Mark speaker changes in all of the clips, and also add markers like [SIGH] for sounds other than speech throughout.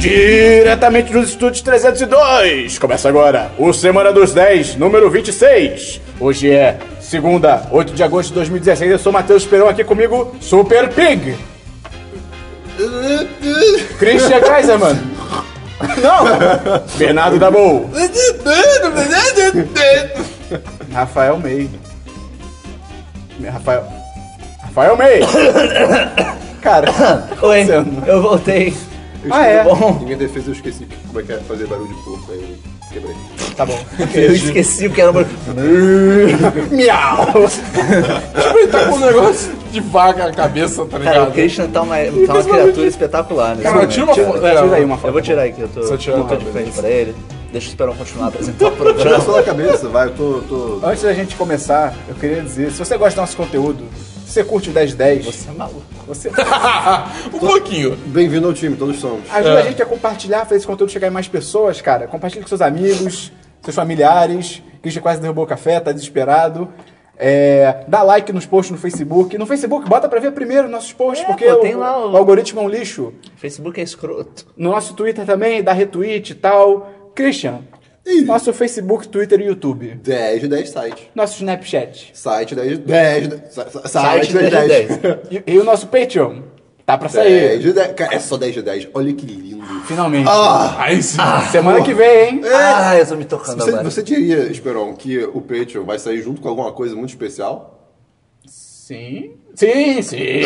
Speaker 1: Diretamente dos estúdios 302! Começa agora o Semana dos 10, número 26. Hoje é segunda, 8 de agosto de 2016. Eu sou Matheus Perão, aqui comigo, Super Pig. Christian Kaiser, né, mano. Não! Bernardo Dabou. Rafael May. Rafael. Rafael May! Cara,
Speaker 2: Oi,
Speaker 1: Esse ano.
Speaker 2: eu voltei.
Speaker 1: ah é?
Speaker 3: Em minha defesa eu esqueci que- como é que é fazer barulho de porco, aí eu quebrei.
Speaker 1: Tá bom.
Speaker 2: Eu esqueci o que era. o-
Speaker 1: Miau!
Speaker 4: com um negócio de vaga na cabeça, tá
Speaker 2: Cara, o
Speaker 4: ligado?
Speaker 2: Christian tá uma, tá uma criatura espetacular, né?
Speaker 4: Cara, tira uma foto. É,
Speaker 1: Tira aí uma
Speaker 2: Eu
Speaker 1: foto.
Speaker 2: vou tirar aqui, eu tô,
Speaker 4: Só tirar
Speaker 2: eu tô de
Speaker 4: rápido.
Speaker 2: frente pra ele. Deixa o Esperão continuar a apresentar o
Speaker 3: Tira [LAUGHS]
Speaker 2: programa.
Speaker 3: só da cabeça, vai, eu tô. tô...
Speaker 1: Antes da gente começar, eu queria dizer, se você gosta do nosso conteúdo, se você curte o 1010, você,
Speaker 2: Você é maluco.
Speaker 1: você
Speaker 4: [LAUGHS] um pouquinho.
Speaker 3: Bem-vindo ao time, todos somos.
Speaker 1: ajuda a
Speaker 2: É.
Speaker 1: gente a compartilhar, fazer esse conteúdo chegar em mais pessoas, cara. Compartilhe com seus amigos, seus familiares. Christian quase derrubou o café, tá desesperado. É, dá like nos posts no Facebook. No Facebook, bota pra ver primeiro nossos posts,
Speaker 2: É,
Speaker 1: porque
Speaker 2: pô,
Speaker 1: o,
Speaker 2: tem lá o-
Speaker 1: o algoritmo é um lixo.
Speaker 2: Facebook é escroto.
Speaker 1: No nosso Twitter também, dá retweet e tal. Christian, nosso Facebook, Twitter e YouTube.
Speaker 3: 10 de 10 site.
Speaker 1: Nosso Snapchat.
Speaker 3: Site 10 de 10. de- sa- sa-
Speaker 2: Site
Speaker 3: Site 10 de 10.
Speaker 1: E, e o nosso Patreon. Tá pra
Speaker 3: 10
Speaker 1: sair.
Speaker 3: de 10. Cara, é só 10 de 10. Olha que lindo.
Speaker 1: Finalmente.
Speaker 3: Ah,
Speaker 4: Aí sim.
Speaker 1: Semana que vem, hein?
Speaker 2: Ah, eu tô me tocando
Speaker 3: Você,
Speaker 2: agora.
Speaker 3: você diria, Esperon, que o Patreon vai sair junto com alguma coisa muito especial?
Speaker 1: Sim. Sim, sim.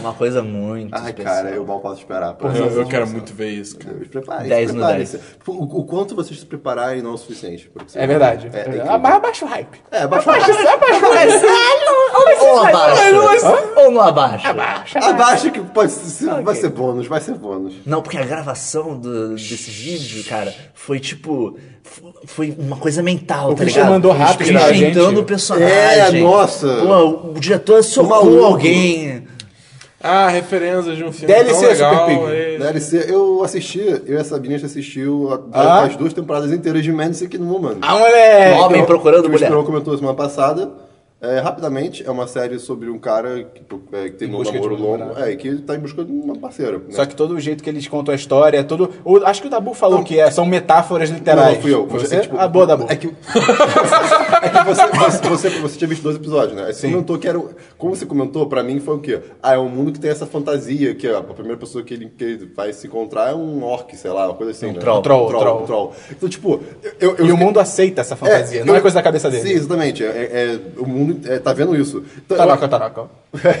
Speaker 2: Uma coisa muito
Speaker 3: Ai,
Speaker 2: especial.
Speaker 3: cara, eu mal posso esperar. Pô,
Speaker 4: Eu, eu quero muito ver isso, cara.
Speaker 3: Preparem-se,
Speaker 2: 10 no
Speaker 3: preparem-se. O, o quanto vocês se prepararem não é o suficiente. pra que
Speaker 1: É verdade.
Speaker 3: É, é
Speaker 1: É,
Speaker 3: incrível.
Speaker 1: mas abaixa o hype.
Speaker 3: É, abaixa o hype.
Speaker 1: abaixa o hype.
Speaker 2: Ou abaixo. Ou não abaixo.
Speaker 3: Abaixa Ah, que pode ser, vai ser bônus, vai ser bônus.
Speaker 2: Não, porque a gravação do- desse vídeo, cara, foi tipo. f- Foi uma coisa mental, tá
Speaker 1: Christian
Speaker 2: ligado?
Speaker 1: mandou rápido
Speaker 2: Christian
Speaker 1: pra gente.
Speaker 2: inventando o personagem.
Speaker 3: É, nossa.
Speaker 2: Pô, o diretor socou
Speaker 3: maluco.
Speaker 2: alguém.
Speaker 4: Ah, referências de um filme
Speaker 1: DLC
Speaker 4: tão legal.
Speaker 1: Super Pig.
Speaker 4: é.
Speaker 3: DLC, eu assisti, eu e a Sabine a gente assistiu a-
Speaker 1: Ah?
Speaker 3: as duas temporadas inteiras de Magic no Woman.
Speaker 1: Ah, moleque.
Speaker 2: Homem procurando
Speaker 3: que
Speaker 2: mulher.
Speaker 3: O Esperon comentou semana passada. É, rapidamente, é uma série sobre um cara que, é, que tem um
Speaker 1: busca de
Speaker 3: namoro
Speaker 1: uma
Speaker 3: longo.
Speaker 1: namorada.
Speaker 3: É, que tá em busca de uma parceira. né?
Speaker 1: Só que todo o jeito que eles contam a história, todo. o- acho que o Dabu falou que é- são metáforas literais.
Speaker 3: Não, não, fui eu.
Speaker 1: Foi
Speaker 3: Você,
Speaker 1: Você?
Speaker 3: é, tipo,
Speaker 1: ah, boa, Dabu.
Speaker 3: É que, [LAUGHS] é que você, você, você, você tinha visto dois episódios, né? Aí Você comentou que era. o- Como você comentou, pra mim foi o quê? Ah, é um mundo que tem essa fantasia, que a primeira pessoa que ele, que ele vai se encontrar é um orc, sei lá, uma coisa assim. né? Um
Speaker 2: troll.
Speaker 1: Troll,
Speaker 3: Um troll,
Speaker 1: troll.
Speaker 3: um troll. Então, tipo, eu. eu
Speaker 1: E o mundo aceita essa fantasia. não é
Speaker 3: eu-
Speaker 1: coisa da cabeça dele.
Speaker 3: Sim, exatamente. É, é- o mundo é, tá vendo isso. Então, eu-
Speaker 1: Taroca, taroca.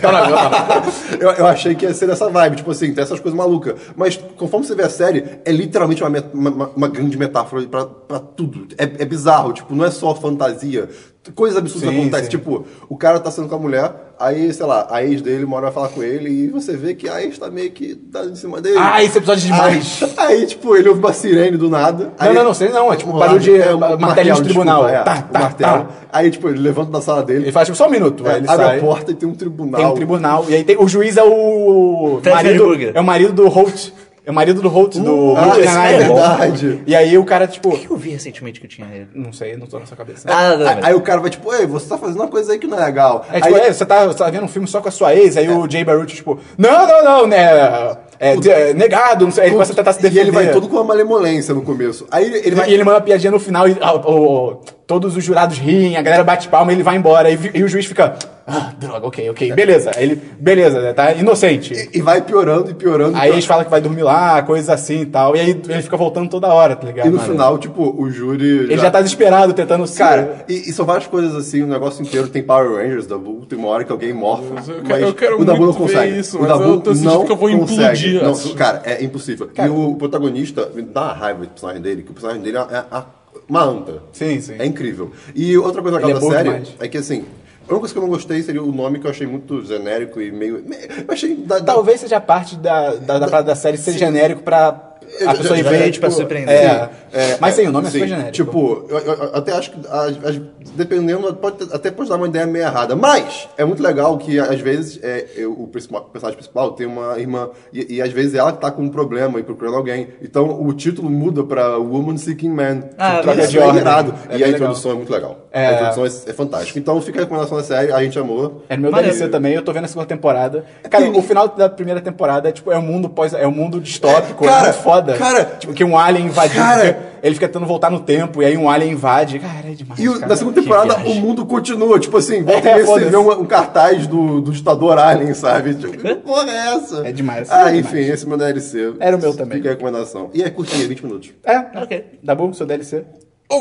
Speaker 1: Taroca, taroca.
Speaker 3: eu, eu achei que ia ser dessa vibe, tipo assim, tem essas coisas malucas. Mas conforme você vê a série, é literalmente uma, met- uma- uma- uma grande metáfora pra, pra tudo. É, é bizarro, tipo, não é só fantasia. Coisas absurdas
Speaker 1: Sim,
Speaker 3: acontecem.
Speaker 1: sim.
Speaker 3: Tipo, o cara tá sendo com a mulher, aí, sei lá, a ex dele mora vai falar com ele e você vê que a ex tá meio que dando em cima dele.
Speaker 1: Ah, esse episódio é demais.
Speaker 3: [LAUGHS] Aí, aí, tipo, ele ouve uma sirene do nada.
Speaker 1: Não,
Speaker 3: aí-
Speaker 1: não, não, sirene não, é tipo
Speaker 3: Um
Speaker 1: barulho de,
Speaker 3: é, um
Speaker 1: eh, martelinho de tribunal.
Speaker 3: desculpa,
Speaker 1: Tá,
Speaker 3: é, um
Speaker 1: tá,
Speaker 3: martelo.
Speaker 1: tá.
Speaker 3: Aí, tipo, ele levanta da sala dele,
Speaker 1: Ele faz tipo, só um minuto. aí
Speaker 3: é,
Speaker 1: ele
Speaker 3: abre
Speaker 1: sai.
Speaker 3: a porta e tem um tribunal.
Speaker 1: Tem um tribunal. E aí tem, o juiz é o.
Speaker 2: Fred
Speaker 1: Marido,
Speaker 2: Krueger.
Speaker 1: é o marido do Holt. É o marido do Holt, do
Speaker 3: ah,
Speaker 1: Holt
Speaker 3: esse cara é
Speaker 1: Schneider.
Speaker 3: verdade.
Speaker 1: E aí o cara, tipo.
Speaker 2: O que eu vi recentemente que eu tinha ele?
Speaker 1: Não sei, não tô na sua cabeça.
Speaker 2: Ah, não,
Speaker 3: Aí,
Speaker 2: mas-
Speaker 3: aí o cara vai tipo, ei, você tá fazendo uma coisa aí que não é legal.
Speaker 1: É tipo,
Speaker 3: aí,
Speaker 1: é, você, tá, você tá vendo um filme só com a sua ex, aí o Jay Baruch, tipo, não, não, não, né? É, de- é, negado, não sei. Aí ele começa a tentar se defender.
Speaker 3: E ele vai todo com uma malemolência no começo. Aí ele, ele vai.
Speaker 1: E ele manda uma piadinha no final e ah, o- o- todos os jurados riem, a galera bate palma e ele vai embora. E, vi- e o juiz fica, ah, droga, ok, ok, beleza. Aí Ele, beleza, né, tá inocente.
Speaker 3: e vai piorando e piorando.
Speaker 1: Aí
Speaker 3: e
Speaker 1: eles falam que vai dormir lá, coisa assim e tal. E aí ele fica voltando toda hora, tá ligado?
Speaker 3: no final, tipo, o júri.
Speaker 1: Ele já tá desesperado, tentando se-
Speaker 3: Cara, e, e são várias coisas assim, o negócio inteiro tem Power Rangers, Dabu, tem uma hora que alguém morfa.
Speaker 4: Mas eu quero-
Speaker 3: mas
Speaker 4: eu quero
Speaker 3: o Dabu não
Speaker 4: muito ver
Speaker 3: consegue.
Speaker 4: isso,
Speaker 3: o
Speaker 4: mas
Speaker 3: Dabu
Speaker 4: eu tô sentindo
Speaker 3: não
Speaker 4: que eu vou
Speaker 3: consegue.
Speaker 4: implodir
Speaker 3: Não,
Speaker 4: assistindo.
Speaker 3: cara, é impossível. E o protagonista, me dá uma raiva do personagem dele, que o personagem dele é, é- é uma anta.
Speaker 1: Sim, sim.
Speaker 3: É incrível. E outra coisa
Speaker 1: Ele
Speaker 3: legal
Speaker 1: é
Speaker 3: da
Speaker 1: bom
Speaker 3: série
Speaker 1: demais.
Speaker 3: é que assim. A única coisa que eu não gostei seria o nome que eu achei muito genérico e meio. Eu achei. Da, da-
Speaker 1: Talvez seja parte da, da, da, parada da série ser genérico pra a pessoa ir ver,
Speaker 2: Exatamente,
Speaker 1: tipo,
Speaker 2: pra surpreender.
Speaker 1: É,
Speaker 3: Sim. É,
Speaker 1: Mas sem
Speaker 3: é,
Speaker 1: o nome é
Speaker 3: sim,
Speaker 1: super genérico.
Speaker 3: Tipo, eu, eu- eu até acho que, às- às- dependendo, pode, ter- até pode dar uma ideia meio errada. Mas é muito legal que, às vezes, é, eu- o, principal- o personagem principal tem uma irmã, e, e às vezes ela que tá com um problema e procurando alguém. Então o título muda pra Woman Seeking Man.
Speaker 2: Ah,
Speaker 3: Tipo,
Speaker 2: isso.
Speaker 3: isso é irado.
Speaker 1: É
Speaker 3: e a
Speaker 1: bem
Speaker 3: introdução é muito legal. A introdução é, é fantástica. Então fica a recomendação da série, a gente amou.
Speaker 1: É no meu
Speaker 2: Maneiro.
Speaker 1: DLC também, eu tô vendo a segunda temporada. Cara, o final da primeira temporada é tipo, é um mundo pós, é um mundo distópico,
Speaker 3: Cara,
Speaker 1: é muito foda.
Speaker 3: cara,
Speaker 1: tipo, que um alien invadiu,
Speaker 3: cara.
Speaker 1: ele fica tentando voltar no tempo, e aí um alien invade. Cara, é demais.
Speaker 3: E o-
Speaker 1: cara.
Speaker 3: na segunda temporada
Speaker 2: viagem.
Speaker 3: o mundo continua. Tipo assim, volta
Speaker 1: É,
Speaker 3: e meia você
Speaker 1: foda-se.
Speaker 3: vê um, um cartaz do, do ditador Alien, sabe? Tipo, que porra é essa?
Speaker 1: É demais,
Speaker 3: Ah,
Speaker 1: é
Speaker 3: enfim, esse é meu DLC.
Speaker 1: Era o meu também.
Speaker 3: Fica a recomendação. E é curtinho, 20 minutos.
Speaker 1: É,
Speaker 2: Ok.
Speaker 1: Dá bom, seu DLC.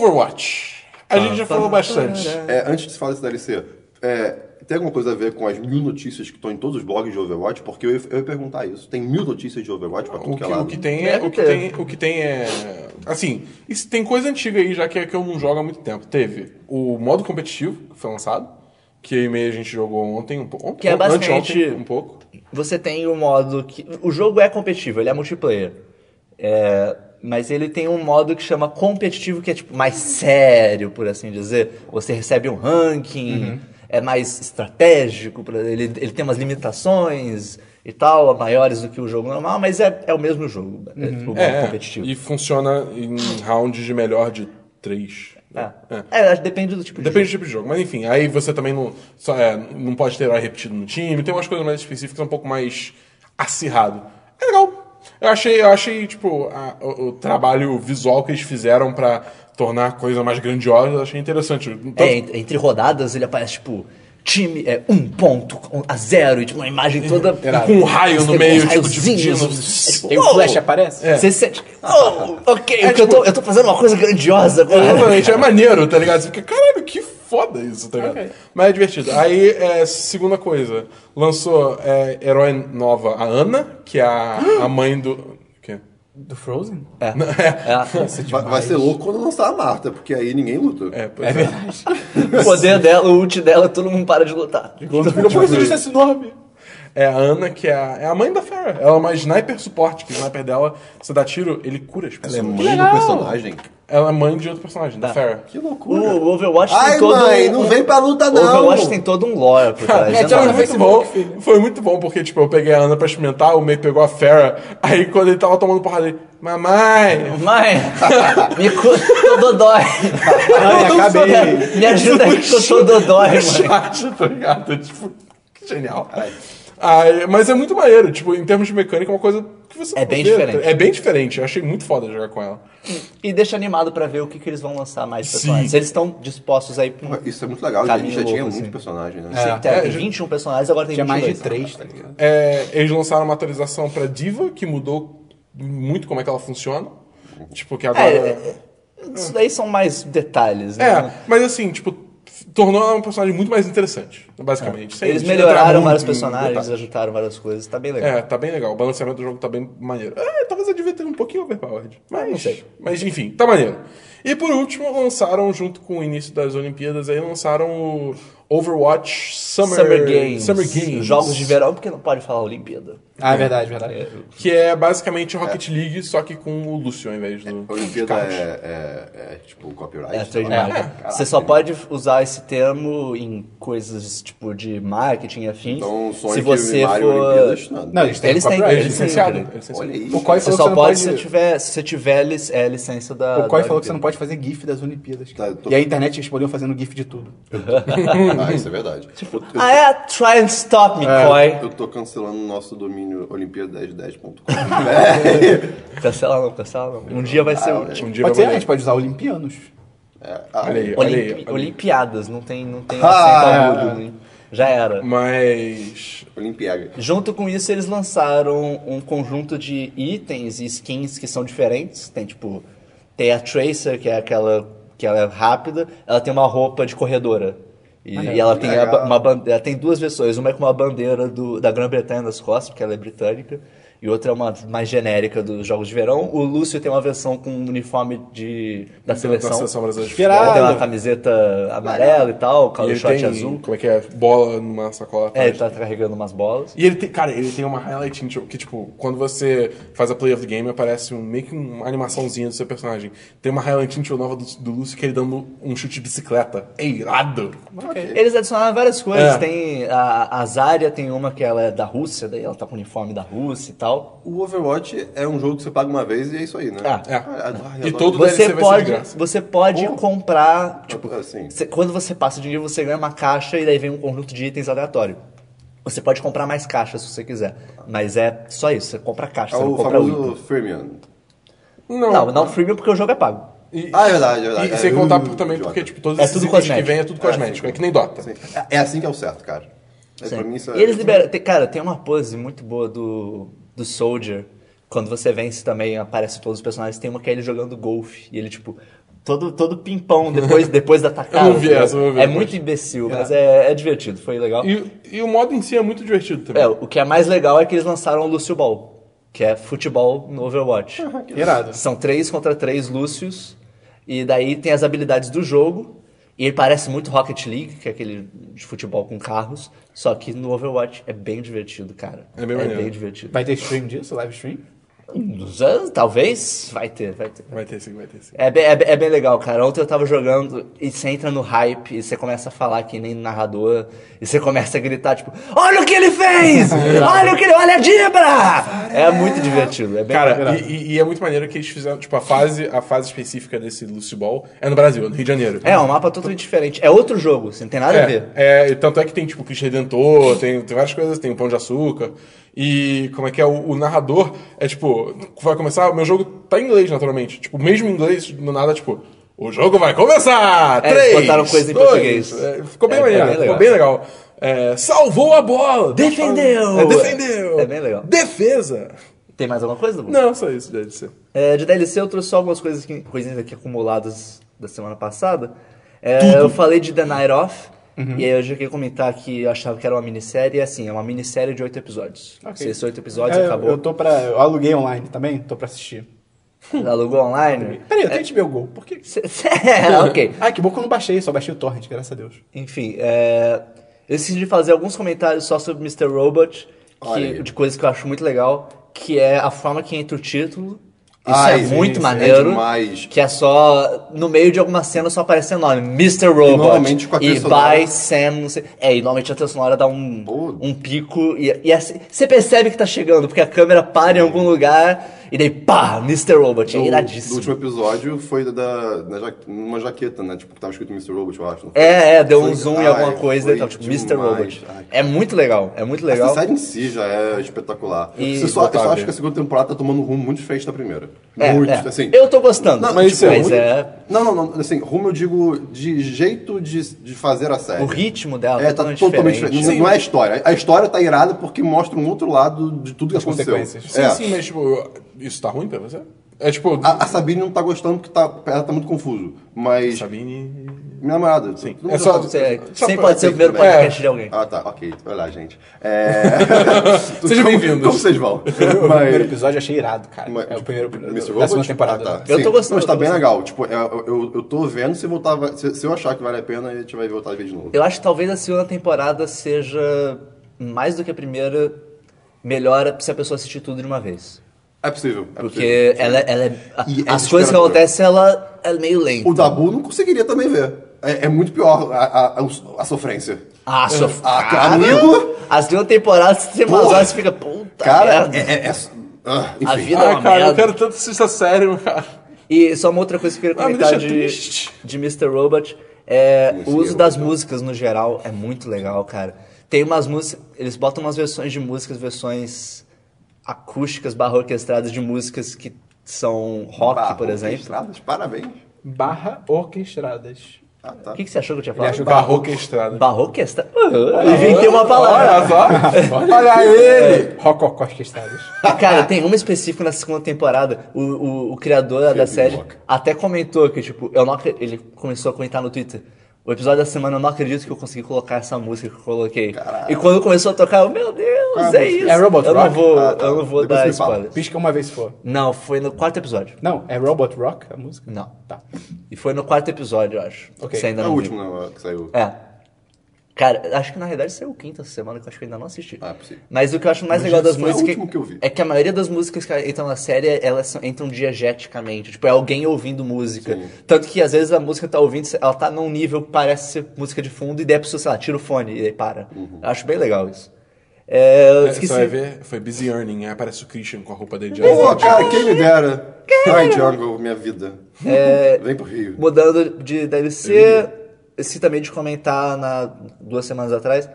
Speaker 4: Overwatch. A gente já falou bastante.
Speaker 3: É, antes de se falar desse DLC, é, tem alguma coisa a ver com as mil notícias que estão em todos os blogs de Overwatch? Porque eu ia, eu ia perguntar isso. Tem mil notícias de Overwatch pra tudo
Speaker 4: O
Speaker 3: que
Speaker 4: que,
Speaker 3: é
Speaker 4: o
Speaker 3: lado.
Speaker 1: tá
Speaker 4: que tem é.
Speaker 2: Deve
Speaker 4: O que
Speaker 2: ter.
Speaker 4: tem, o que tem é. Assim, isso tem coisa antiga aí, já que, é que eu não jogo há muito tempo. Teve o modo competitivo, que foi lançado, que eu e meia a gente jogou ontem, um pouco.
Speaker 2: Que é basicamente-
Speaker 4: anteontem, um pouco.
Speaker 2: Você tem o modo que. O jogo é competitivo, ele é multiplayer. É, Mas ele tem um modo que chama competitivo, que é tipo mais sério, por assim dizer. Você recebe um ranking,
Speaker 4: Uhum.
Speaker 2: é mais estratégico, por- ele, ele tem umas limitações e tal, maiores do que o jogo normal, mas é, é o mesmo jogo, é, o modo
Speaker 4: É,
Speaker 2: competitivo.
Speaker 4: e funciona em round de melhor de três.
Speaker 2: É.
Speaker 4: É.
Speaker 2: É, depende do tipo de
Speaker 4: Depende do tipo de jogo, mas enfim, aí você também não, só, é, não pode ter herói repetido no time, tem umas coisas mais específicas, um pouco mais acirrado. É legal. Eu achei, eu achei tipo, a- o, o trabalho visual que eles fizeram pra tornar a coisa mais grandiosa, eu achei interessante. Tanto-
Speaker 2: É, ent- entre rodadas ele aparece tipo time é um ponto um a zero e tipo uma imagem toda
Speaker 4: irado. com um raio no
Speaker 2: Com
Speaker 4: meio, tipo,
Speaker 2: raiozinhos.
Speaker 4: dividindo.
Speaker 2: É, tipo,
Speaker 1: E o
Speaker 2: uou!
Speaker 1: Flash aparece?
Speaker 2: Você sente, oh, ok, porque eu, tô, eu tô fazendo uma coisa grandiosa agora.
Speaker 1: então.
Speaker 4: Exatamente, é maneiro, tá ligado? Você fica, caralho, que foda isso, tá ligado? Mas é divertido. Aí, é, segunda coisa, lançou é, herói nova, a Ana, que é a, a mãe do. O quê?
Speaker 1: Do Frozen?
Speaker 2: É,
Speaker 3: Vai, vai ser louco quando lançar a Marta, porque aí ninguém luta.
Speaker 4: É, pois
Speaker 1: É
Speaker 4: é.
Speaker 1: verdade.
Speaker 2: o poder dela, o ult dela, todo mundo para de lutar.
Speaker 4: Tipo,
Speaker 1: Por que existe esse nome?
Speaker 4: É a Ana, que é a, é a mãe da Farah. Ela é uma sniper suporte, que o sniper dela, você dá tiro, ele cura as pessoas.
Speaker 3: Ela é mãe do personagem.
Speaker 4: Ela é mãe de outro personagem, da Farah.
Speaker 3: Que
Speaker 2: O
Speaker 3: loucura.
Speaker 2: o Overwatch tem
Speaker 3: Ai,
Speaker 2: todo
Speaker 3: mãe,
Speaker 2: um,
Speaker 3: não vem pra luta,
Speaker 2: o
Speaker 3: não.
Speaker 2: Overwatch tem todo um lore por trás.
Speaker 1: é,
Speaker 2: é
Speaker 1: tchau,
Speaker 4: Então, Foi
Speaker 1: no
Speaker 2: enorme.
Speaker 4: muito,
Speaker 1: Facebook,
Speaker 4: bom, foi muito bom, porque, tipo, eu peguei a Ana pra experimentar, o meio pegou a Farah, aí quando ele tava tomando porrada, ele, mamãe, [LAUGHS]
Speaker 2: Mãe, me cu... [LAUGHS] tô dodói.
Speaker 1: Ai, acabei.
Speaker 2: [LAUGHS] Me, ajuda aqui que eu tô dodói,
Speaker 4: no
Speaker 2: mãe.
Speaker 4: chat, tá ligado? Tipo, que genial. Ai, mas é muito maneiro, tipo, em termos de mecânica, é uma coisa que você
Speaker 2: É
Speaker 4: não
Speaker 2: bem
Speaker 4: vê, tá-
Speaker 2: diferente.
Speaker 4: É bem diferente, eu achei muito foda jogar com ela.
Speaker 2: E deixa animado pra ver o que, que eles vão lançar mais
Speaker 4: Sim.
Speaker 2: personagens. Eles estão dispostos aí pra um...
Speaker 3: Isso é muito legal, gente.
Speaker 2: Caminho
Speaker 3: Já tinha
Speaker 2: louco,
Speaker 3: muito
Speaker 2: assim.
Speaker 3: personagem, né?
Speaker 2: Sim, tem,
Speaker 4: é,
Speaker 2: tem
Speaker 4: já-
Speaker 2: 21 personagens, agora tem
Speaker 1: Tinha mais de
Speaker 2: 22.
Speaker 1: três, tá ligado?
Speaker 4: É, eles lançaram uma atualização pra Diva, que mudou muito como é que ela funciona. Tipo, que agora.
Speaker 2: É,
Speaker 4: É,
Speaker 2: é, isso daí são mais detalhes, né?
Speaker 4: mas assim, tipo, f- tornou ela um personagem muito mais interessante, basicamente. Sem
Speaker 2: É. Eles
Speaker 4: entrar
Speaker 2: melhoraram
Speaker 4: tá muito
Speaker 2: vários
Speaker 4: em
Speaker 2: personagens,
Speaker 4: detalhe.
Speaker 2: ajustaram várias coisas, tá bem legal.
Speaker 4: É, tá bem legal. O balanceamento do jogo tá bem maneiro. É, talvez eu devia ter um pouquinho overpowered.
Speaker 2: não
Speaker 4: Mas,
Speaker 2: sei.
Speaker 4: mas enfim, tá maneiro. E por último, lançaram, junto com o início das Olimpíadas, aí lançaram o Overwatch Summer,
Speaker 2: Summer Games.
Speaker 4: Summer Games.
Speaker 2: Jogos de verão, porque não pode falar Olimpíada.
Speaker 1: Ah, é verdade, verdade.
Speaker 4: Que é basicamente Rocket League, só que com o Lúcio ao invés do. Ah,
Speaker 3: A Olimpíada é, é- é, tipo copyright.
Speaker 2: É a
Speaker 3: sei lá.
Speaker 2: trademark.
Speaker 3: Caraca,
Speaker 2: Você só
Speaker 3: né?
Speaker 2: pode usar esse termo em coisas tipo de marketing e afins.
Speaker 3: Então, Sonic
Speaker 2: se você
Speaker 3: e Mario
Speaker 2: for...
Speaker 3: Olimpíadas, nada.
Speaker 1: Não, eles têm
Speaker 2: Eles têm,
Speaker 1: copyright.
Speaker 4: É
Speaker 2: eles têm.
Speaker 4: licenciado. é licenciado.
Speaker 3: é Olha aí.
Speaker 1: O COI
Speaker 2: Você
Speaker 1: falou que
Speaker 2: só
Speaker 1: você não
Speaker 2: pode
Speaker 1: pode...
Speaker 2: se tiver, se você tiver lic- é, licença da.
Speaker 1: O COI falou que
Speaker 2: da
Speaker 1: você
Speaker 2: Olimpíada.
Speaker 1: não pode fazer GIF das Olimpíadas.
Speaker 3: Tá, eu tô-
Speaker 1: E a internet respondeu fazendo GIF de tudo.
Speaker 3: [LAUGHS] Ah, isso é verdade. Eu- eu-
Speaker 2: Ah, é? Try and stop me,
Speaker 4: É.
Speaker 2: Koi.
Speaker 3: Eu tô cancelando o nosso domínio olimpíada1010.com. [LAUGHS]
Speaker 2: Cancela não, cancela não. Um dia vai ser
Speaker 3: Ah,
Speaker 2: o último.
Speaker 4: Um dia
Speaker 1: Pode
Speaker 4: vai
Speaker 1: ser, a gente
Speaker 4: valer.
Speaker 1: pode usar Olimpianos.
Speaker 3: É, ah,
Speaker 4: Olha aí, olha aí.
Speaker 2: Olimpi-
Speaker 4: olha aí. é.
Speaker 2: Olimpiadas, não tem, não tem
Speaker 3: Ah,
Speaker 2: acento agudo, né? Já era.
Speaker 4: Mas.
Speaker 3: Olimpiaga.
Speaker 2: Junto com isso, eles lançaram um conjunto de itens e skins que são diferentes. Tem tipo. Tem a Tracer, que é aquela. que ela é rápida, ela tem uma roupa de corredora. E, e ela tem a ba-
Speaker 3: legal.
Speaker 2: uma bandeira. Ela tem duas versões. Uma é com uma bandeira do, da Grã-Bretanha nas costas, porque ela é britânica. e outra é uma mais genérica dos Jogos de Verão. O Lúcio tem uma versão com um uniforme de, da seleção.
Speaker 4: Da Então, seleção brasileira de
Speaker 1: Esperar.
Speaker 4: futebol.
Speaker 2: Ela tem uma camiseta amarela e tal,
Speaker 4: E ele
Speaker 2: calochote
Speaker 4: tem,
Speaker 2: azul.
Speaker 4: Como é que é? Bola numa sacola.
Speaker 2: É,
Speaker 4: atrás.
Speaker 2: ele tá carregando umas bolas.
Speaker 4: E ele tem, cara, ele tem uma highlight intro que, tipo, quando você faz a play of the game, aparece um, meio que uma animaçãozinha do seu personagem. Tem uma highlight intro nova do, do Lúcio que ele dando um chute de bicicleta. É irado!
Speaker 2: Eles adicionaram várias coisas.
Speaker 4: É.
Speaker 2: Tem a, a Zarya, tem uma que ela é da Rússia, daí ela tá com o uniforme da Rússia e tal.
Speaker 3: O Overwatch é um jogo que você paga uma vez e é isso aí, né?
Speaker 2: Ah,
Speaker 4: é.
Speaker 3: Ai,
Speaker 4: E
Speaker 3: adoro.
Speaker 4: todo- Tudo deve
Speaker 2: Você
Speaker 4: ser- vai ser de
Speaker 2: pode,
Speaker 4: graça. Ah,
Speaker 2: você pode
Speaker 3: Ou-
Speaker 2: comprar, tipo,
Speaker 3: assim.
Speaker 2: cê- quando você passa o dinheiro, você ganha uma caixa e daí vem um conjunto de itens aleatório. Você pode comprar mais caixas se você quiser, mas é só isso, você compra caixa,
Speaker 3: É
Speaker 2: você não
Speaker 3: o
Speaker 2: compra um. o
Speaker 3: famoso
Speaker 2: item.
Speaker 3: freemium.
Speaker 2: Não, não freemium porque o jogo é pago.
Speaker 4: E-
Speaker 3: Ah, é verdade, é verdade.
Speaker 4: E sem
Speaker 3: É,
Speaker 4: contar
Speaker 3: uh,
Speaker 4: por- também
Speaker 3: idiota.
Speaker 4: porque, tipo, todos
Speaker 2: É
Speaker 4: esses
Speaker 2: tudo
Speaker 4: itens que
Speaker 2: cosmético.
Speaker 4: vem é tudo cosmético, é que nem Dota.
Speaker 3: Assim, é, é assim que é o certo, cara. É,
Speaker 2: Sim.
Speaker 3: pra mim isso é...
Speaker 2: E eles liberam. tem- cara, tem uma pose muito boa do, do Soldier. Quando você vence também, aparece todos os personagens. Tem uma que é ele jogando golfe. E ele, tipo, todo, todo pimpão depois, depois da tacada.
Speaker 4: Eu não vi
Speaker 2: entendeu?
Speaker 4: essa, eu não vi
Speaker 2: é
Speaker 4: depois.
Speaker 2: muito imbecil, mas é, é divertido. Foi legal.
Speaker 4: E, e o modo em si é muito divertido também.
Speaker 2: É, o que é mais legal é que eles lançaram o Lúcio Ball, que é futebol no Overwatch.
Speaker 1: Irado.
Speaker 2: São três contra três Lúcios. E daí tem as habilidades do jogo. E ele parece muito Rocket League, que é aquele de futebol com carros. Só que no Overwatch é bem divertido, cara.
Speaker 4: É bem maneiro.
Speaker 2: divertido.
Speaker 1: Vai ter stream disso? Live stream?
Speaker 2: Um dos anos, talvez? Vai ter, vai ter.
Speaker 4: Vai ter sim, vai ter sim.
Speaker 2: É bem, é bem- é bem legal, cara. Ontem eu tava jogando e você entra no hype e você começa a falar que nem narrador e você começa a gritar, tipo, olha o que ele
Speaker 4: [LAUGHS]
Speaker 2: fez! olha o que ele... Olha a Dibra! É muito divertido. É bem
Speaker 4: Cara, e, e- e é muito maneiro que eles fizeram, tipo, a fase, a fase específica desse Lucy Ball é no Brasil, é no Rio de Janeiro.
Speaker 2: É, um mapa totalmente diferente. É outro jogo, assim, não tem nada a ver.
Speaker 4: É, e tanto é que tem, tipo, Cristo Redentor, tem, tem várias coisas, tem o Pão de Açúcar. E como é que é? O, o narrador é tipo, vai começar. O meu jogo tá em inglês, naturalmente. Tipo, mesmo em inglês, do nada, tipo, o jogo vai começar!
Speaker 2: É, eles
Speaker 4: três!
Speaker 2: botaram coisa em
Speaker 4: dois."
Speaker 2: português.
Speaker 4: É, ficou bem
Speaker 2: É, é
Speaker 4: maneiro,
Speaker 2: bem
Speaker 4: ficou
Speaker 2: legal.
Speaker 4: bem legal. É, salvou a bola!
Speaker 2: Defendeu!
Speaker 4: É, defendeu!
Speaker 2: É bem legal.
Speaker 4: Defesa!
Speaker 2: Tem mais alguma coisa, Dubu?
Speaker 4: Não, só isso, deve ser.
Speaker 2: É, de DLC eu trouxe só algumas coisas que, coisinhas aqui acumuladas da semana passada. É, eu falei de The Night Off,
Speaker 1: Uhum.
Speaker 2: e aí eu já queria comentar que eu achava que era uma minissérie, e assim, é uma minissérie de oito episódios. Se esses oito episódios
Speaker 1: É, eu-
Speaker 2: acabou.
Speaker 1: Eu tô pra. Eu aluguei online também, tô pra assistir.
Speaker 2: Alugou
Speaker 1: [LAUGHS]
Speaker 2: online?
Speaker 1: Peraí, eu tenho que ver o gol. Por quê?
Speaker 2: Cê- cê- [LAUGHS] é, ok.
Speaker 1: Ah, que bom que eu não baixei, só baixei o Torrent, graças a Deus.
Speaker 2: Enfim, é, eu decidi fazer alguns comentários só sobre Mr. Robot,
Speaker 3: Olha aí.
Speaker 2: que, de coisas que eu acho muito legal, que é a forma que entra o título. Isso
Speaker 3: Ai,
Speaker 2: é
Speaker 3: sim,
Speaker 2: muito
Speaker 3: sim, é
Speaker 2: maneiro.
Speaker 3: demais.
Speaker 2: Que é só. No meio de alguma cena só aparece o nome. Mr. Robot.
Speaker 3: normalmente com a trilha
Speaker 2: e
Speaker 3: sonora-
Speaker 2: by Sam, não sei. É, e normalmente a trilha sonora dá um,
Speaker 3: Pô.
Speaker 2: um pico. E, e assim, você percebe que tá chegando, porque a câmera para em algum lugar. E daí, pá, Mr. Robot. É
Speaker 3: No
Speaker 2: iradíssimo.
Speaker 3: último episódio foi da, da- na ja- numa jaqueta, né? Tipo, que tava escrito Mr. Robot, eu acho. não foi?
Speaker 2: É, é, deu um
Speaker 3: Foi-
Speaker 2: zoom
Speaker 3: ai,
Speaker 2: em alguma coisa.
Speaker 3: foi
Speaker 2: e tal, tipo, Mr.
Speaker 3: demais.
Speaker 2: Robot.
Speaker 3: Ai,
Speaker 2: É muito legal. É muito legal.
Speaker 3: Essa série em si já é espetacular.
Speaker 2: E-
Speaker 3: Você só, eu
Speaker 4: Botar
Speaker 3: só
Speaker 4: a
Speaker 3: acho
Speaker 4: ver.
Speaker 3: que a segunda temporada tá tomando um rumo muito diferente da primeira.
Speaker 2: É,
Speaker 3: muito,
Speaker 2: é.
Speaker 3: assim.
Speaker 2: Eu tô gostando.
Speaker 3: Não, assim,
Speaker 4: mas isso é ruim?
Speaker 2: é-
Speaker 3: Não, não, não. Assim, rumo eu digo de jeito de, de fazer a série.
Speaker 2: o ritmo dela
Speaker 3: É, tá
Speaker 2: totalmente,
Speaker 3: totalmente
Speaker 2: diferente.
Speaker 3: diferente. Não- Não é a história. A história tá irada porque mostra um outro lado de tudo que aconteceu.
Speaker 1: consequências.
Speaker 4: Sim,
Speaker 3: É.
Speaker 4: sim, mas, tipo, isso tá ruim pra você? É tipo,
Speaker 3: A, a Sabine não tá gostando porque tá, ela tá muito confuso. Mas.
Speaker 4: Sabine.
Speaker 3: Minha namorada. Sim.
Speaker 4: É só-
Speaker 2: Você-
Speaker 4: Só
Speaker 2: sempre
Speaker 4: pra-
Speaker 2: pode ser o primeiro
Speaker 3: tudo bem.
Speaker 2: podcast de alguém.
Speaker 3: Ah, tá. Ok. Vai lá, gente. É...
Speaker 2: [LAUGHS]
Speaker 4: Sejam
Speaker 3: [LAUGHS] Como-
Speaker 4: bem-vindos.
Speaker 3: Como vocês vão?
Speaker 1: O primeiro episódio eu achei irado, cara.
Speaker 3: Mas-
Speaker 1: é o primeiro
Speaker 3: Mr.
Speaker 1: da
Speaker 3: Robot?
Speaker 1: segunda temporada.
Speaker 3: Ah, tá.
Speaker 2: Eu
Speaker 3: Sim.
Speaker 2: tô gostando,
Speaker 3: Mas tá
Speaker 2: eu tô
Speaker 3: bem
Speaker 2: gostando.
Speaker 3: legal. Tipo, eu, eu, eu tô vendo se voltar. vai- Se, se eu achar que vale a pena, a gente vai voltar a ver de novo.
Speaker 2: Eu acho que talvez a segunda temporada seja mais do que a primeira melhora se a pessoa assistir tudo de uma vez.
Speaker 3: É possível. É
Speaker 2: Porque
Speaker 3: possível.
Speaker 2: ela, ela é- a-
Speaker 3: E é
Speaker 2: as coisas que
Speaker 3: desesperador.
Speaker 2: acontecem, ela é meio lenta.
Speaker 3: O Dabu não conseguiria também ver. É, é muito pior a, a, a- a sofrência.
Speaker 2: Ah, so...
Speaker 3: Ah,
Speaker 2: cara,
Speaker 3: amigo!
Speaker 2: A segunda temporada, você tem umas
Speaker 3: Porra!
Speaker 2: horas e fica, puta
Speaker 3: Cara,
Speaker 2: Tá merda.
Speaker 3: é. é, é- ah, enfim.
Speaker 2: A vida-
Speaker 4: Ah,
Speaker 2: uma
Speaker 4: cara, eu
Speaker 2: merda.
Speaker 4: quero tanto assistir essa série, cara.
Speaker 2: E só uma outra coisa que eu queria
Speaker 4: Ah, me
Speaker 2: comentar
Speaker 4: deixa
Speaker 2: de,
Speaker 4: triste.
Speaker 2: de Mr. Robot é
Speaker 3: Esse
Speaker 2: o uso
Speaker 3: é
Speaker 2: das músicas no geral é muito legal, cara. Tem umas músicas, eles botam umas versões de músicas, versões acústicas barra orquestradas de músicas que são rock,
Speaker 3: Barra,
Speaker 2: por exemplo.
Speaker 3: orquestradas, Parabéns.
Speaker 1: Barra orquestradas.
Speaker 3: Ah, tá.
Speaker 2: O que, que você achou que eu tinha falado?
Speaker 1: achou
Speaker 4: Barroca Estrada.
Speaker 2: Barroquestra? Uhum, inventei uma palavra.
Speaker 4: Olha
Speaker 1: [LAUGHS]
Speaker 4: só. Olha ele.
Speaker 1: É, Rococó orquestradas.
Speaker 2: Cara, tem uma específica na segunda temporada. O, o, o criador da
Speaker 3: Felipe
Speaker 2: série
Speaker 3: Bloch.
Speaker 2: até comentou que, tipo, eu não acre- ele começou a comentar no Twitter. O episódio da semana eu não acredito que eu consegui colocar essa música que eu coloquei. E quando começou a tocar, eu, meu Deus,
Speaker 1: Qual é a música?
Speaker 2: é isso.
Speaker 1: É Robot
Speaker 2: eu não
Speaker 1: Rock?
Speaker 2: vou,
Speaker 3: Ah, tá.
Speaker 2: eu não vou
Speaker 3: Depois
Speaker 2: dar
Speaker 3: você fala.
Speaker 2: spoiler.
Speaker 1: Pisca uma vez se for.
Speaker 2: Não, foi no quarto episódio.
Speaker 1: Não, é Robot Rock a música?
Speaker 2: Não.
Speaker 1: Tá.
Speaker 2: E foi no quarto episódio, eu acho.
Speaker 1: Ok.
Speaker 2: Você ainda
Speaker 3: É o
Speaker 2: não viu.
Speaker 3: último né, que saiu.
Speaker 2: É. Cara, acho que na realidade saiu quinta semana, que eu acho que eu ainda não assisti.
Speaker 3: Ah, é possível.
Speaker 2: Mas o que eu acho mais
Speaker 3: Mas
Speaker 2: legal das
Speaker 3: esse foi o
Speaker 2: músicas
Speaker 3: último que eu vi.
Speaker 2: é que a maioria das músicas que entram na série, elas são- entram diegeticamente. Tipo, é alguém ouvindo música.
Speaker 3: Sim.
Speaker 2: Tanto que às vezes a música tá ouvindo, ela tá num nível que parece ser música de fundo, e daí a pessoa, sei lá, tira o fone e daí para.
Speaker 3: Uhum.
Speaker 2: Eu acho bem legal isso. É, eu
Speaker 4: É,
Speaker 2: esqueci.
Speaker 4: Você vai ver, foi Busy Earning, aí aparece o Christian com a roupa dele é de
Speaker 3: Pô,
Speaker 4: azul.
Speaker 3: cara, quem me dera. Ai, Jungle, minha vida. Vem pro Rio.
Speaker 2: Mudando de
Speaker 3: É
Speaker 2: DLC, esqueci também de comentar na, duas semanas atrás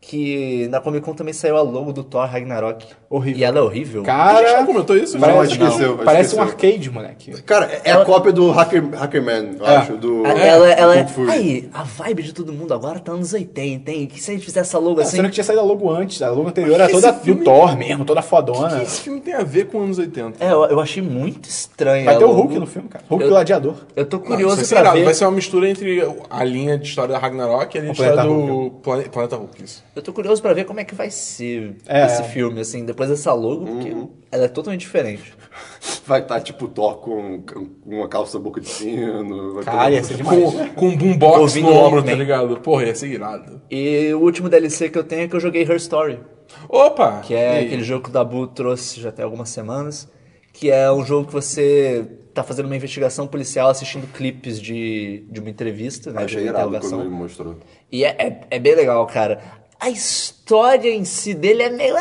Speaker 2: que na Comic Con também saiu a logo do Thor Ragnarok.
Speaker 1: Horrível.
Speaker 2: E ela é horrível.
Speaker 4: A gente
Speaker 1: Cara.
Speaker 4: não comentou isso, né?
Speaker 1: parece, um
Speaker 4: gente?
Speaker 3: acho que esqueceu, acho
Speaker 1: parece
Speaker 3: que
Speaker 1: um
Speaker 3: esqueceu.
Speaker 1: arcade, moleque.
Speaker 3: Cara, é a cópia do Hacker, Hackerman, eu acho, do.
Speaker 2: A- ela, ela é-
Speaker 3: Kung Fu.
Speaker 2: Aí, a vibe de todo mundo agora tá anos 80, hein? Que se a gente fizesse essa logo
Speaker 1: Ah,
Speaker 2: assim.
Speaker 1: Sendo que tinha saído a logo antes, a logo anterior era
Speaker 4: que
Speaker 1: toda
Speaker 4: esse filme-
Speaker 1: do Thor mesmo, toda
Speaker 4: O que
Speaker 1: fodona.
Speaker 4: esse filme tem a ver com anos 80?
Speaker 2: É, eu, eu achei muito estranho.
Speaker 1: Vai
Speaker 2: a
Speaker 4: é
Speaker 1: ter o
Speaker 2: logo.
Speaker 1: Hulk no filme, cara. Hulk
Speaker 2: Eu-
Speaker 1: do Gladiador.
Speaker 2: Eu tô
Speaker 4: Não, isso
Speaker 2: É curioso
Speaker 4: vai ser
Speaker 2: pra
Speaker 4: irado,
Speaker 2: ver.
Speaker 4: Vai ser uma mistura entre a linha de história da Ragnarok e a linha
Speaker 1: O
Speaker 4: de história
Speaker 1: Planeta
Speaker 4: do Plane- Planeta Hulk. Isso.
Speaker 2: Eu tô curioso pra ver como é que vai ser
Speaker 1: É.
Speaker 2: esse filme, assim, depois dessa logo, porque ela é totalmente diferente.
Speaker 3: Vai estar tipo Thor com, com uma calça boca de sino. vai tipo,
Speaker 1: Cara,
Speaker 3: ter-
Speaker 1: ia ser demais.
Speaker 4: Com, com um boombox
Speaker 2: Ouvindo
Speaker 4: no ombro,
Speaker 2: Walkman.
Speaker 4: tá ligado? Porra, ia ser irado.
Speaker 2: E o último DLC que eu tenho é que eu joguei Her Story,
Speaker 4: Opa!
Speaker 2: que é
Speaker 4: E-
Speaker 2: aquele jogo que o Dabu trouxe já tem algumas semanas, que é um jogo que você tá fazendo uma investigação policial assistindo clipes de, de uma entrevista, né? de
Speaker 3: Achei
Speaker 2: uma
Speaker 3: irado
Speaker 2: interrogação.
Speaker 3: quando ele mostrou.
Speaker 2: E é, é, é bem legal, cara. A história em si dele é meio.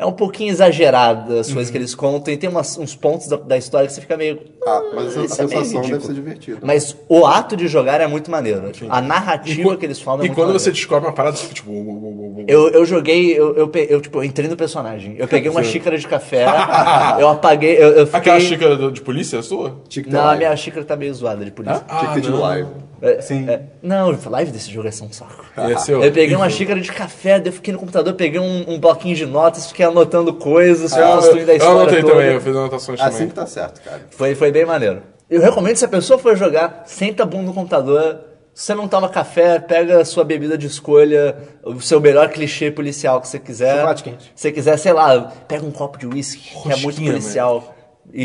Speaker 2: É um pouquinho exagerada as
Speaker 4: Uhum.
Speaker 2: coisas que eles contam. E tem umas- uns pontos da, da história que você fica meio.
Speaker 3: Ah, mas a, a
Speaker 2: isso é meio
Speaker 3: sensação deve
Speaker 2: ridículo."
Speaker 3: ser divertida.
Speaker 2: Mas o ato de jogar é muito maneiro. A narrativa
Speaker 4: quan-
Speaker 2: que eles falam é
Speaker 4: E
Speaker 2: muito
Speaker 4: quando
Speaker 2: maneira.
Speaker 4: você descobre uma parada, você fica tipo. uou, uou, uou, uou.
Speaker 2: Eu, eu joguei, eu, eu, pe- eu, tipo, eu entrei no personagem. Eu peguei uma xícara
Speaker 4: [LAUGHS]
Speaker 2: de café, eu apaguei, eu, eu fiquei...
Speaker 4: Aquela xícara do- de polícia é sua?
Speaker 3: Tinha que ter
Speaker 2: Não, a
Speaker 3: live.
Speaker 2: minha xícara tá meio zoada de polícia.
Speaker 3: Tinha que ter de
Speaker 4: não.
Speaker 3: live.
Speaker 2: É,
Speaker 1: Sim.
Speaker 2: é. não, a live desse jogo é só um saco.
Speaker 4: Ia ser
Speaker 2: Eu peguei uma
Speaker 4: horrível.
Speaker 2: xícara de café, daí eu fiquei no computador, peguei um, um bloquinho de notas, fiquei anotando coisas, fui
Speaker 4: Ah, Eu-
Speaker 2: construindo a
Speaker 4: Eu
Speaker 2: história
Speaker 4: anotei
Speaker 2: toda. Ah,
Speaker 4: também, eu fiz anotações
Speaker 3: Assim
Speaker 4: também.
Speaker 3: que tá certo, cara.
Speaker 2: Foi, foi bem maneiro. Eu recomendo, se a pessoa for jogar, senta a bunda no computador, se você não toma café, pega a sua bebida de escolha, o seu melhor clichê policial que você quiser.
Speaker 1: Chocolate quente.
Speaker 2: Se você quiser, sei lá, pega um copo de uísque, que é muito
Speaker 4: Rosquinha,
Speaker 2: policial. E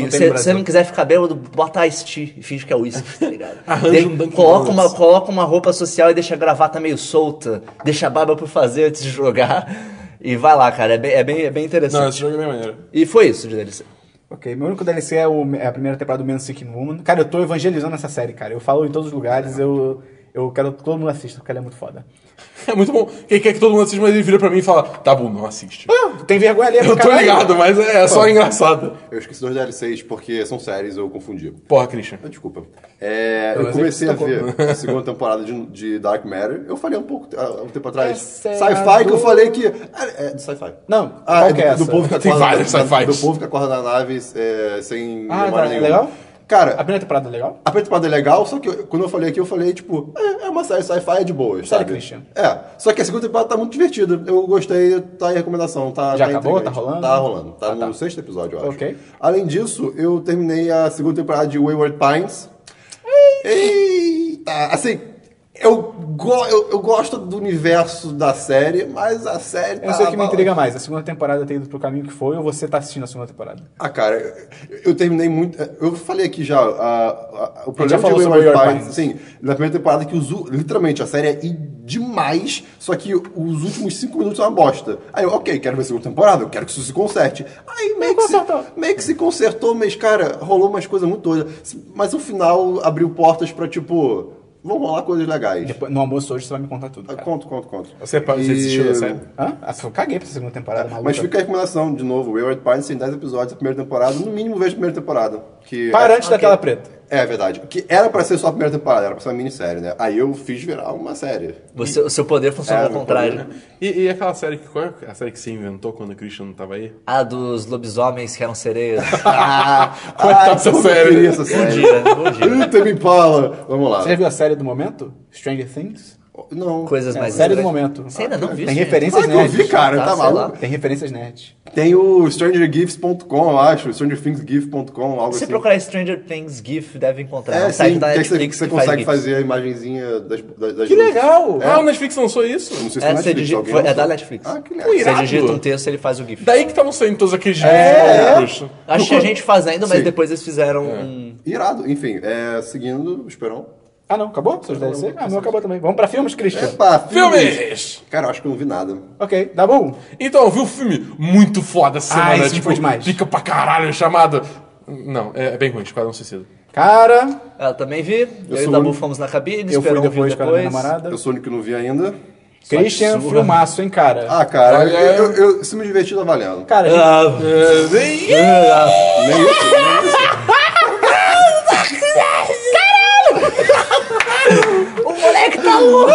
Speaker 1: Não tem no
Speaker 2: se se
Speaker 1: Brasil.
Speaker 2: você não quiser ficar bêbado, bota ice tea e finge que é uísque, tá ligado?
Speaker 4: Arranja
Speaker 2: De-
Speaker 4: um Dunkin'
Speaker 2: coloca, uma,
Speaker 4: Donuts.
Speaker 2: coloca uma roupa social e deixa a gravata meio solta, deixa a barba por fazer antes de jogar. [LAUGHS] E vai lá, cara, é bem, é bem, é bem interessante.
Speaker 4: Não, esse jogo é bem maneiro.
Speaker 2: E foi isso de DLC.
Speaker 1: Ok, meu único DLC é, o- é a primeira temporada do Menos Sick Woman. Cara, eu tô evangelizando essa série, cara. Eu falo em todos os lugares, eu, eu quero que todo mundo assista, porque ela é muito foda.
Speaker 4: [LAUGHS] É muito bom. Quem quer que todo mundo assista, mas ele vira pra mim e fala: Tá bom, não assiste.
Speaker 1: Ah, Tem vergonha ali,
Speaker 4: [LAUGHS] Eu tô
Speaker 1: caralho.
Speaker 4: ligado, mas é, é só engraçado.
Speaker 3: Eu esqueci dois DLCs porque são séries, eu confundi.
Speaker 4: Porra, Christian.
Speaker 3: Ah, Desculpa. É, eu
Speaker 1: mas é que você
Speaker 3: comecei a
Speaker 1: tocou.
Speaker 3: ver a segunda temporada de, de Dark Matter. Eu falei um pouco há um tempo atrás.
Speaker 1: Essa é a
Speaker 3: Sci-fi que
Speaker 1: do-
Speaker 3: eu falei que. É, é do sci-fi.
Speaker 1: Não,
Speaker 3: Ah,
Speaker 1: qual
Speaker 3: é
Speaker 1: que é
Speaker 3: do,
Speaker 1: essa?
Speaker 3: do povo que
Speaker 4: Tem
Speaker 3: acorda,
Speaker 4: vários
Speaker 3: na-
Speaker 4: sci-fis.
Speaker 3: Do povo que acorda na nave é, sem
Speaker 1: Ah,
Speaker 3: memória
Speaker 1: tá,
Speaker 3: nenhuma.
Speaker 1: legal? A
Speaker 3: Cara,
Speaker 1: primeira temporada é legal?
Speaker 3: a primeira temporada é legal, só que eu- quando eu falei aqui, eu falei, tipo, é, é uma série sci-fi de boas,
Speaker 1: Série
Speaker 3: sabe?
Speaker 1: Christian.
Speaker 3: É, só que a segunda temporada tá muito divertida. Eu gostei, tá aí a recomendação. Tá,
Speaker 1: Já
Speaker 3: tá
Speaker 1: acabou?
Speaker 3: intrigante.
Speaker 1: Tá rolando?
Speaker 3: Tá rolando. Tá no
Speaker 1: tá.
Speaker 3: sexto episódio, eu acho.
Speaker 1: Ok.
Speaker 3: Além disso, eu terminei a segunda temporada de Wayward Pines. Eita! Assim, eu, go- eu, eu gosto do universo da série, mas a série tá
Speaker 1: Eu não sei o que me
Speaker 3: mal-
Speaker 1: intriga mais. A segunda temporada tem ido pro caminho que foi ou você tá assistindo a segunda temporada?
Speaker 3: Ah, cara, eu, eu terminei muito. Eu falei aqui já, a- a- o
Speaker 1: já
Speaker 3: problema de
Speaker 1: falou sobre
Speaker 3: Wayward
Speaker 1: Wayward
Speaker 3: Pines, sim, na primeira temporada que os, u- literalmente a série é i- demais, só que os últimos cinco minutos é uma bosta. Aí eu, ok, quero ver a segunda temporada, eu quero que isso se conserte. Aí meio que, se,
Speaker 1: consertou.
Speaker 3: meio que se consertou, mas cara, rolou umas coisas muito doidas. Mas o final abriu portas pra tipo, vão rolar coisas legais.
Speaker 1: Depois, no almoço hoje você vai me contar tudo.
Speaker 3: Ah,
Speaker 1: Cara.
Speaker 3: Conto, conto, conto.
Speaker 1: é
Speaker 4: Você, pa- você
Speaker 3: E-
Speaker 4: assistiu da série?
Speaker 1: Hã? Ah, eu caguei pra essa segunda temporada, maluca.
Speaker 3: Mas fica a recomendação, de novo, Wayward Pines tem 10 episódios da primeira temporada, no mínimo vejo a primeira temporada. Que
Speaker 1: Para antes da tela preta.
Speaker 3: É verdade. Que era pra ser só a primeira temporada, era pra ser uma minissérie, né? Aí eu fiz virar uma série.
Speaker 2: Você, o seu poder funciona
Speaker 3: É,
Speaker 2: ao
Speaker 3: meu
Speaker 2: contrário.
Speaker 4: E, e aquela série que. Qual é a série que você inventou quando o Christian não tava aí?
Speaker 2: Ah, dos lobisomens que eram
Speaker 3: [LAUGHS]
Speaker 2: sereias.
Speaker 4: Qual é
Speaker 3: Ah,
Speaker 4: essa
Speaker 3: como eu
Speaker 4: série?
Speaker 3: queria essa
Speaker 2: bom
Speaker 3: série.
Speaker 2: dia, bom dia.
Speaker 3: Puta, me fala. Vamos lá.
Speaker 1: Você já viu a série do momento? Stranger Things?
Speaker 3: Não.
Speaker 2: Coisas mais.
Speaker 1: série do
Speaker 2: relevantes.
Speaker 1: momento.
Speaker 2: Você ainda não viu
Speaker 1: Tem referências
Speaker 3: Claro que eu
Speaker 1: nerds.
Speaker 3: vi, cara, tá
Speaker 2: sei lá.
Speaker 3: maluco.
Speaker 1: Tem referências nerds.
Speaker 3: Tem o strangergifs.com, eu acho. strangerthingsgif.com, algo
Speaker 2: Se você
Speaker 3: assim.
Speaker 2: procurar Stranger Things GIF, deve encontrar. É,
Speaker 3: É,
Speaker 2: um site
Speaker 3: sim,
Speaker 2: da
Speaker 3: que
Speaker 2: Netflix
Speaker 3: você,
Speaker 2: que faz
Speaker 3: consegue
Speaker 2: GIFs.
Speaker 3: fazer a imagenzinha das, das, das
Speaker 1: Que
Speaker 3: luzes.
Speaker 1: legal!
Speaker 4: Ah, o Netflix lançou isso?
Speaker 3: Não sei se
Speaker 2: É,
Speaker 3: é,
Speaker 2: você
Speaker 3: Netflix,
Speaker 2: digi-
Speaker 3: alguém
Speaker 2: foi- é
Speaker 3: lançou.
Speaker 2: da Netflix.
Speaker 3: Ah, que legal.
Speaker 4: Ui.
Speaker 2: Você
Speaker 4: Irado.
Speaker 2: digita um texto ele faz o GIF.
Speaker 4: Daí que estavam saindo todos aqueles né, gifs loucos.
Speaker 2: Acho que tinha gente fazendo, mas
Speaker 3: Sim. É.
Speaker 2: depois eles fizeram um.
Speaker 3: Irado. Enfim, é, seguindo, esperão.
Speaker 1: Ah, não, acabou? Seus DLC? Ah, meu acabou também. Vamos pra filmes, Christian.
Speaker 3: Epa,
Speaker 4: Filmes!
Speaker 3: Cara, eu acho que eu não vi nada.
Speaker 1: Ok, dá bom.
Speaker 4: Então, eu vi um filme muito foda essa
Speaker 1: Ah,
Speaker 4: semana.
Speaker 1: esse
Speaker 4: tipo,
Speaker 1: foi demais.
Speaker 4: Pica pra caralho, chamado... Não, é, é bem ruim, Esquadrão Suicida.
Speaker 1: Cara,
Speaker 2: Ela Ah, também vi. Eu, e
Speaker 3: sou
Speaker 2: o
Speaker 3: o
Speaker 2: Dabu
Speaker 3: único-
Speaker 2: fomos na cabine,
Speaker 1: eu fui
Speaker 2: esperou um
Speaker 1: depois,
Speaker 2: vídeo
Speaker 1: com a minha
Speaker 2: depois.
Speaker 1: namorada.
Speaker 3: Eu sou o único que não vi ainda.
Speaker 1: Christian,
Speaker 2: surra.
Speaker 1: filmaço, hein, cara?
Speaker 3: Ah, cara,
Speaker 4: Olha-
Speaker 3: eu, eu, eu- se me divertir, tá valendo.
Speaker 1: Cara, gente,
Speaker 2: Ah,
Speaker 3: Nem isso, nem isso.
Speaker 2: o moleque tá louco!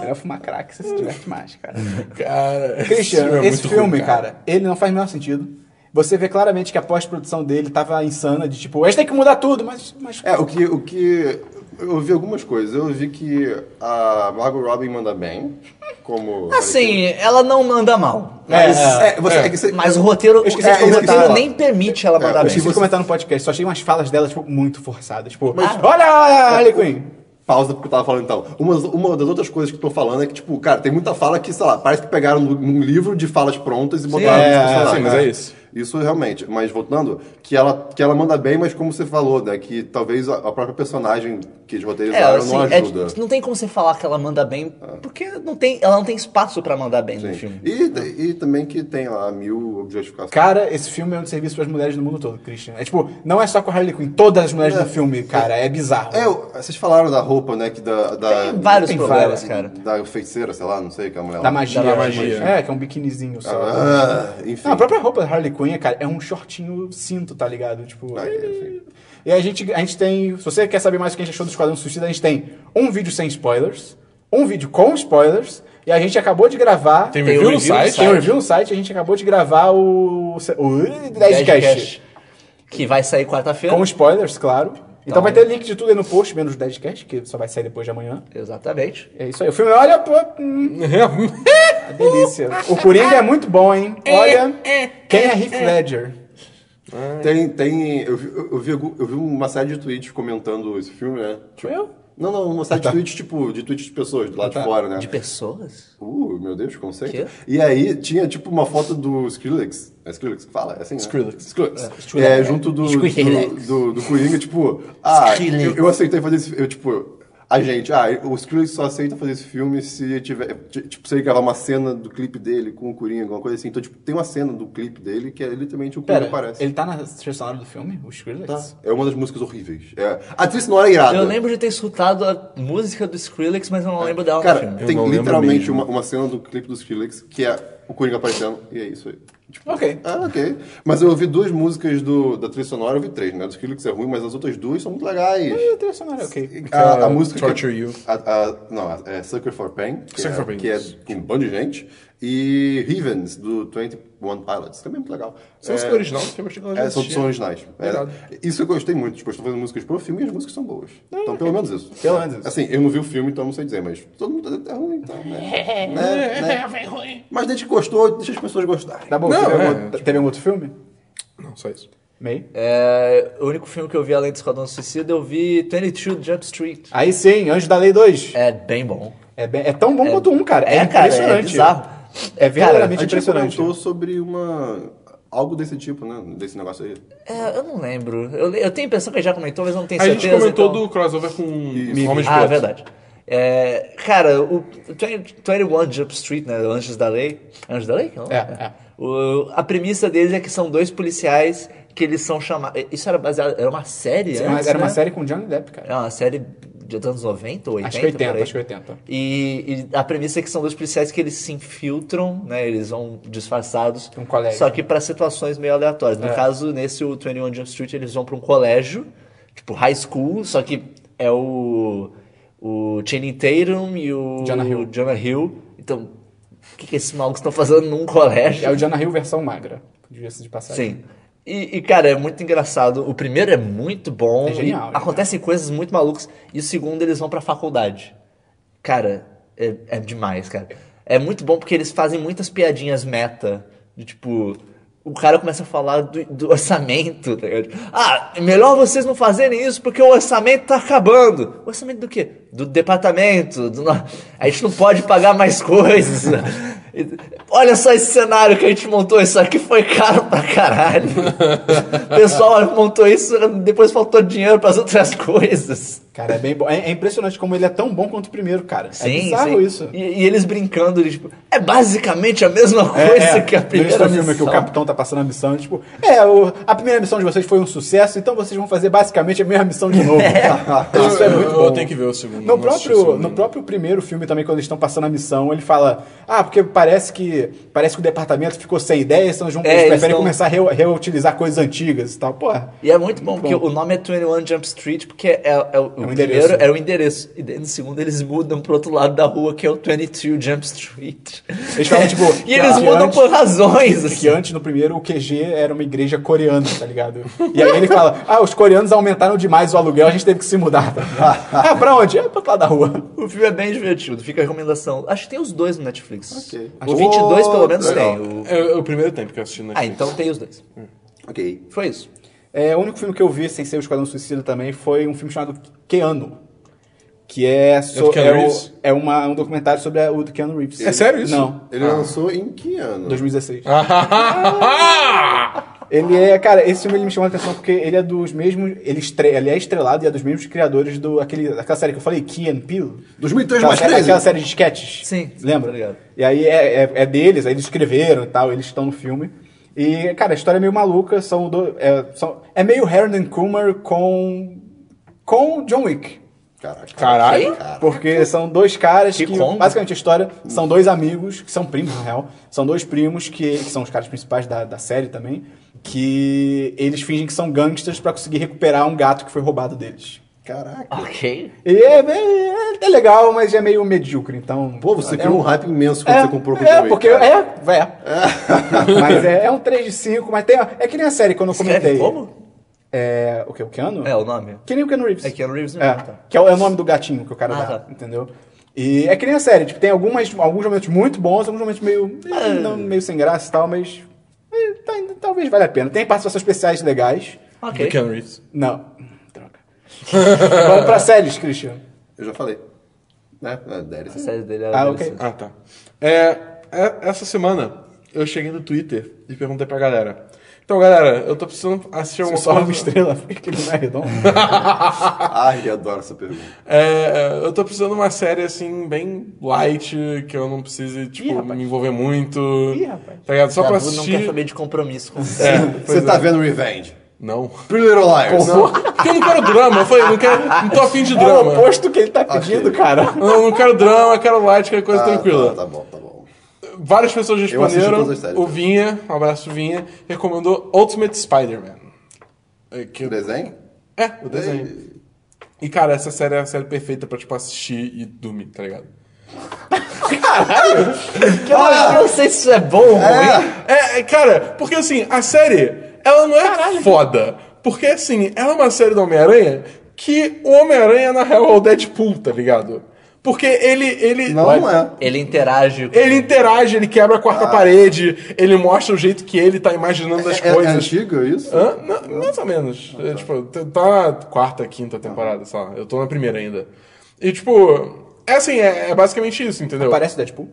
Speaker 1: melhor fumar crack, você se diverte mais, cara.
Speaker 4: Cara,
Speaker 1: Christian,
Speaker 4: é
Speaker 1: Hum. esse
Speaker 4: muito
Speaker 1: filme,
Speaker 4: ruim,
Speaker 1: cara. ele não faz o menor sentido. Você vê claramente que a pós-produção dele tava insana, de tipo, a gente tem que mudar tudo, mas... mas...
Speaker 3: É, o que, o que. Eu vi algumas coisas. Eu vi que a Margot Robin manda bem. Como.
Speaker 2: Assim, ela não manda mal. né?
Speaker 3: Mas,
Speaker 1: É,
Speaker 3: é, você, é que você-
Speaker 2: Mas o roteiro. é,
Speaker 3: esqueci de
Speaker 2: o
Speaker 3: comentar. É,
Speaker 2: roteiro nem permite ela mandar
Speaker 3: eu
Speaker 1: Eu
Speaker 2: bem.
Speaker 3: esqueci.
Speaker 1: preciso
Speaker 3: você-
Speaker 1: comentar no podcast, só achei umas falas dela, tipo, muito forçadas. Tipo, olha a Harley Quinn!
Speaker 3: Pausa porque eu tava falando então. Uma, uma das outras coisas que eu tô falando é que, tipo, cara, tem muita fala que, sei lá, parece que pegaram num- num livro de falas prontas e botaram
Speaker 1: é,
Speaker 3: nos personagens,
Speaker 4: sim, mas
Speaker 3: né?
Speaker 4: é isso.
Speaker 3: Isso realmente. Mas voltando, que ela, que ela manda bem, mas como você falou, né? Que talvez a, a própria personagem que eles
Speaker 2: É,
Speaker 3: roteirizaram
Speaker 2: assim,
Speaker 3: não
Speaker 2: é-
Speaker 3: ajuda. É.
Speaker 2: não tem como você falar que ela manda bem, porque não tem, ela não tem espaço pra mandar bem no
Speaker 3: Sim.
Speaker 2: filme.
Speaker 3: E, e também que tem lá mil objetificações.
Speaker 1: Cara, esse filme é um serviço para as mulheres no mundo todo, Christian. É tipo, não é só com a Harley Quinn, todas as mulheres do filme, cara, é bizarro.
Speaker 3: É, eu- vocês falaram da roupa, né? Que da, da,
Speaker 2: Tem vários
Speaker 1: tem
Speaker 2: problemas, né?
Speaker 1: várias.
Speaker 2: cara.
Speaker 3: da feiticeira, sei lá, não sei, que é a mulher.
Speaker 1: Da
Speaker 3: lá.
Speaker 1: magia.
Speaker 4: Da magia.
Speaker 1: É, que é um biquinizinho só.
Speaker 3: Ah, enfim.
Speaker 1: Não, a própria roupa da Harley Quinn, cara, é um shortinho cinto, tá ligado? Tipo.
Speaker 3: Ah, enfim.
Speaker 1: E a gente, a gente tem. Se você quer saber mais o que a gente achou do Esquadrão Suicida, a gente tem um vídeo sem spoilers, um vídeo com spoilers, e a gente acabou de gravar.
Speaker 4: Tem
Speaker 2: Tem
Speaker 4: review
Speaker 2: um
Speaker 4: no
Speaker 2: review no
Speaker 4: site?
Speaker 1: Tem um review no site, a gente acabou de gravar o. O 10
Speaker 2: Deadcast,
Speaker 1: Cash.
Speaker 2: Que vai sair quarta-feira.
Speaker 1: Com spoilers, claro. Então, vai ter link de tudo aí no post, menos o Deadcast, que só vai sair depois de amanhã.
Speaker 2: Exatamente.
Speaker 1: É isso aí. O filme, olha, pô, hum, a delícia. O Coringa é muito bom, hein? Olha, quem é Heath Ledger?
Speaker 3: Tem, tem. Eu, vi- eu, vi, algum- eu vi uma série de tweets comentando esse filme, né? Tipo,
Speaker 1: eu?
Speaker 3: Não, não, uma série de tweets, tipo, de tweets de pessoas do lado de fora, né?
Speaker 2: De pessoas?
Speaker 3: Uh, meu Deus, conceito.
Speaker 2: Quê?
Speaker 3: E aí tinha, tipo, uma foto do Skrillex. É Skrillex que fala? É assim, né?
Speaker 4: Skrillex.
Speaker 3: Skrillex.
Speaker 2: Skrillex.
Speaker 3: É, junto do, do,
Speaker 2: Skrillex.
Speaker 3: do, do Coringa, tipo... Ah,
Speaker 2: Skrillex.
Speaker 3: eu, eu aceitei fazer esse... Eu, tipo... A gente, ah, o Skrillex só aceita fazer esse filme se tiver, ti- tipo, se ele gravar uma cena do clipe dele com o Coringa, alguma coisa assim. Então, tipo, tem uma cena do clipe dele que é literalmente o Coringa
Speaker 1: Pera,
Speaker 3: aparece.
Speaker 1: ele tá na trilha sonora do filme? O Skrillex?
Speaker 3: É uma das músicas horríveis. É, a atriz sonora é irada.
Speaker 2: Eu lembro de ter escutado a música do Skrillex, mas eu não lembro dela no
Speaker 3: Cara,
Speaker 2: filme.
Speaker 4: Eu
Speaker 3: tem
Speaker 4: não lembro
Speaker 3: literalmente
Speaker 4: mesmo.
Speaker 3: uma, uma cena do clipe do Skrillex que é o Coringa aparecendo e é isso aí. Tipo,
Speaker 1: Ok.
Speaker 3: Ah, ok. Mas eu ouvi duas músicas do, da trilha sonora, eu ouvi três, né? Do Skrillex é ruim, mas as outras duas são muito legais.
Speaker 1: É, a trilha sonora, ok.
Speaker 3: A, a
Speaker 4: Aquela
Speaker 3: música. que- é
Speaker 4: Torture You.
Speaker 3: a- a- não, a- é Sucker for Pain. Que
Speaker 4: Sucker
Speaker 3: é,
Speaker 4: for Pain,
Speaker 3: Que é
Speaker 4: isso.
Speaker 3: com um bando de gente. E Revens, do 21 Pilots. Também é muito legal.
Speaker 4: [LAUGHS] São os
Speaker 3: É,
Speaker 4: original do filme, achei que eu já
Speaker 3: é, são,
Speaker 4: assisti.
Speaker 3: são originais. É,
Speaker 4: Irado.
Speaker 3: isso eu gostei muito. Tipo, eu estou fazendo músicas pro filme e as músicas são boas. Então, pelo menos isso.
Speaker 1: é Pelo menos isso.
Speaker 3: Assim, eu não vi o filme, então não sei dizer, mas todo mundo é ruim,
Speaker 1: [LAUGHS]
Speaker 3: então, né? né?
Speaker 1: É,
Speaker 3: né? Mas desde que gostou, deixa as pessoas gostarem.
Speaker 1: Tá bom,
Speaker 4: Não,
Speaker 1: teve,
Speaker 4: é,
Speaker 1: algum,
Speaker 4: tipo-
Speaker 1: teve algum outro filme?
Speaker 4: Não, só isso.
Speaker 1: Meio.
Speaker 2: É, o único filme que eu vi além do Esquadrão Suicida, eu vi 22 Jump Street.
Speaker 1: Aí sim, Anjo da Lei 2. É,
Speaker 2: É bem bom.
Speaker 1: bem- é tão bom quanto um, cara. É,
Speaker 2: é, cara, é
Speaker 1: impressionante.
Speaker 2: bizarro.
Speaker 1: É verdadeiramente
Speaker 3: A gente
Speaker 1: impressionante.
Speaker 3: comentou sobre uma... Algo desse tipo, né? Desse negócio aí.
Speaker 2: É, eu não lembro. Eu, le- eu tenho a impressão que ele já comentou, mas eu não tenho
Speaker 4: A
Speaker 2: certeza.
Speaker 4: gente comentou
Speaker 2: então-
Speaker 4: do crossover com Homem de
Speaker 2: Ah,
Speaker 4: Preto.
Speaker 2: verdade. É, cara, o 20 21 Jump Street, né? Anjos da Lei. Anjos da Lei? Não? né?
Speaker 1: É, é.
Speaker 2: O- a premissa deles é que são dois policiais que eles são chamados. Isso era baseado. Era uma série,
Speaker 1: Era É uma-
Speaker 2: antes,
Speaker 1: era uma
Speaker 2: né?
Speaker 1: série com Johnny Depp, cara.
Speaker 2: É uma série de anos 90 ou 80?
Speaker 1: Acho que 80,
Speaker 2: por aí.
Speaker 1: acho que é 80.
Speaker 2: E, e a premissa é que são dois policiais que eles se infiltram, né? Eles vão disfarçados.
Speaker 1: Um colégio. É.
Speaker 2: Só que para situações meio aleatórias. No caso, nesse o 21 Jump Street, eles vão para um colégio, tipo high school, só que é o o Channing Tatum e o
Speaker 1: Jonah Hill.
Speaker 2: Jonah Hill. Então, o que, que esses malucos estão fazendo num colégio?
Speaker 1: É o Jonah Hill versão magra. Devia ser de passagem.
Speaker 2: Sim. E, e, cara, é muito engraçado. O primeiro é muito bom.
Speaker 1: É genial,
Speaker 2: e
Speaker 1: né,
Speaker 2: acontecem coisas muito malucas. E o segundo, eles vão pra faculdade. Cara, é, é demais, cara. É muito bom porque eles fazem muitas piadinhas meta. De, tipo, o cara começa a falar do, do orçamento. tá ligado? ah, melhor vocês não fazerem isso porque o orçamento tá acabando. O orçamento do quê? Do departamento. do no- A gente não pode pagar
Speaker 1: [LAUGHS]
Speaker 2: mais coisas. Olha só esse cenário que a gente montou. Isso aqui foi caro pra
Speaker 1: [LAUGHS]
Speaker 2: caralho. O pessoal montou isso, depois faltou dinheiro para as outras coisas.
Speaker 1: Cara, é bem bom. É, é impressionante como ele é tão bom quanto o primeiro, cara. é bizarro isso.
Speaker 2: E, e eles brincando, eles, tipo, é basicamente a mesma
Speaker 1: É,
Speaker 2: coisa
Speaker 1: é.
Speaker 2: que a
Speaker 1: No
Speaker 2: primeira
Speaker 1: início do filme que
Speaker 2: missão.
Speaker 1: o capitão tá passando a missão, e, tipo, é, o- a primeira missão de vocês foi um sucesso, então vocês vão fazer basicamente a mesma missão
Speaker 2: [LAUGHS]
Speaker 1: de novo. [LAUGHS] Isso é
Speaker 4: Eu-
Speaker 1: muito
Speaker 4: eu
Speaker 1: bom.
Speaker 4: tenho que né? ver o segundo,
Speaker 1: No
Speaker 4: não assisti o
Speaker 1: próprio,
Speaker 4: segundo
Speaker 1: no
Speaker 4: ainda.
Speaker 1: próprio primeiro filme também, quando eles estão passando a missão, ele fala, ah, porque parece que parece que o departamento ficou sem ideias, então eles, vão,
Speaker 2: É,
Speaker 1: eles
Speaker 2: eles
Speaker 1: preferem
Speaker 2: tão-
Speaker 1: começar a reu- reutilizar coisas antigas e tal. Porra,
Speaker 2: E é muito bom, porque o nome é 21 Jump Street, porque é, é o
Speaker 1: um
Speaker 2: primeiro
Speaker 1: endereço.
Speaker 2: era o endereço. E daí no segundo eles mudam pro outro lado da rua, que é o 22 Jump Street.
Speaker 1: Eles falam, tipo,
Speaker 2: [LAUGHS] e eles
Speaker 1: que
Speaker 2: mudam
Speaker 1: antes-
Speaker 2: por razões.
Speaker 1: que
Speaker 2: Assim.
Speaker 1: antes, no primeiro, o QG era uma igreja coreana, tá ligado? E aí ele fala, ah, os coreanos aumentaram demais o aluguel, a gente teve que se mudar. [LAUGHS] ah, pra onde? É pra lá da rua.
Speaker 2: O filme é bem divertido, fica a recomendação. Acho que tem os dois no Netflix.
Speaker 3: Ok.
Speaker 2: Os 22
Speaker 4: Oh,
Speaker 2: pelo menos
Speaker 3: Legal.
Speaker 2: tem. o-
Speaker 4: É, é o primeiro tempo que eu assisti na
Speaker 2: Ah, então tem os dois.
Speaker 3: Ok.
Speaker 2: Foi isso.
Speaker 1: É, o único filme que eu vi sem ser o Esquadrão Suicida também foi um filme chamado Keanu. Que é, so-
Speaker 4: É do Keanu
Speaker 1: é, o-
Speaker 4: Reeves?
Speaker 1: é uma- um documentário sobre a- o do Keanu Reeves.
Speaker 4: É sério isso?
Speaker 1: Não,
Speaker 3: Ele lançou em que ano?
Speaker 1: 2016.
Speaker 4: Ah,
Speaker 1: Ele é, cara, esse filme ele me chamou a atenção porque ele é dos mesmos. Ele, estre- ele é estrelado e é dos mesmos criadores do, aquele, daquela série que eu falei, Key and Peele.
Speaker 3: 2003
Speaker 1: Aquela,
Speaker 3: mais
Speaker 1: série,
Speaker 3: 13?
Speaker 1: aquela série de sketches.
Speaker 2: Sim, sim,
Speaker 1: Lembra?
Speaker 2: tô ligado.
Speaker 1: E aí é, é, é deles, aí eles escreveram e tal, eles estão no filme. E, cara, a história é meio maluca, são, do, é, são é meio Hernan Kummer com com John Wick.
Speaker 3: Caraca.
Speaker 4: Caralho.
Speaker 1: Porque são dois caras
Speaker 2: Que
Speaker 1: que,
Speaker 2: combo.
Speaker 1: basicamente a história, são dois amigos, que são primos, na real, são dois primos que, que são os caras principais da, da série também, que eles fingem que são gangsters pra conseguir recuperar um gato que foi roubado deles.
Speaker 3: Caraca.
Speaker 2: Ok.
Speaker 1: E é, é, é legal, mas é meio medíocre, então...
Speaker 3: Pô, você
Speaker 1: é
Speaker 3: criou um
Speaker 1: um-
Speaker 3: hype imenso quando
Speaker 1: é,
Speaker 3: você comprou com o
Speaker 1: É,
Speaker 3: John Wick,
Speaker 1: porque
Speaker 3: cara.
Speaker 1: é, é. [LAUGHS] mas é, é um 3 de 5, mas tem. É que nem a série quando eu
Speaker 2: Escreve
Speaker 1: comentei.
Speaker 2: como?
Speaker 1: É. O que? O Keanu?
Speaker 2: É o nome.
Speaker 1: Que nem o Keanu Reeves.
Speaker 2: É Keanu Reeves mesmo,
Speaker 1: é,
Speaker 2: tá.
Speaker 1: Que é o, é o nome do gatinho que o cara
Speaker 2: Ah,
Speaker 1: dá,
Speaker 2: tá.
Speaker 1: entendeu? E é que nem a série, tipo, tem algumas, alguns momentos muito bons, alguns momentos meio. eh, não- meio sem graça e tal, mas. eh, tá- talvez valha a pena. Tem participações especiais legais.
Speaker 4: [LAUGHS] Do
Speaker 2: Ok.
Speaker 4: Keanu Reeves.
Speaker 1: Não. Droga. Vamos pra séries, Christian.
Speaker 3: Eu já falei. Né? É, deve
Speaker 2: A
Speaker 3: ser.
Speaker 2: série dele é
Speaker 1: Ah,
Speaker 2: adolescente.
Speaker 4: Ah, tá. É, é- essa semana eu cheguei no Twitter e perguntei pra galera. Então, galera, eu tô precisando assistir
Speaker 1: Eu
Speaker 4: alguma
Speaker 1: é só um uma
Speaker 4: coisa.
Speaker 1: estrela, porque ele não é [LAUGHS] redondo.
Speaker 3: Ai, eu adoro essa pergunta.
Speaker 4: É, eu tô precisando de uma série, assim, bem light, que eu não precise, tipo,
Speaker 1: Ih, rapaz.
Speaker 4: me envolver muito.
Speaker 1: Ih, rapaz.
Speaker 4: Tá ligado? Só pra
Speaker 2: Dabu não quer
Speaker 4: assistir.
Speaker 2: saber de compromisso com você.
Speaker 4: É,
Speaker 3: Você
Speaker 4: pois
Speaker 3: tá
Speaker 4: é.
Speaker 3: vendo Revenge?
Speaker 4: Não.
Speaker 3: Pretty Little Liars.
Speaker 4: Não. Porque eu não quero drama. Eu falei, não quero. Não tô afim de
Speaker 1: É o
Speaker 4: drama.
Speaker 1: oposto que ele tá pedindo, cara.
Speaker 4: Não, não quero drama, quero light, quero coisa
Speaker 3: Ah,
Speaker 4: tranquila.
Speaker 3: Tá, tá bom, tá bom.
Speaker 4: Várias pessoas
Speaker 3: Eu assisto
Speaker 4: responderam.
Speaker 3: todas as séries, tá.
Speaker 4: O
Speaker 3: cara.
Speaker 4: Vinha, um abraço Vinha, recomendou Ultimate Spider-Man. É, que-
Speaker 3: O desenho?
Speaker 4: É, o desenho. E, cara, essa série é a série perfeita pra, tipo, assistir e dormir, tá ligado?
Speaker 2: Eu acho que eu não sei se isso é bom ou ruim.
Speaker 4: Ah! É, é, cara, porque, assim, a série, ela não é foda. Porque, assim, ela é uma série do Homem-Aranha que o Homem-Aranha, na real, é o Deadpool, tá ligado? Porque ele... ele
Speaker 3: Não, não é.
Speaker 2: Ele interage com...
Speaker 4: Ele interage, ele quebra a quarta parede, ele mostra o jeito que ele tá imaginando as
Speaker 3: Ah. É, é
Speaker 4: coisas.
Speaker 3: antigo isso?
Speaker 4: Hã? Não, mais ou menos. É, tipo, t- tá na quarta, quinta temporada, sei lá. Eu tô na primeira ainda. E, tipo, é assim, é, é basicamente isso, entendeu?
Speaker 1: Parece Deadpool.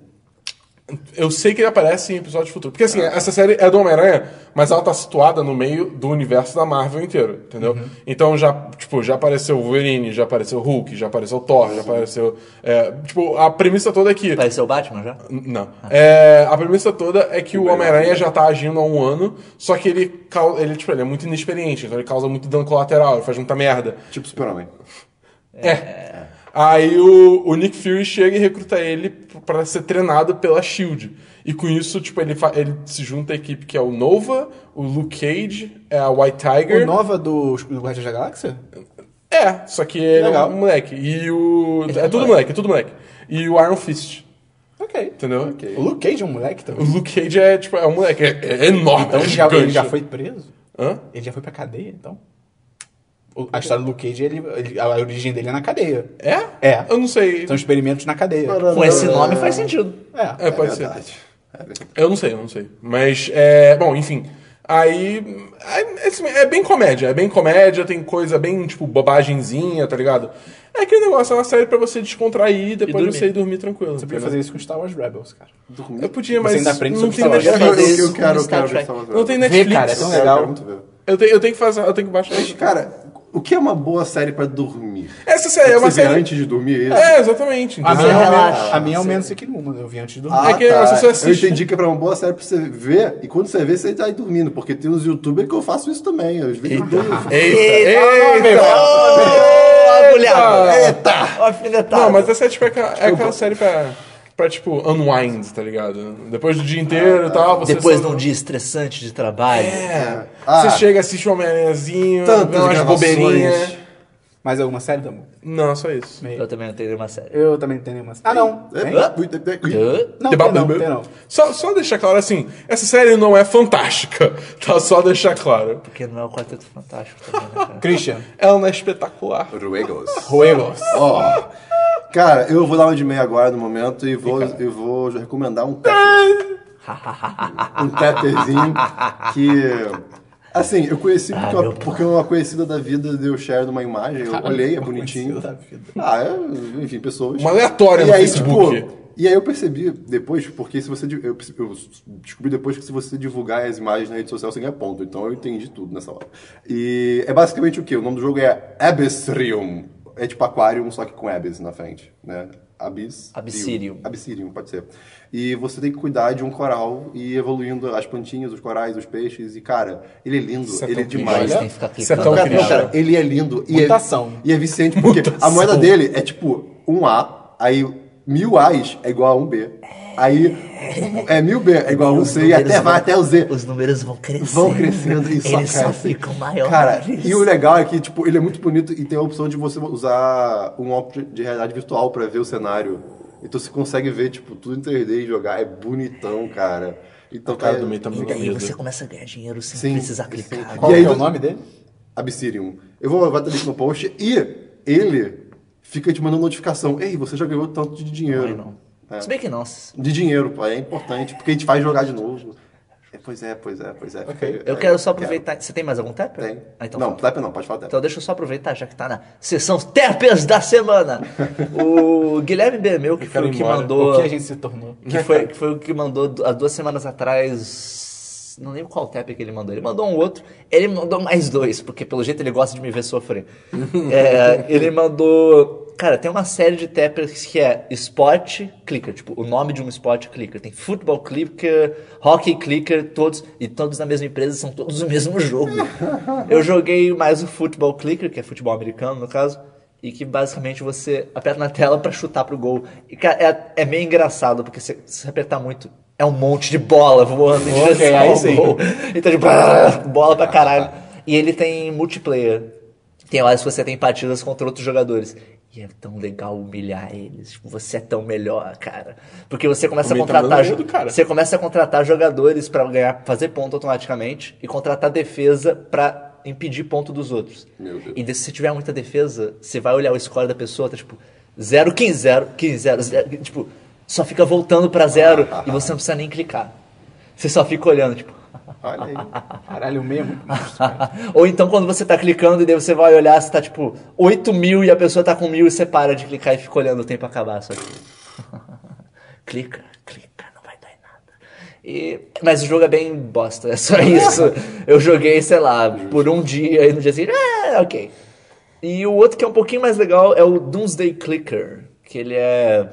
Speaker 4: Eu sei que ele aparece em episódios futuros. Porque,
Speaker 3: Ah.
Speaker 4: assim, essa série é do Homem-Aranha, mas ela tá situada no meio do universo da Marvel inteiro, entendeu?
Speaker 3: Uhum.
Speaker 4: Então, já, tipo, já apareceu o Wolverine, já apareceu o Hulk, já apareceu o Thor, já apareceu... é, tipo, a premissa toda é que...
Speaker 2: Pareceu o Batman já?
Speaker 4: N- Não.
Speaker 1: Ah.
Speaker 4: É, a premissa toda é que o Homem-Aranha já tá agindo há um ano, só que ele, cau- ele, tipo, ele é muito inexperiente, então ele causa muito dano colateral, ele faz muita merda.
Speaker 3: Tipo Super-Homem.
Speaker 4: É. Aí o, o Nick Fury chega e recruta ele p- pra ser treinado pela SHIELD. E com isso, tipo, ele, fa- ele se junta à equipe que é o Nova, o Luke Cage, é a White Tiger.
Speaker 1: O Nova do, do Guardiões da Galáxia?
Speaker 4: É, só que ele
Speaker 1: Legal. um
Speaker 4: é um moleque. E o.
Speaker 2: Ele
Speaker 4: É,
Speaker 2: é
Speaker 4: tudo
Speaker 2: moleque.
Speaker 4: moleque, é tudo moleque. E o Iron Fist,
Speaker 1: Ok.
Speaker 4: entendeu?
Speaker 1: O Luke Cage é um moleque
Speaker 4: O
Speaker 1: também.
Speaker 4: Luke Cage é, tipo, é um moleque, é, é enorme,
Speaker 1: Então
Speaker 4: é
Speaker 1: ele já, ele
Speaker 4: gigante.
Speaker 1: já foi preso?
Speaker 4: Hã?
Speaker 1: Ele já foi pra cadeia, então? O- A história do Luke Cage, ele, ele- a origem dele é na cadeia.
Speaker 4: É?
Speaker 1: É.
Speaker 4: Eu não sei.
Speaker 1: São experimentos na cadeia.
Speaker 2: Com esse nome faz sentido.
Speaker 1: É.
Speaker 4: É, pode ser.
Speaker 3: Verdade. É verdade.
Speaker 4: Eu não sei, eu não sei. Mas, é, bom, enfim. Aí. aí, assim, É bem comédia, é bem comédia, tem coisa bem, tipo, bobagenzinha, tá ligado? É aquele negócio, é uma série pra você descontrair e depois
Speaker 2: dormir.
Speaker 4: você ir dormir tranquilo.
Speaker 1: Você podia
Speaker 4: entendeu?
Speaker 1: fazer isso com Star Wars Rebels, cara.
Speaker 4: Eu podia,
Speaker 1: Você
Speaker 4: mas.
Speaker 1: ainda aprende
Speaker 4: não
Speaker 1: sobre
Speaker 4: tem
Speaker 1: Star Wars.
Speaker 3: Eu quero,
Speaker 4: Netflix.
Speaker 2: fazer
Speaker 3: eu
Speaker 2: isso
Speaker 3: quero,
Speaker 2: com
Speaker 3: eu quero
Speaker 2: Star
Speaker 3: ver
Speaker 2: Trek.
Speaker 3: Star Wars.
Speaker 4: Não tem
Speaker 1: Vê,
Speaker 4: Netflix.
Speaker 1: cara, é tão
Speaker 3: Eu
Speaker 1: legal.
Speaker 3: quero muito ver.
Speaker 4: eu, tenho, eu tenho que fazer, eu tenho que baixar.
Speaker 3: Então, Mas, cara, o que é uma boa série pra dormir?
Speaker 4: Essa série é
Speaker 3: Você
Speaker 4: uma
Speaker 3: vê
Speaker 4: série.
Speaker 3: antes de dormir? isso?
Speaker 4: É, exatamente.
Speaker 1: A
Speaker 4: entendeu?
Speaker 1: minha, é o
Speaker 2: relaxa.
Speaker 1: menos- a minha é o menos que numa, eu vi antes de dormir.
Speaker 3: Ah,
Speaker 4: É que
Speaker 3: tá.
Speaker 4: eu só assisto.
Speaker 3: Eu entendi que é pra uma boa série pra você ver, e quando você vê, você tá aí dormindo, porque tem uns youtubers que eu faço isso também. Às vezes eu durmo.
Speaker 4: É, Eita, eita,
Speaker 2: Oh, agulhado.
Speaker 3: Eita!
Speaker 2: Alfinetado.
Speaker 4: Não, mas essa é, tipo, é aquela, é aquela série pra, pra, tipo, unwind, tá ligado? Depois do dia inteiro e tal, você...
Speaker 2: Depois de
Speaker 4: só-
Speaker 2: um dia estressante de trabalho.
Speaker 4: É.
Speaker 3: Ah.
Speaker 4: você chega, assiste um amanhãzinho,
Speaker 3: Tantas
Speaker 4: vê umas
Speaker 3: gravações.
Speaker 4: bobeirinhas...
Speaker 1: Mas alguma série, Damu?
Speaker 4: Não, só isso.
Speaker 2: Eu também não tenho nenhuma série.
Speaker 1: Eu também não tenho nenhuma série. Ah, não. Tem?
Speaker 3: É, muito- é- é-
Speaker 2: Hã?
Speaker 1: Não,
Speaker 4: The
Speaker 1: tem não,
Speaker 4: Babadook.
Speaker 1: tem não.
Speaker 4: Só, só deixar claro, assim, essa série não é fantástica, [LAUGHS] tá? Só deixar claro.
Speaker 2: Porque não é o Quarteto Fantástico também, né,
Speaker 3: [LAUGHS]
Speaker 2: cara?
Speaker 1: Christian,
Speaker 4: Ela não é espetacular.
Speaker 3: Ruegos.
Speaker 1: Ruegos.
Speaker 3: Ó. Cara, eu vou dar uma de meia agora no momento e vou, e vou recomendar um tete.
Speaker 4: [LAUGHS]
Speaker 3: um tetezinho que. Assim, eu conheci
Speaker 4: Ah,
Speaker 3: porque,
Speaker 2: meu
Speaker 3: uma, porque é uma conhecida da vida deu share numa imagem, eu olhei, é bonitinho.
Speaker 1: conhecida da vida.
Speaker 3: Ah, é, enfim, pessoas.
Speaker 4: Uma aleatória
Speaker 3: e
Speaker 4: Um no
Speaker 3: aí,
Speaker 4: Facebook.
Speaker 3: Tipo, e aí eu percebi depois, porque se você. di- Eu, perce- eu descobri depois que se você divulgar as imagens na rede social, você ganha ponto. Então eu entendi tudo nessa hora. E é basicamente o quê? O nome do jogo é Abyssrium. É tipo aquário, só que com Abyss na frente, né? Abyss.
Speaker 2: Abyssirium.
Speaker 3: Abyssirium, pode ser. E você tem que cuidar de um coral e ir evoluindo as plantinhas, os corais, os peixes. E, cara, ele é lindo,
Speaker 4: Isso é
Speaker 3: ele é
Speaker 4: tão
Speaker 3: demais.
Speaker 2: Eles
Speaker 4: olha,
Speaker 2: têm que ficar
Speaker 4: isso é
Speaker 2: clicando
Speaker 4: tão
Speaker 2: na
Speaker 3: Cara, não,
Speaker 4: criado.
Speaker 2: tela.
Speaker 3: cara, ele é lindo. E
Speaker 1: Mutação.
Speaker 3: É, e é viciante, porque a moeda dele é tipo um A, aí mil A's é igual a um B. Aí é mil B é igual a um C e
Speaker 2: números
Speaker 3: até vai
Speaker 2: vão-
Speaker 3: até o Z.
Speaker 2: Os números vão crescendo.
Speaker 3: Vão crescendo e só
Speaker 2: Eles só
Speaker 3: crescem.
Speaker 2: ficam maiores.
Speaker 3: Cara, e o legal é que, tipo, ele é muito bonito e tem a opção de você usar um óculos de realidade virtual pra ver o cenário. Então você consegue ver, tipo, tudo em 3D e jogar. É bonitão, cara. Então,
Speaker 4: O cara
Speaker 3: é-
Speaker 4: do meio tá muito
Speaker 2: E aí
Speaker 4: medo.
Speaker 2: você começa a ganhar dinheiro sem
Speaker 3: Sim,
Speaker 2: precisar
Speaker 3: sim.
Speaker 2: clicar.
Speaker 3: E
Speaker 1: Qual
Speaker 3: aí
Speaker 1: que é o
Speaker 3: do-
Speaker 1: nome dele?
Speaker 3: Abyssirium. Eu vou levar isso no post e ele fica te mandando notificação. Ei, você já ganhou tanto de dinheiro.
Speaker 2: Ai, não.
Speaker 3: É.
Speaker 2: Se bem que não. se-
Speaker 3: De dinheiro, pô, é importante, porque a gente faz jogar de novo. É, pois é, pois é, pois é. Fica-
Speaker 2: Eu
Speaker 3: é,
Speaker 2: quero só aproveitar. Você tem mais algum tap?
Speaker 3: Tem.
Speaker 2: Ah, então
Speaker 3: não,
Speaker 2: fala.
Speaker 3: Tap não, pode falar Tap.
Speaker 2: Então deixa eu só aproveitar, já que tá na sessão Terpers da
Speaker 3: [LAUGHS]
Speaker 2: semana. O Guilherme Bermeu, que foi
Speaker 4: quero
Speaker 2: o
Speaker 4: ir
Speaker 2: que
Speaker 4: embora.
Speaker 2: mandou.
Speaker 1: O que a gente se tornou?
Speaker 2: Que foi, que foi o que mandou du- há duas semanas atrás. Não lembro qual tap que ele mandou. Ele mandou um outro. Ele mandou mais dois, porque pelo jeito ele gosta de me ver sofrer. É, ele mandou. Cara, tem uma série de tappers que é Spot Clicker, tipo, o nome de um Spot Clicker. Tem Football Clicker, Hockey Clicker, todos, e todos na mesma empresa, são todos o mesmo jogo. Eu joguei mais o Football Clicker, que é futebol americano, no caso, e que basicamente você aperta na tela pra chutar pro gol. E cara, é, é meio engraçado, porque se se você apertar muito, é um monte de bola voando em
Speaker 1: Ok,
Speaker 2: direção
Speaker 1: aí
Speaker 2: ao
Speaker 1: sim.
Speaker 2: gol. Então, tipo, [LAUGHS] brrr, bola pra caralho. E ele tem multiplayer. Tem horas que você tem partidas contra outros jogadores. E é tão legal humilhar eles. Tipo, você é tão melhor, cara. Porque você começa a
Speaker 4: Também tá
Speaker 2: contratar.
Speaker 4: dando medo,
Speaker 2: jo-
Speaker 4: cara.
Speaker 2: Você começa a contratar jogadores pra ganhar, fazer ponto automaticamente e contratar defesa pra impedir ponto dos outros.
Speaker 3: Meu Deus.
Speaker 2: E de- se você tiver muita defesa, você vai olhar o score da pessoa, tá tipo 0, 15, 0, 15, 0, tipo, só fica voltando pra
Speaker 3: [LAUGHS]
Speaker 2: zero e você não precisa nem clicar. Você só fica olhando, tipo.
Speaker 3: Olha aí.
Speaker 1: Caralho, o meio é muito monstro.
Speaker 2: [LAUGHS] Ou então quando você tá clicando e daí você vai olhar, você tá tipo 8 mil e a pessoa tá com mil e você para de clicar e fica olhando o tempo acabar. Só que... [LAUGHS] clica, clica, não vai dar em nada. E... Mas o jogo é bem bosta, é só isso. Eu joguei, sei lá, por um dia e no dia seguinte, ah, ok. E o outro que é um pouquinho mais legal é o Doomsday Clicker, que ele é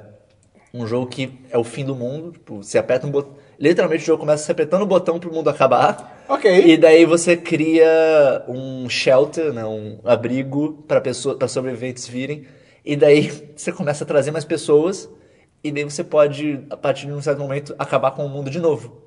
Speaker 2: um jogo que é o fim do mundo. Tipo, você aperta um botão. Literalmente o jogo começa se apertando o botão pro mundo acabar.
Speaker 1: Ok.
Speaker 2: E daí você cria um shelter, né, um abrigo para pessoa, para sobreviventes virem. E daí [LAUGHS] você começa a trazer mais pessoas. E daí você pode, a partir de um certo momento, acabar com o mundo de novo.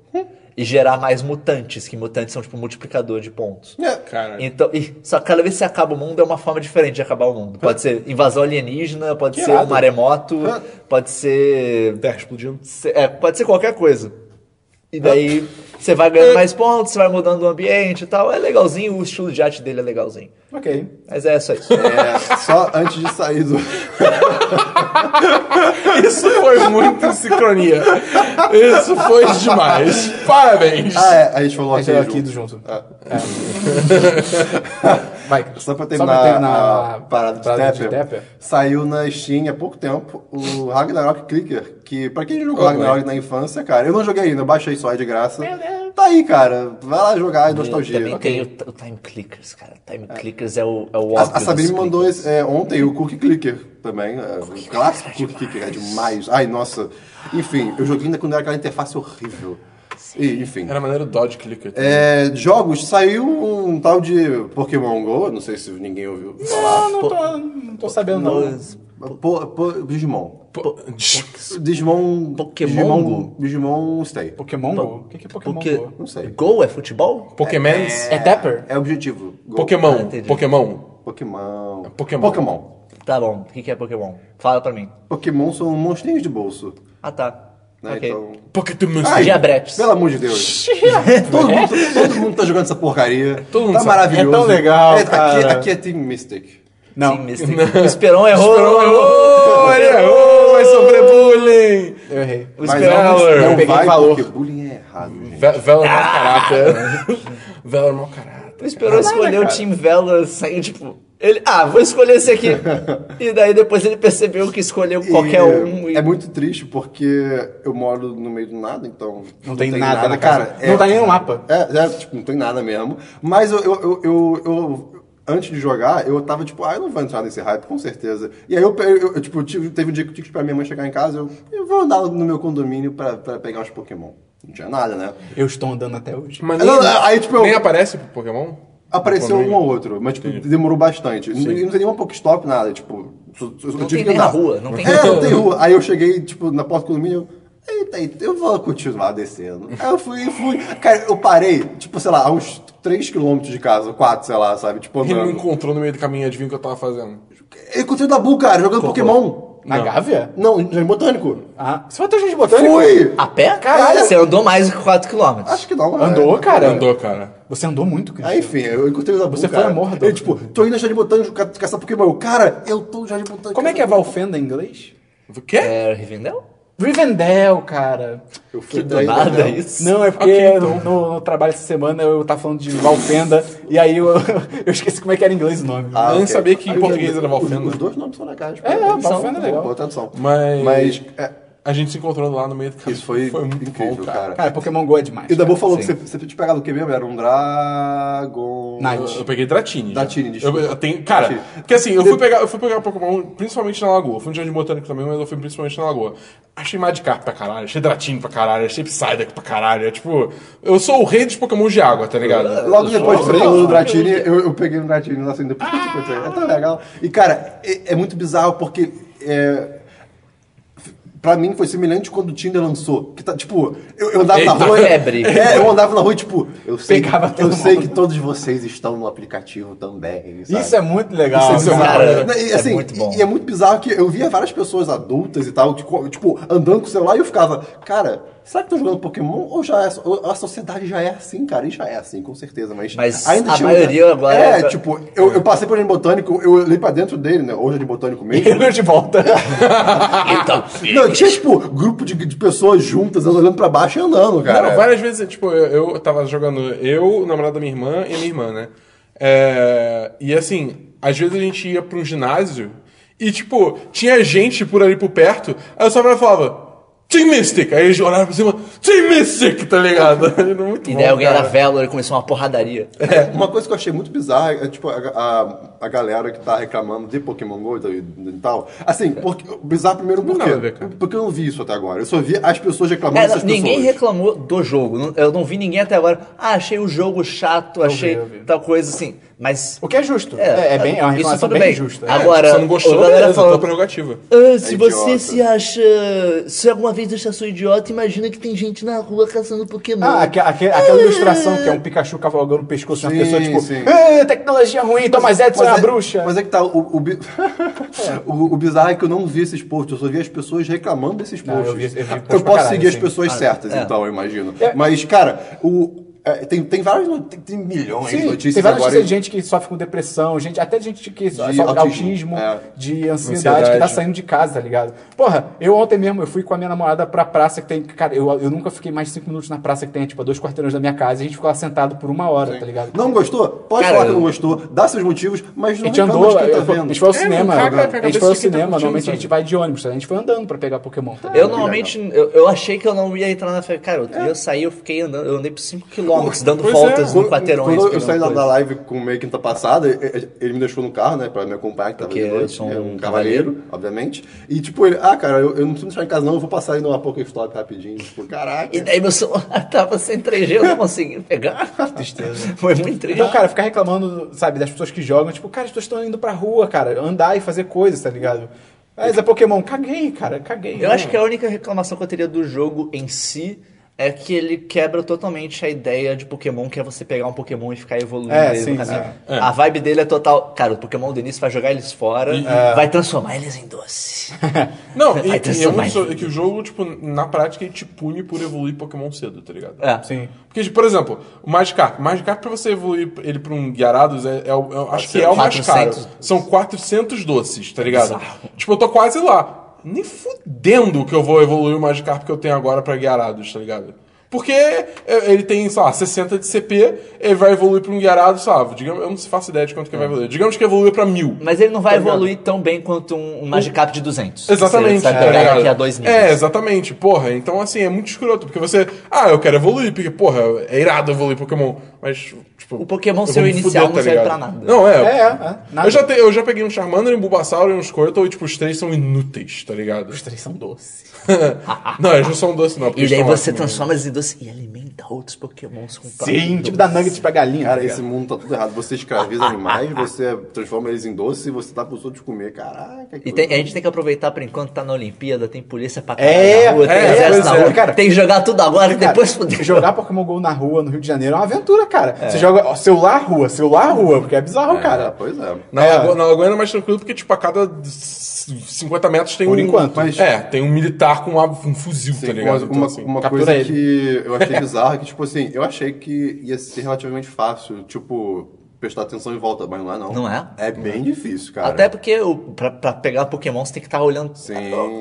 Speaker 2: E gerar mais mutantes, que mutantes são tipo multiplicador de pontos.
Speaker 4: Cara,
Speaker 2: Então, e- só que cada vez que você acaba o mundo é uma forma diferente de acabar o mundo. Pode ser invasão alienígena, pode
Speaker 1: Que
Speaker 2: ser
Speaker 1: irado.
Speaker 2: um maremoto, pode ser.
Speaker 4: terra explodindo. [LAUGHS]
Speaker 2: se- é, pode ser qualquer coisa. E daí
Speaker 3: Ah,
Speaker 2: você vai
Speaker 3: é.
Speaker 2: ganhando mais pontos, você vai mudando o ambiente e tal. É legalzinho, o estilo de arte dele é legalzinho.
Speaker 1: Ok.
Speaker 2: Mas é só isso.
Speaker 3: É, só antes de sair
Speaker 2: [LAUGHS]
Speaker 3: do.
Speaker 4: Isso foi muito sincronia. Isso foi demais. Parabéns.
Speaker 3: Ah, é, a gente falou
Speaker 1: A gente
Speaker 3: aqui.
Speaker 1: é aqui
Speaker 3: junto.
Speaker 1: do junto.
Speaker 3: Ah. [LAUGHS]
Speaker 1: Vai.
Speaker 3: Só pra terminar,
Speaker 1: terminar
Speaker 3: a parada, de, Tepper, saiu na Steam há pouco tempo o Ragnarok Clicker, que pra quem jogou
Speaker 4: Oh,
Speaker 3: Ragnarok na infância, cara, eu não joguei ainda, eu baixei só é de graça. Tá aí, cara, vai lá jogar, é nostalgia.
Speaker 2: Hum,
Speaker 3: né?
Speaker 2: Também tem o, t- o Time Clickers, cara. Time Clickers é o, é o
Speaker 3: A,
Speaker 2: óbvio
Speaker 3: a Sabrina
Speaker 2: dos
Speaker 3: me mandou
Speaker 2: clickers.
Speaker 3: esse- é, ontem o Cookie Clicker também. é, o clássico Cookie Clicker, é demais. Ai, nossa. Enfim, eu joguei ainda quando era aquela interface horrível. E, enfim.
Speaker 4: Era maneiro Dodge Clicker.
Speaker 3: É, jogos, saiu um tal de Pokémon GO, não sei se ninguém ouviu falar.
Speaker 1: Não, não tô, não tô sabendo, não.
Speaker 2: Nos-
Speaker 3: Po- po- Digimon.
Speaker 4: Pô, des-
Speaker 3: Digimon.
Speaker 2: Pokémon
Speaker 3: Digimon, Digimon Stay.
Speaker 1: Pokémon Go? O que que é Pokémon
Speaker 2: Porque
Speaker 1: Go?
Speaker 3: Não sei.
Speaker 2: Go é futebol?
Speaker 4: Pokémons.
Speaker 1: É Tepper?
Speaker 3: É objetivo. Go.
Speaker 4: Pokémon.
Speaker 2: entendi.
Speaker 4: Pokémon.
Speaker 3: Pokémon.
Speaker 4: Pokémon.
Speaker 3: Pokémon.
Speaker 2: Tá bom. O que que é Pokémon? Fala pra mim.
Speaker 3: Pokémon são monstrinhos de bolso.
Speaker 2: Ah, tá.
Speaker 3: Né?
Speaker 2: ok. [LAUGHS]
Speaker 3: Então.
Speaker 4: Pokémon.
Speaker 3: Ai,
Speaker 2: Diabretes.
Speaker 3: Pelo amor de
Speaker 2: [LAUGHS]
Speaker 3: Deus. todo, mundo, todo mundo tá jogando essa porcaria.
Speaker 4: Todo mundo
Speaker 3: tá
Speaker 4: sabe.
Speaker 3: maravilhoso.
Speaker 1: É tão legal,
Speaker 3: É, aqui,
Speaker 1: cara.
Speaker 3: aqui é Team Mystic.
Speaker 1: Não.
Speaker 2: Sim, Mystic. O Esperon errou.
Speaker 4: Esperou, errou, ele errou, vai sofrer bullying.
Speaker 1: Eu errei.
Speaker 2: O
Speaker 3: Mas é um
Speaker 2: Esperon
Speaker 4: não,
Speaker 2: errou.
Speaker 4: eu
Speaker 3: não
Speaker 1: peguei
Speaker 3: vai
Speaker 1: valor.
Speaker 3: porque bullying é errado, gente.
Speaker 4: Ve- Valor
Speaker 3: Ah!
Speaker 4: mau caráter. [LAUGHS] Valor mau caráter.
Speaker 2: O Esperon
Speaker 3: né,
Speaker 2: escolheu o Team Valor, saiu tipo. Ele, ah, vou escolher esse
Speaker 3: [LAUGHS]
Speaker 2: aqui. e daí depois ele percebeu que escolheu qualquer
Speaker 3: E,
Speaker 2: um. e-
Speaker 3: É muito triste porque eu moro no meio do nada, então.
Speaker 1: Não tem nada na
Speaker 3: cara.
Speaker 1: casa. Não tá nem no mapa.
Speaker 3: É, é, tipo, não tem nada mesmo. Mas eu, eu, eu, eu- eu- antes de jogar, eu tava tipo, ah, eu não vou entrar nesse hype, com certeza. E aí eu, pe- eu- eu, tipo, tive- teve um dia que eu tive que esperar minha mãe chegar em casa, eu, eu vou andar no meu condomínio pra, pra pegar uns Pokémon. Não tinha nada, né?
Speaker 1: Eu estou andando até hoje.
Speaker 4: Mas
Speaker 3: Não,
Speaker 4: nem-
Speaker 3: não, aí, tipo, eu-
Speaker 4: Nem aparece pro Pokémon?
Speaker 3: Apareceu
Speaker 4: Pokémon.
Speaker 3: um ou outro, mas tipo, demorou bastante. Não, não tem nenhum Pokestop, nada, tipo. Eu, eu
Speaker 2: Não
Speaker 3: tive
Speaker 2: tem nem
Speaker 3: que
Speaker 2: na
Speaker 3: andar.
Speaker 2: rua, não tem
Speaker 3: é,
Speaker 2: na
Speaker 3: não
Speaker 2: rua.
Speaker 3: tem rua. Aí eu cheguei, tipo, na porta do condomínio, eu, eita, eita, eu vou continuar descendo. Aí eu fui, eu fui. Cara, eu parei, tipo, sei lá, a uns 3km de casa, 4, sei lá, sabe? Tipo,
Speaker 4: Ele me
Speaker 3: andando.
Speaker 4: encontrou no meio do caminho, adivinha o que eu tava fazendo.
Speaker 3: Eu encontrei o Dabu, cara, jogando Pokémon.
Speaker 1: Na Gávea?
Speaker 3: Não, em Jardim Botânico.
Speaker 1: Ah, você matou gente de botânico?
Speaker 3: Fui!
Speaker 2: A pé? É,
Speaker 3: Caralho.
Speaker 2: Você andou mais do que 4km.
Speaker 3: Acho que não. né?
Speaker 1: Andou, cara?
Speaker 4: Andou, cara.
Speaker 1: Você andou muito, Cristian.
Speaker 3: Aí, enfim, eu encontrei o Dabu,
Speaker 1: Você foi
Speaker 3: cara.
Speaker 1: a Mordor.
Speaker 3: Eu, tipo, tô indo no Jardim Botânico ca- caçar Pokémon. Eu, Cara, eu tô no Jardim Botânico.
Speaker 1: Como é que é Valfenda em inglês?
Speaker 4: O quê?
Speaker 2: É Rivendell?
Speaker 1: Rivendell, cara.
Speaker 3: Eu fui
Speaker 2: Que do
Speaker 3: atrás do
Speaker 2: nada
Speaker 3: Dabu.
Speaker 2: isso.
Speaker 1: Não, é porque
Speaker 4: Ok, então.
Speaker 1: no, no trabalho essa semana eu tava falando de Valfenda e aí eu, [LAUGHS] eu esqueci como é que era em inglês o nome.
Speaker 3: Ah,
Speaker 4: eu nem
Speaker 3: ok.
Speaker 4: sabia que em
Speaker 3: Aí,
Speaker 4: português
Speaker 3: os-
Speaker 4: era Valfenda.
Speaker 3: Os, os dois nomes são legais.
Speaker 1: É,
Speaker 3: parabéns.
Speaker 1: Valfenda
Speaker 3: São
Speaker 1: é legal.
Speaker 3: Boa tradução.
Speaker 4: Mas-
Speaker 3: Mas, é,
Speaker 4: A gente se encontrou lá no meio do caminho.
Speaker 3: isso foi,
Speaker 4: muito
Speaker 3: incrível,
Speaker 4: bom, cara.
Speaker 3: cara.
Speaker 1: Cara, Pokémon Go é demais.
Speaker 3: E o Dabu falou que você, você tinha pegado o que mesmo? Era um Dragon...
Speaker 1: Night.
Speaker 4: Eu, eu peguei Dratini. já.
Speaker 3: Dratini,
Speaker 4: eu,
Speaker 3: desculpa.
Speaker 4: eu tenho, Cara,
Speaker 3: Dratini.
Speaker 4: porque assim, eu fui, pegar, eu fui pegar Pokémon principalmente na Lagoa. Fui no Jardim Botânico também, mas eu fui principalmente na Lagoa. Achei Magikarp pra caralho, achei Dratini pra caralho, achei Psyduck pra caralho. É tipo, eu sou o rei dos Pokémon de água, tá ligado?
Speaker 3: Logo depois de você falou do Dratini, eu, eu peguei um Dratini lá assim, depois
Speaker 4: Ah!
Speaker 3: que eu falei, é tão legal. E, cara, é, é muito bizarro porque... É, f- Pra mim foi semelhante quando o Tinder lançou. Que tá, tipo, eu, eu andava na
Speaker 4: Eita,
Speaker 3: rua.
Speaker 2: febre.
Speaker 3: É, eu andava na rua e, tipo, eu sei,
Speaker 1: Pegava
Speaker 3: eu
Speaker 1: todo
Speaker 3: sei
Speaker 1: mundo.
Speaker 3: que todos vocês estão no aplicativo também. sabe?
Speaker 1: Isso é muito legal.
Speaker 4: Isso é
Speaker 1: cara.
Speaker 2: Cara,
Speaker 3: Não, e,
Speaker 2: é
Speaker 3: assim,
Speaker 2: muito bom.
Speaker 3: E é muito bizarro que eu via várias pessoas adultas e tal, que, co- tipo, andando com o celular e eu ficava, cara, será que tô jogando Pokémon? Ou já é, ou a sociedade já é assim, cara? E já é assim, com certeza, mas.
Speaker 2: Mas a maioria
Speaker 3: um-
Speaker 2: agora
Speaker 3: É,
Speaker 2: é-
Speaker 3: tipo, eu, eu passei por Jardim Botânico, eu olhei pra dentro dele, né? Hoje de Botânico mesmo.
Speaker 1: Eu de
Speaker 3: [LAUGHS]
Speaker 1: volta.
Speaker 2: Então,
Speaker 3: Não, tinha, tipo, grupo de, de pessoas juntas, elas olhando pra baixo e andando, cara.
Speaker 4: Não, várias vezes, tipo, eu, eu tava jogando eu, o namorado da minha irmã e a minha irmã, né? É, e assim, às vezes a gente ia pra um ginásio e, tipo, tinha gente por ali por perto, aí eu só virava e falava, Team Mystic! Aí eles olhavam pra cima, Team Mystic, tá ligado? [LAUGHS] Era Muito
Speaker 2: e
Speaker 4: bom,
Speaker 2: daí alguém era
Speaker 4: cara.
Speaker 2: Valor e começou uma porradaria.
Speaker 3: É, uma coisa que [LAUGHS] eu achei muito bizarra é, tipo, a, a, a galera que tá reclamando de Pokémon GO e tal- e tal. Assim, porque, bizarro primeiro
Speaker 4: Não tem
Speaker 3: por
Speaker 4: nada a ver,
Speaker 3: quê?
Speaker 4: cara.
Speaker 3: Porque eu não vi isso até agora. Eu só vi as pessoas reclamando
Speaker 2: É,
Speaker 3: dessas
Speaker 2: ninguém
Speaker 3: pessoas.
Speaker 2: reclamou do jogo. Não- Eu não vi ninguém até agora. Ah, achei o jogo chato, achei
Speaker 1: eu vi.
Speaker 2: tal coisa assim. Mas.
Speaker 3: [LAUGHS]
Speaker 1: O que é justo. É, é bem, é uma
Speaker 2: isso
Speaker 1: reclamação
Speaker 2: tudo
Speaker 1: bem, justa.
Speaker 4: É,
Speaker 2: Agora,
Speaker 4: se você não gostou, então é
Speaker 2: a galera
Speaker 4: beleza,
Speaker 2: falou.
Speaker 4: tua prerrogativa.
Speaker 2: "Ah, se
Speaker 3: É
Speaker 2: você
Speaker 3: idiota.
Speaker 2: se acha. Se alguma vez eu já sou idiota, imagina que tem gente na rua caçando Pokémon.
Speaker 1: Ah, aque- aque- aquela ilustração que é um Pikachu cavalgando o pescoço de uma
Speaker 3: Sim,
Speaker 1: pessoa, tipo,
Speaker 3: sim.
Speaker 1: "Ah, tecnologia ruim, Thomas Edison é uma bruxa.
Speaker 3: Mas é que tá, o, o, bi- [LAUGHS] o, o bizarro é que eu não vi esses posts, eu só vi as pessoas reclamando desses posts.
Speaker 1: eu vi- eu vi post pra
Speaker 3: posso
Speaker 1: caralho, assim. Ah,
Speaker 3: seguir as
Speaker 1: sim.
Speaker 3: pessoas certas,
Speaker 2: é.
Speaker 3: então, eu imagino. Mas, cara, o. é, tem, tem várias no- tem, tem milhões de
Speaker 1: Sim,
Speaker 3: notícias
Speaker 1: tem várias
Speaker 3: agora.
Speaker 1: notícias de gente que sofre com depressão, gente, até gente que sofre de
Speaker 3: autismo,
Speaker 1: autismo,
Speaker 3: é.
Speaker 1: de ansiedade,
Speaker 4: Ansiedade.
Speaker 1: que tá saindo de casa, tá ligado? Porra, eu ontem mesmo, eu fui com a minha namorada pra praça que tem. Cara, eu, eu nunca fiquei mais de cinco minutos na praça que tem, tipo, a dois quarteirões da minha casa, e a gente ficou lá sentado por uma hora, tá ligado?
Speaker 3: Não gostou? Pode
Speaker 2: Cara,
Speaker 3: falar que não
Speaker 2: eu-
Speaker 3: gostou, dá seus motivos, mas
Speaker 1: A
Speaker 3: não
Speaker 1: gente
Speaker 3: reclama
Speaker 1: andou,
Speaker 3: de quem tá
Speaker 1: eu- a
Speaker 3: vendo.
Speaker 1: gente foi ao
Speaker 4: É, não
Speaker 1: cinema,
Speaker 4: caga pra
Speaker 1: a gente
Speaker 4: cabeça
Speaker 1: foi ao
Speaker 4: de quem tá
Speaker 1: cinema,
Speaker 4: curtindo,
Speaker 1: normalmente a
Speaker 4: sabe?
Speaker 1: gente vai de ônibus, tá? a gente foi andando pra pegar Pokémon. tá ligado?
Speaker 2: Eu normalmente, eu, eu achei que eu não ia entrar na festa. Cara, eu, eu saí, eu fiquei andando, eu andei por 5km, dando
Speaker 4: Pois
Speaker 2: voltas
Speaker 4: é.
Speaker 2: no quarteirões.
Speaker 3: Quando eu
Speaker 2: pegando
Speaker 3: saí da,
Speaker 2: coisa.
Speaker 3: da live com o meio quinta passada, e- e- ele me deixou no carro, né? Pra me acompanhar, que tava
Speaker 2: Porque
Speaker 3: de noite.
Speaker 2: eu sou um
Speaker 3: é
Speaker 2: cavaleiro.
Speaker 3: obviamente. E tipo, ele, ah, cara, eu, eu não preciso me deixar em casa, não, eu vou passar aí numa Pokéstop rapidinho. Tipo, caraca.
Speaker 2: E daí meu celular [LAUGHS] tava sem 3G, eu não consegui pegar. [LAUGHS] Tristeza. Foi muito triste.
Speaker 1: Então, cara, ficar reclamando, sabe, das pessoas que jogam, tipo, cara, as pessoas estão indo pra rua, cara, andar e fazer coisas, tá ligado? Mas é Pokémon, caguei, cara, caguei.
Speaker 2: Eu acho que a única reclamação que eu teria do jogo em si é que ele quebra totalmente a ideia de Pokémon, que é você pegar um Pokémon e ficar evoluindo
Speaker 1: É,
Speaker 2: ele
Speaker 1: sim,
Speaker 2: no caminho.
Speaker 1: sim.
Speaker 4: É.
Speaker 2: A vibe dele é total. Cara, o Pokémon do início vai jogar eles fora, vai transformar eles em doce. [LAUGHS]
Speaker 4: Não,
Speaker 2: Vai
Speaker 4: e, e
Speaker 2: ter
Speaker 4: é
Speaker 2: sua
Speaker 4: muito
Speaker 2: mãe.
Speaker 4: é que o jogo, tipo, na prática, ele te pune por evoluir Pokémon cedo, tá ligado?
Speaker 2: É.
Speaker 1: Sim.
Speaker 4: Porque, tipo, por exemplo, o Magikarp. O Magikarp, pra você evoluir ele pra um Gyarados, é, é, o- eu acho que
Speaker 2: ser
Speaker 4: é o mais
Speaker 2: 400
Speaker 4: caro. São 400 doces, tá ligado? Tipo, eu tô quase lá. Nem fudendo que eu vou evoluir o Magikarp que eu tenho agora pra Gyarados, tá ligado? Porque é, ele tem, sei lá, 60 de CP, ele vai evoluir pra um Gyarados, sei lá, digamos, eu não faço ideia de quanto que ele vai evoluir. Digamos que evoluiu pra mil.
Speaker 2: Mas ele não vai
Speaker 4: Tá ligado?
Speaker 2: evoluir tão bem quanto um, um Magikarp de 200. que
Speaker 4: Exatamente,
Speaker 2: Você vai
Speaker 4: tá
Speaker 2: pegar
Speaker 4: ligado?
Speaker 2: daqui a dois níveis.
Speaker 4: É, exatamente, porra. Então, assim, é muito escroto, porque você. Ah, eu quero evoluir, porque, porra, é irado evoluir Pokémon. Mas, tipo.
Speaker 2: O Pokémon
Speaker 4: eu vou
Speaker 2: seu
Speaker 4: me tá
Speaker 2: inicial não serve
Speaker 4: ligado?
Speaker 2: pra nada.
Speaker 4: Não, é.
Speaker 1: É, é, é, nada.
Speaker 4: Eu, já te- eu já peguei um Charmander, um Bulbasaur e um Squirtle, e, tipo, os três são inúteis, tá
Speaker 2: [LAUGHS]
Speaker 4: ligado? Os
Speaker 1: Três são doces.
Speaker 4: não, eles não são doces, não. porque
Speaker 2: E daí
Speaker 4: eles estão
Speaker 2: você
Speaker 4: lá comendo.
Speaker 2: transforma eles em doce e alimenta outros Pokémons com
Speaker 1: Sim, tipo da nuggets pra galinha.
Speaker 3: Cara,
Speaker 1: tá
Speaker 3: esse
Speaker 1: ligado?
Speaker 3: mundo tá tudo errado. Você escraviza animais, você transforma eles em doce e você dá pros outros comer. Caraca. que
Speaker 2: E tem-
Speaker 3: coisa.
Speaker 2: a gente tem que aproveitar por enquanto tá na Olimpíada, tem polícia pra caralho
Speaker 1: É,
Speaker 2: na rua, tem
Speaker 4: é,
Speaker 2: exército
Speaker 4: pois
Speaker 2: na
Speaker 4: é,
Speaker 2: rua,
Speaker 1: cara.
Speaker 2: tem que jogar tudo agora e
Speaker 1: Cara,
Speaker 2: depois fuder. [LAUGHS]
Speaker 1: Jogar Pokémon GO na rua, no Rio de Janeiro, é uma aventura, cara. Você joga ó, celular rua, celular rua, porque é bizarro,
Speaker 3: É,
Speaker 1: cara.
Speaker 3: pois é.
Speaker 4: Na,
Speaker 1: É.
Speaker 4: Lagoa, na Lagoinha é mais tranquilo porque, tipo, a cada c- 50 metros tem
Speaker 1: Por
Speaker 4: um.
Speaker 1: enquanto.
Speaker 4: mas- É, tem um militar com uma- um fuzil, tá ligado?
Speaker 3: Uma,
Speaker 4: Então,
Speaker 3: uma,
Speaker 4: assim,
Speaker 3: uma
Speaker 1: captura
Speaker 3: coisa
Speaker 1: ele.
Speaker 3: que eu achei bizarra, que tipo assim, eu achei que ia ser relativamente fácil, tipo, prestar atenção em volta, mas não é não.
Speaker 2: Não é?
Speaker 3: É bem difícil, cara.
Speaker 2: Até porque o, pra, pra pegar Pokémon você tem que estar olhando.
Speaker 3: Sim.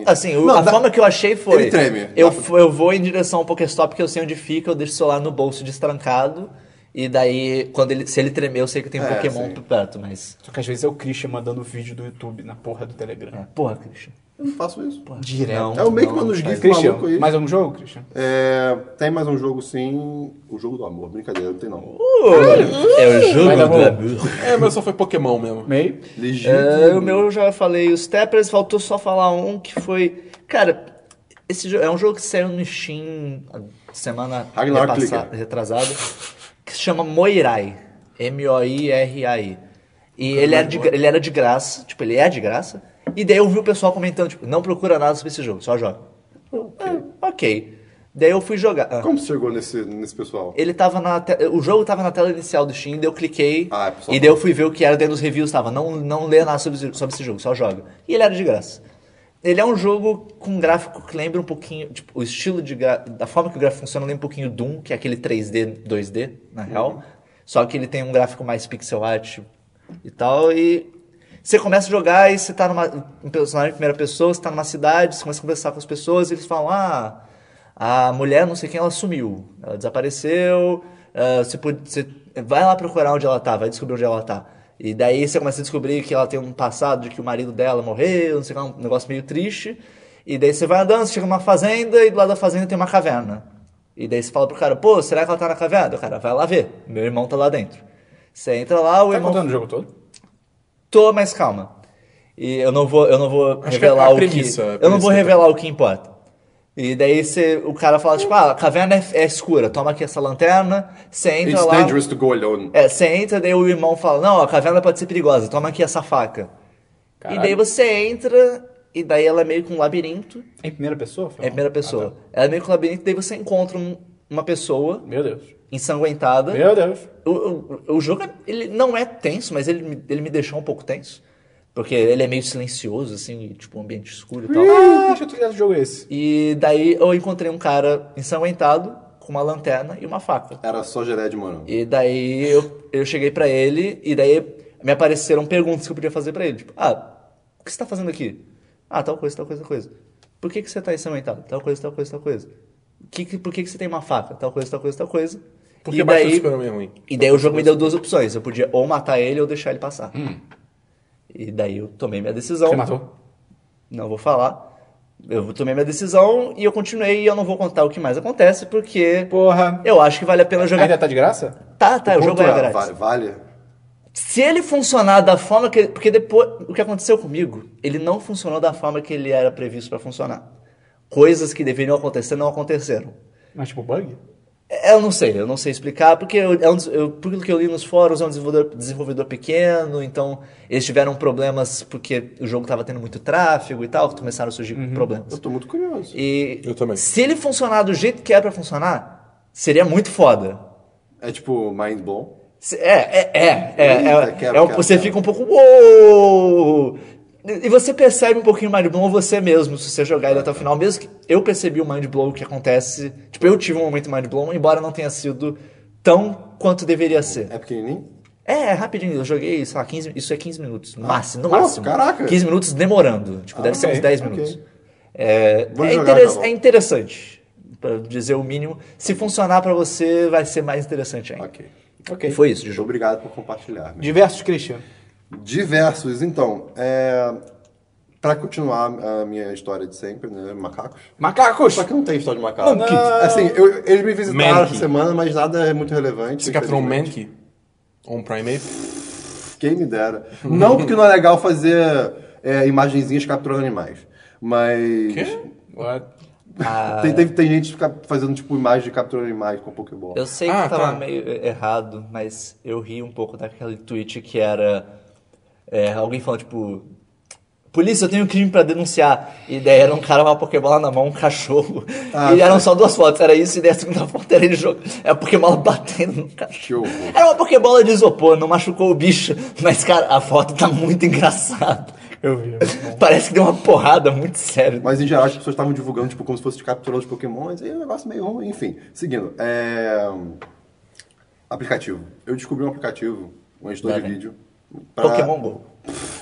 Speaker 2: Assim, o-
Speaker 3: Não,
Speaker 2: a
Speaker 3: dá-
Speaker 2: forma que eu achei foi.
Speaker 3: Ele treme.
Speaker 2: Eu,
Speaker 3: Dá pra-
Speaker 2: fu- eu vou em direção ao Pokéstop que eu sei onde fica, eu deixo o celular no bolso destrancado. E daí, quando ele, se ele tremer, eu sei que tem um
Speaker 3: É,
Speaker 2: Pokémon
Speaker 3: sim.
Speaker 2: perto, mas.
Speaker 1: Só que às vezes é o Christian mandando vídeo do YouTube na porra do Telegram.
Speaker 2: Porra, Christian.
Speaker 3: Eu não faço isso.
Speaker 1: É. Direto.
Speaker 2: Não,
Speaker 3: é o meio que
Speaker 2: não,
Speaker 3: manda os
Speaker 1: Mas,
Speaker 3: gifs
Speaker 1: Christian,
Speaker 3: maluco aí.
Speaker 1: mais algum jogo, Christian?
Speaker 3: É, tem mais um jogo sim. O jogo do amor, brincadeira, não tem não.
Speaker 2: É o
Speaker 1: Vai
Speaker 2: jogo
Speaker 1: dar bom.
Speaker 2: do amor.
Speaker 4: É, mas só foi Pokémon mesmo.
Speaker 1: Meio? Tá
Speaker 3: Legítimo.
Speaker 2: É, o meu eu já falei os Steppers, faltou só falar um que foi. Cara, esse jo- é um jogo que saiu no Steam a semana
Speaker 3: Ragnarok
Speaker 2: repassa-
Speaker 3: Liga.
Speaker 2: retrasada, que se chama Moirai. M-O-I-R-A-I. E ele era, de, gra- ele era de graça, tipo, ele é de graça. E daí eu vi o pessoal comentando, tipo, não procura nada sobre esse jogo, só joga. Eu, "Ah, ok. Daí eu fui jogar. Ah,
Speaker 3: Como você chegou nesse, nesse pessoal?
Speaker 2: ele tava na te- o jogo tava na tela inicial do Steam, daí eu cliquei
Speaker 3: Ah, é, pessoal.
Speaker 2: e daí eu fui ver o que era dentro dos reviews, tava, não, não lê nada sobre, esse- sobre esse jogo, só joga. E ele era de graça. Ele é um jogo com um gráfico que lembra um pouquinho, tipo, o estilo de gra... da forma que o gráfico funciona lembra um pouquinho Doom, que é aquele 3D, 2D,
Speaker 3: Uhum.
Speaker 2: na real. Só que ele tem um gráfico mais pixel art e tal e você começa a jogar e você tá numa um personagem em primeira pessoa, você tá numa cidade, você começa a conversar com as pessoas, e eles falam: "Ah, a mulher, não sei quem, ela sumiu. Ela desapareceu. ah, você, pode, você vai lá procurar onde ela tá, vai descobrir onde ela tá. E daí você começa a descobrir que ela tem um passado de que o marido dela morreu, não sei o que, um negócio meio triste. E daí você vai andando, você chega numa fazenda e do lado da fazenda tem uma caverna. E daí você fala pro cara, pô, será que ela tá na caverna? O cara, vai lá ver. Meu irmão tá lá dentro. Você entra lá, o
Speaker 1: Tá
Speaker 2: irmão
Speaker 1: contando o jogo todo?
Speaker 2: tô mais calma. E eu não vou, eu não vou
Speaker 4: Acho que é
Speaker 2: revelar
Speaker 4: a
Speaker 2: o
Speaker 4: premissa- a
Speaker 2: que. Eu não
Speaker 4: premissa.
Speaker 2: vou
Speaker 4: né?
Speaker 2: revelar o que importa. E daí você, o cara fala, tipo, ah, a caverna é, é escura, toma aqui essa lanterna, você entra
Speaker 3: It's
Speaker 2: lá.
Speaker 3: dangerous to go alone.
Speaker 2: É, você entra, daí o irmão fala, não, a caverna pode ser perigosa, toma aqui essa faca.
Speaker 1: Caralho.
Speaker 2: E daí você entra e daí ela é meio que um labirinto.
Speaker 4: Então,
Speaker 1: Em primeira pessoa?
Speaker 2: É em primeira pessoa. Ela é meio que um labirinto, daí você encontra um- uma pessoa
Speaker 1: Meu Deus.
Speaker 2: ensanguentada.
Speaker 1: Meu Deus.
Speaker 2: O, o, o jogo, ele não é tenso, mas ele, me- ele me deixou um pouco tenso. Porque ele é meio silencioso, assim, e, tipo, um ambiente escuro e tal.
Speaker 1: Ah, deixa eu que jogo é esse.
Speaker 2: E daí eu encontrei um cara ensanguentado, com uma lanterna e uma faca.
Speaker 3: Era só geré de morango.
Speaker 2: E daí eu, eu cheguei pra ele, e daí me apareceram perguntas que eu podia fazer pra ele. Tipo, ah, o que você tá fazendo aqui? Ah, tal coisa, tal coisa, tal coisa. Por que, que você tá ensanguentado? Tal coisa, tal coisa, tal coisa. Que, que- por que, que você tem uma faca? Tal coisa, tal coisa, tal coisa.
Speaker 4: Por
Speaker 2: e
Speaker 4: que Batman
Speaker 2: daí,
Speaker 4: Superman é ruim?
Speaker 2: E daí o jogo me deu duas opções. Eu podia ou matar ele ou deixar ele passar. E daí eu tomei minha decisão.
Speaker 1: Hum. Você matou?
Speaker 2: Não vou falar. Eu tomei minha decisão e eu continuei e eu não vou contar o que mais acontece, porque
Speaker 1: Porra.
Speaker 2: eu acho que vale a pena jogar.
Speaker 1: Ainda tá de graça?
Speaker 2: Tá, tá, o jogo é
Speaker 3: Cultura,
Speaker 2: grátis.
Speaker 3: Vale, vale?
Speaker 2: Se ele funcionar da forma que. Porque depois. O que aconteceu comigo? Ele não funcionou da forma que ele era previsto pra funcionar. Coisas que deveriam acontecer não aconteceram. É,
Speaker 1: Mas tipo bug?
Speaker 2: Eu não sei, eu não sei explicar, porque eu, é um des- eu- por aquilo que eu li nos fóruns, é um desenvolvedor, desenvolvedor pequeno, então eles tiveram problemas porque o jogo estava tendo muito tráfego e tal, começaram a surgir problemas.
Speaker 3: Eu tô muito curioso.
Speaker 2: E
Speaker 4: Eu também.
Speaker 2: se ele funcionar do jeito que é pra funcionar, seria muito foda.
Speaker 3: É tipo mind blown.
Speaker 2: Se- É, é, é. é, é,
Speaker 3: Eita, quero,
Speaker 2: é um-
Speaker 3: quero,
Speaker 2: você
Speaker 3: quero.
Speaker 2: fica um pouco. Uou! E e você percebe um pouquinho o Mind Blow você mesmo, se você jogar ele até o final. Mesmo que eu percebi o Mind Blow que acontece. Tipo, eu tive um momento Mind Blow, embora não tenha sido tão quanto deveria ser.
Speaker 3: É pequenininho?
Speaker 2: É, é rapidinho, eu joguei, sei lá, 15, isso é 15 minutos, no máximo, no
Speaker 3: Ah, pô,
Speaker 2: máximo.
Speaker 3: caraca. Ah,
Speaker 2: 15 minutos demorando, tipo, deve ser
Speaker 1: ok,
Speaker 2: uns 10
Speaker 3: ok.
Speaker 2: minutos. É,
Speaker 3: Vou
Speaker 2: é,
Speaker 3: jogar,
Speaker 2: interes-
Speaker 3: tá bom.
Speaker 2: é interessante, pra dizer o mínimo. Se funcionar pra você, vai ser mais interessante ainda.
Speaker 3: Ok.
Speaker 1: Ok.
Speaker 2: E foi isso de jogo.
Speaker 3: Obrigado por compartilhar. meu.
Speaker 1: Diversos, Christian.
Speaker 3: Diversos, então. É... Pra continuar a minha história de sempre, né? Macacos.
Speaker 1: Macacos!
Speaker 3: Só que não tem história de macaco.
Speaker 1: Monkey.
Speaker 3: Assim, eu- eles me visitaram
Speaker 4: Mankey.
Speaker 3: essa semana, mas nada é muito relevante.
Speaker 4: Você capturou um
Speaker 3: infelizmente.
Speaker 4: Mankey? Ou um Primate?
Speaker 3: Quem me dera. Não porque não é legal fazer é, imagenzinhas capturando animais. Mas.
Speaker 4: Quê?
Speaker 1: What?
Speaker 3: Tem, tem, tem gente que fica fazendo, tipo, imagem de capturando animais com Pokébola.
Speaker 2: Eu sei
Speaker 4: Ah,
Speaker 2: que
Speaker 4: tá.
Speaker 2: tava meio errado, mas eu ri um pouco daquele tweet que era é, alguém falando, tipo, polícia, eu tenho um crime pra denunciar. E daí era um cara com uma Pokébola na mão, um cachorro.
Speaker 3: Ah,
Speaker 2: e
Speaker 3: tá.
Speaker 2: eram só duas fotos, era isso, e daí a segunda foto era ele jogando. É a Pokébola [LAUGHS] batendo no
Speaker 3: Que
Speaker 2: cachorro.
Speaker 3: horror.
Speaker 2: Era uma Pokébola de isopor, não machucou o bicho, mas, cara, a foto tá muito engraçada.
Speaker 1: Eu vi.
Speaker 3: [LAUGHS]
Speaker 2: Parece que deu uma porrada muito séria.
Speaker 3: Mas em geral as pessoas estavam divulgando, tipo, como se fosse de capturar os pokémons, e é um negócio meio ruim, enfim. Seguindo, é... Aplicativo. Eu descobri um aplicativo, um editor
Speaker 2: Lá
Speaker 3: de
Speaker 2: vem.
Speaker 3: vídeo.
Speaker 2: Pokémon Go.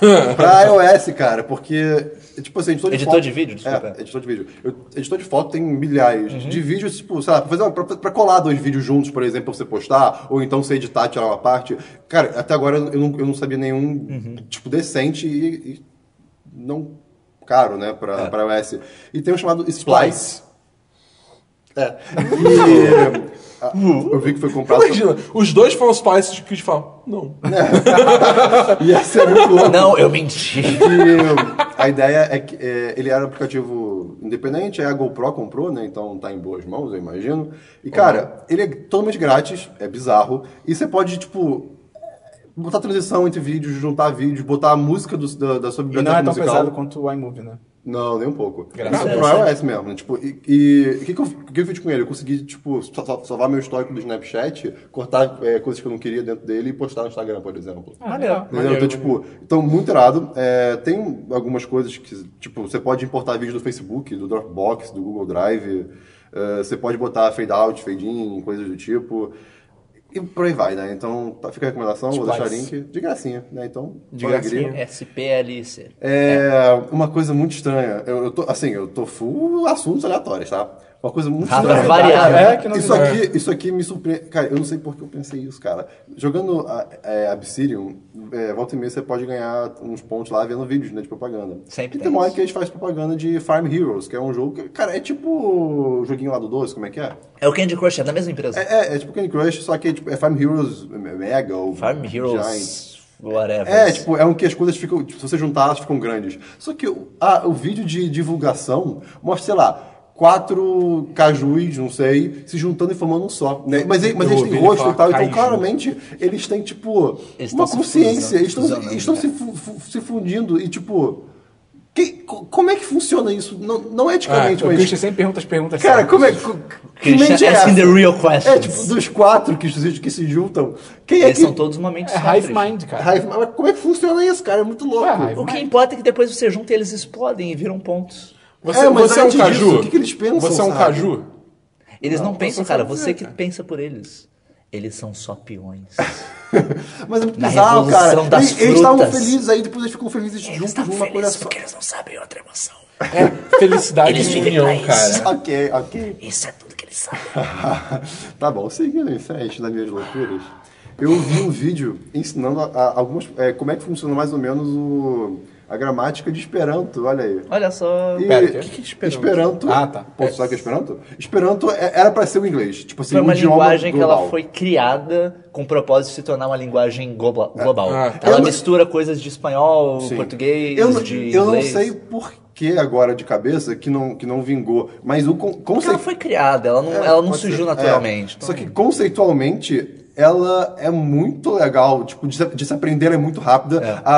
Speaker 2: [LAUGHS]
Speaker 3: Pra iOS, cara, porque. Tipo assim, editor de
Speaker 2: Editor
Speaker 3: foto.
Speaker 2: de vídeo, desculpa. Uhum.
Speaker 3: É, editor de vídeo. Eu- editor de foto tem milhares. De vídeo, tipo, sei lá, pra, fazer uma- pra- pra colar dois vídeos juntos, por exemplo, pra você postar, ou então você editar, tirar uma parte. Cara, até agora eu não, eu não sabia nenhum,
Speaker 2: Uhum.
Speaker 3: tipo, decente e, e não caro, né, pra,
Speaker 2: É.
Speaker 3: pra iOS. E tem um chamado
Speaker 2: [LAUGHS]
Speaker 3: Splice. É. E. ah,
Speaker 2: Uh.
Speaker 3: eu vi que foi comprado. [LAUGHS]
Speaker 4: Imagina, os dois falam os pais que eles falam, não.
Speaker 3: Ia ser muito louco.
Speaker 2: Não, eu menti.
Speaker 3: E a ideia é que é, ele era um aplicativo independente, aí a GoPro comprou, né? Então tá em boas mãos, eu imagino. E,
Speaker 1: Uhum.
Speaker 3: cara, ele é totalmente grátis, é bizarro. E você pode, tipo, botar transição entre vídeos, juntar vídeos, botar a música do- da, da sua
Speaker 1: E não
Speaker 3: biblioteca
Speaker 1: é tão
Speaker 3: musical.
Speaker 1: pesado quanto o iMovie, né?
Speaker 3: Não, nem um pouco.
Speaker 1: Graças
Speaker 3: não,
Speaker 1: a
Speaker 3: pro iOS mesmo, né? Tipo, e- e o que, que, eu- o que eu fiz com ele? Eu consegui, tipo, sal- sal- salvar meu histórico do Snapchat, cortar é, coisas que eu não queria dentro dele e postar no Instagram, por exemplo.
Speaker 1: Maneiro.
Speaker 3: Entendeu? Então, tipo, então, muito irado. É, tem algumas coisas que, tipo, você pode importar vídeos do Facebook, do Dropbox, do Google Drive. É, você pode botar fade out, fade in, coisas do tipo. E por aí vai, né? Então, tá- fica a recomendação, vou
Speaker 1: Splice.
Speaker 3: deixar link. De gracinha, né? Então,
Speaker 4: De
Speaker 3: só alegria.
Speaker 4: gracinha.
Speaker 2: SPLC.
Speaker 3: É, uma coisa muito estranha. Eu, eu tô, assim, eu tô full assuntos aleatórios, tá? Uma coisa muito
Speaker 2: Ah,
Speaker 3: estranha.
Speaker 2: variável.
Speaker 1: É, que não
Speaker 3: isso,
Speaker 1: tem-
Speaker 3: aqui, isso aqui me surpreende. Cara, eu não sei por que eu pensei isso, cara. Jogando a- é, Obsidian, é, volta e meia você pode ganhar uns pontos lá vendo vídeos né, de propaganda.
Speaker 2: Sempre
Speaker 3: e tem
Speaker 2: tem
Speaker 3: uma hora
Speaker 2: isso.
Speaker 3: que a gente faz propaganda de Farm Heroes, que é um jogo que, cara, é tipo o joguinho lá do 12, como é que é?
Speaker 2: É o Candy Crush, é da mesma empresa.
Speaker 3: É, é, é tipo Candy Crush, só que é, tipo, é Farm Heroes Mega ou
Speaker 2: Farm
Speaker 3: Giant.
Speaker 2: Heroes, whatever.
Speaker 3: É, tipo, é um que as coisas ficam. tipo, se você juntar, elas ficam grandes. Só que o- ah, o vídeo de divulgação mostra, sei lá, quatro cajus, não sei, se juntando e formando um só. né? Mas, ele- mas
Speaker 4: Eu
Speaker 3: eles
Speaker 4: ouvi
Speaker 3: têm
Speaker 4: ele
Speaker 3: rosto
Speaker 4: falar
Speaker 3: e tal, então
Speaker 4: caju.
Speaker 3: claramente eles têm, tipo,
Speaker 2: Eles
Speaker 3: uma
Speaker 2: estão se né?
Speaker 3: consciência,
Speaker 2: fusando-
Speaker 3: eles estão,
Speaker 2: fusionando,
Speaker 3: eles estão
Speaker 2: né?
Speaker 3: se, fu- fu- se fundindo e, tipo. Que- co- como é que funciona isso? Não, não é eticamente,
Speaker 1: Tipo, O
Speaker 4: É,
Speaker 3: mas.
Speaker 1: Christian sempre pergunta as perguntas
Speaker 3: Cara,
Speaker 1: certas.
Speaker 3: como é que. co- Que
Speaker 2: Christian
Speaker 3: mente é
Speaker 2: asking
Speaker 3: essa?
Speaker 2: the real questions.
Speaker 3: É, tipo, dos quatro que, se- que se juntam, quem é
Speaker 2: Esses
Speaker 3: que.
Speaker 2: são todos momentos
Speaker 1: É Hive
Speaker 2: simples.
Speaker 1: Mind, cara.
Speaker 3: Raiva, mas como é que funciona isso, cara? É muito louco.
Speaker 1: Ué, raiva.
Speaker 2: O que importa é que depois você junta e eles explodem e viram pontos.
Speaker 4: Você,
Speaker 3: É, mas
Speaker 4: você é um
Speaker 3: antes disso,
Speaker 4: caju.
Speaker 3: o que que eles pensam,
Speaker 4: Você é um
Speaker 3: sabe?
Speaker 4: caju.
Speaker 2: Eles não, pensam,
Speaker 4: você sabe
Speaker 2: cara, você
Speaker 4: dizer,
Speaker 2: que
Speaker 4: cara.
Speaker 2: pensa por eles. Eles são só peões.
Speaker 3: Mas é muito
Speaker 2: Na
Speaker 3: bizarro,
Speaker 2: revolução
Speaker 3: cara.
Speaker 2: das
Speaker 3: Eles eles estavam
Speaker 2: frutas.
Speaker 3: felizes aí, depois eles ficam felizes
Speaker 2: Eles
Speaker 3: juntos,
Speaker 2: estão
Speaker 3: uma coisa
Speaker 2: felizes
Speaker 3: só.
Speaker 2: porque eles não sabem outra emoção.
Speaker 4: É felicidade
Speaker 2: Eles
Speaker 4: e
Speaker 2: vivem pra
Speaker 4: união,
Speaker 2: isso.
Speaker 4: cara.
Speaker 3: Ok, ok. [LAUGHS]
Speaker 2: Isso é tudo que eles sabem.
Speaker 3: tá bom, seguindo em frente nas minhas loucuras, eu vi um vídeo ensinando a, a- algumas, é, como é que funciona mais ou menos o, a gramática de Esperanto, olha aí.
Speaker 2: Olha só.
Speaker 3: E-
Speaker 1: Pera, o que
Speaker 4: que é Esperanto?
Speaker 1: Ah, tá.
Speaker 3: Pô, tu sabe o que é Esperanto? Esperanto é- era pra ser o inglês, tipo assim,
Speaker 2: Foi uma
Speaker 3: um idioma
Speaker 2: linguagem que
Speaker 3: global.
Speaker 2: ela foi criada com o propósito de se tornar uma linguagem globa- global.
Speaker 4: Ah, tá.
Speaker 2: ela
Speaker 3: Eu-
Speaker 2: mistura coisas de espanhol,
Speaker 3: Sim.
Speaker 2: português,
Speaker 3: eu, não-
Speaker 2: de
Speaker 3: Eu não
Speaker 2: inglês.
Speaker 3: sei por que agora de cabeça que não, que não vingou, mas o con-
Speaker 2: Porque ela
Speaker 3: conceito...
Speaker 2: foi criada, ela não,
Speaker 3: É,
Speaker 2: ela não
Speaker 3: pode
Speaker 2: surgiu
Speaker 3: ser.
Speaker 2: naturalmente.
Speaker 3: É.
Speaker 2: Então,
Speaker 3: Só que conceitualmente ela é muito legal, tipo, de se, de se aprender ela é muito rápida. A,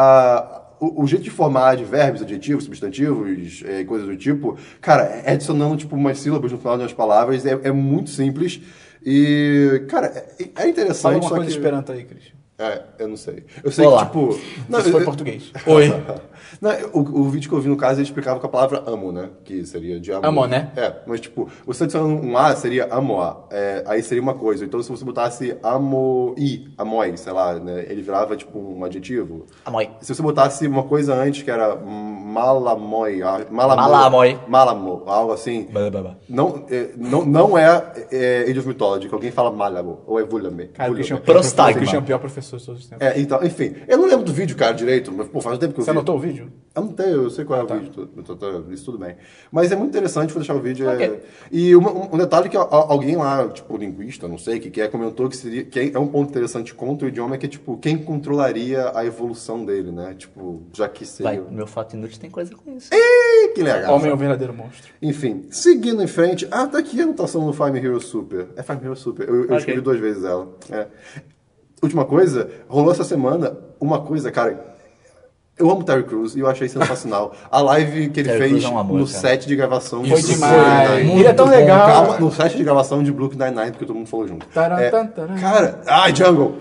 Speaker 3: a, o, o jeito de formar advérbios, adjetivos, substantivos, é, coisas do tipo, cara, é adicionando tipo umas sílabas no final das palavras, é, é muito simples. E, cara, é, é
Speaker 1: Fala
Speaker 3: interessante.
Speaker 1: alguma
Speaker 3: só
Speaker 1: coisa
Speaker 3: que...
Speaker 1: de esperanto aí, Christian.
Speaker 3: É, eu não sei. Eu sei
Speaker 2: Olá.
Speaker 3: que, tipo.
Speaker 1: Isso foi português.
Speaker 4: Oi.
Speaker 3: Não, o, o vídeo que eu vi no caso ele explicava com a palavra amo, né? Que seria de amor.
Speaker 1: Amo, né?
Speaker 3: É, mas tipo, você adicionando um A seria amoa. É, aí seria uma coisa. Então se você botasse amoi, amoi, sei lá, né? Ele virava tipo um adjetivo.
Speaker 2: Amoi.
Speaker 3: Se você botasse uma coisa antes que era malamoi, ah, malamor,
Speaker 2: Malamoi.
Speaker 3: malamo, algo assim.
Speaker 2: Malababa.
Speaker 3: Não, é, não, não é, é Age of Mythology, que alguém fala malamo, ou é vulame.
Speaker 1: Cara, o
Speaker 3: vulame.
Speaker 1: Christian é o pior-
Speaker 2: Prostagma.
Speaker 1: o Christian é o pior professor de todos os tempos.
Speaker 3: É, então, enfim. Eu não lembro do vídeo, cara, direito, mas, pô, faz um tempo que eu
Speaker 1: Você
Speaker 3: vi.
Speaker 1: anotou o vídio?
Speaker 3: Eu não tenho, eu sei qual é o
Speaker 2: Tá.
Speaker 3: vídeo, tu- tu- tu- isso tudo bem. Mas é muito interessante, vou deixar o vídeo. é-
Speaker 2: Ok.
Speaker 3: E uma- um, um detalhe que a- a- alguém lá, tipo, linguista, não sei, que, que é, comentou que, seria, que é um ponto interessante contra o idioma, é que, tipo, quem controlaria a evolução dele, né? Tipo, já que
Speaker 2: vai,
Speaker 3: seria...
Speaker 2: meu fato inútil tem coisa com isso.
Speaker 3: Ih, Que legal.
Speaker 1: Homem é um verdadeiro monstro.
Speaker 3: Enfim, seguindo em frente. Ah, tá aqui a anotação do Fime Hero Super. É Fime Hero Super. Eu, eu
Speaker 2: Ok.
Speaker 3: escrevi duas vezes ela. É. Última coisa, rolou essa semana uma coisa, cara. Eu amo Terry Crews e eu achei sensacional. A live que ele
Speaker 2: Terry
Speaker 3: fez
Speaker 2: Crews é um amor,
Speaker 3: no
Speaker 2: cara.
Speaker 3: set de gravação
Speaker 1: Foi
Speaker 3: de
Speaker 1: demais.
Speaker 3: Brooklyn Nine-Nine.
Speaker 1: Ele é tão
Speaker 4: Muito bom,
Speaker 1: legal.
Speaker 3: Calma, no set de gravação de Brook Nine-Nine, porque todo mundo falou junto.
Speaker 1: Taran,
Speaker 3: É,
Speaker 1: tan, taran.
Speaker 3: cara, ai, Jungle!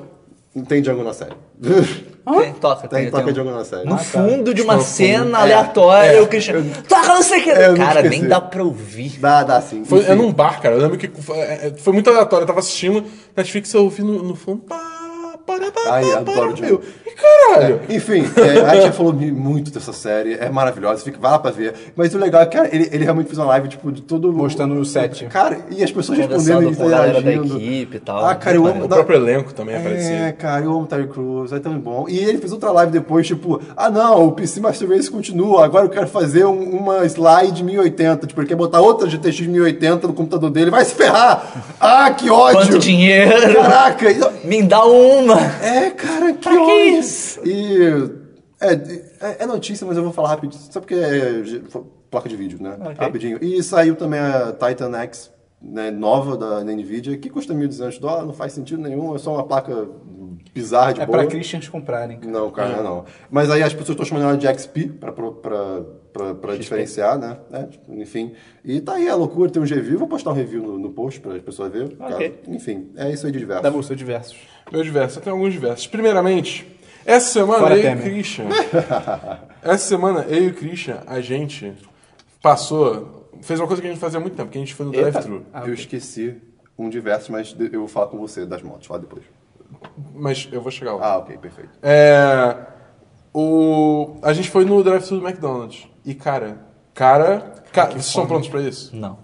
Speaker 3: Não tem Jungle na série. [LAUGHS]
Speaker 2: Tem, toca,
Speaker 3: tem
Speaker 2: tem,
Speaker 3: toca Ah,
Speaker 2: tem um-
Speaker 3: Jungle na série.
Speaker 2: No fundo de uma cena
Speaker 3: É,
Speaker 2: aleatória, o Christian. Toca não sei o que.
Speaker 3: É, eu não
Speaker 2: cara,
Speaker 3: esqueci.
Speaker 2: nem dá pra ouvir.
Speaker 3: Dá, dá sim.
Speaker 4: Foi,
Speaker 3: Enfim.
Speaker 4: é num bar, cara. Eu lembro que foi, é, é, foi muito aleatório. Eu tava assistindo Netflix, eu ouvi no, no fundo. Pá, para, para,
Speaker 3: Ai,
Speaker 4: para,
Speaker 3: adoro
Speaker 4: para,
Speaker 3: demais.
Speaker 4: meu. E caralho.
Speaker 3: Enfim, é, a gente já falou mi- muito dessa série, é maravilhosa, fica, vai lá pra ver. Mas o legal é que cara, ele, ele realmente fez uma live, tipo, de todo
Speaker 1: Mostrando o set.
Speaker 3: Cara, e as pessoas
Speaker 2: Conversando
Speaker 3: respondendo e
Speaker 2: com a galera da
Speaker 3: interagindo.
Speaker 2: equipe e tal.
Speaker 3: Ah, cara, eu amo.
Speaker 4: O próprio elenco também aparecia.
Speaker 3: É, cara, eu amo Terry Crews, é tão bom. E ele fez outra live depois, tipo, ah não, o PC Master Race continua, agora eu quero fazer um- uma slide 1080, tipo, ele quer botar outra GTX 1080 no computador dele, vai se ferrar! Ah, que ódio!
Speaker 2: Quanto dinheiro!
Speaker 3: [LAUGHS] Caraca! e-
Speaker 2: Me dá uma!
Speaker 3: é, cara,
Speaker 2: que
Speaker 3: que ódio.
Speaker 2: isso?
Speaker 3: E. É, é- é notícia, mas eu vou falar rapidinho. Só porque é ge- fo- placa de vídeo, né? Rapidinho. E saiu também a Titan X né, nova da, da Nvidia, que custa 1.200 dólares, não faz sentido nenhum, é só uma placa bizarra de
Speaker 1: É
Speaker 3: boa.
Speaker 1: pra Christians comprarem, cara.
Speaker 3: Não, cara,
Speaker 2: É.
Speaker 3: não. Mas aí as pessoas estão chamando ela de XP pra, pro- pra, pra, pra diferenciar, né? É, tipo, enfim. E tá aí a loucura, tem um review. Vou postar um review no, no post pra as pessoas verem.
Speaker 2: Ok.
Speaker 3: caso- Enfim, é isso aí de diverso.
Speaker 1: Dabu, seu diversos.
Speaker 4: Meu diverso, eu tenho alguns diversos. Primeiramente, essa semana
Speaker 1: Fora
Speaker 4: eu e o
Speaker 1: Temer.
Speaker 4: Christian. essa semana eu e o Christian, a gente passou. Fez uma coisa que a gente fazia há muito tempo, que a gente foi no
Speaker 3: Eita,
Speaker 4: drive-thru.
Speaker 3: Eu esqueci um diverso, mas de- eu vou falar com você das motos lá depois.
Speaker 4: Mas eu vou chegar lá.
Speaker 3: Ah, ok, perfeito.
Speaker 4: É. O... A gente foi no drive-thru do McDonald's. E, cara, cara. cara vocês estão prontos pra isso?
Speaker 2: Não.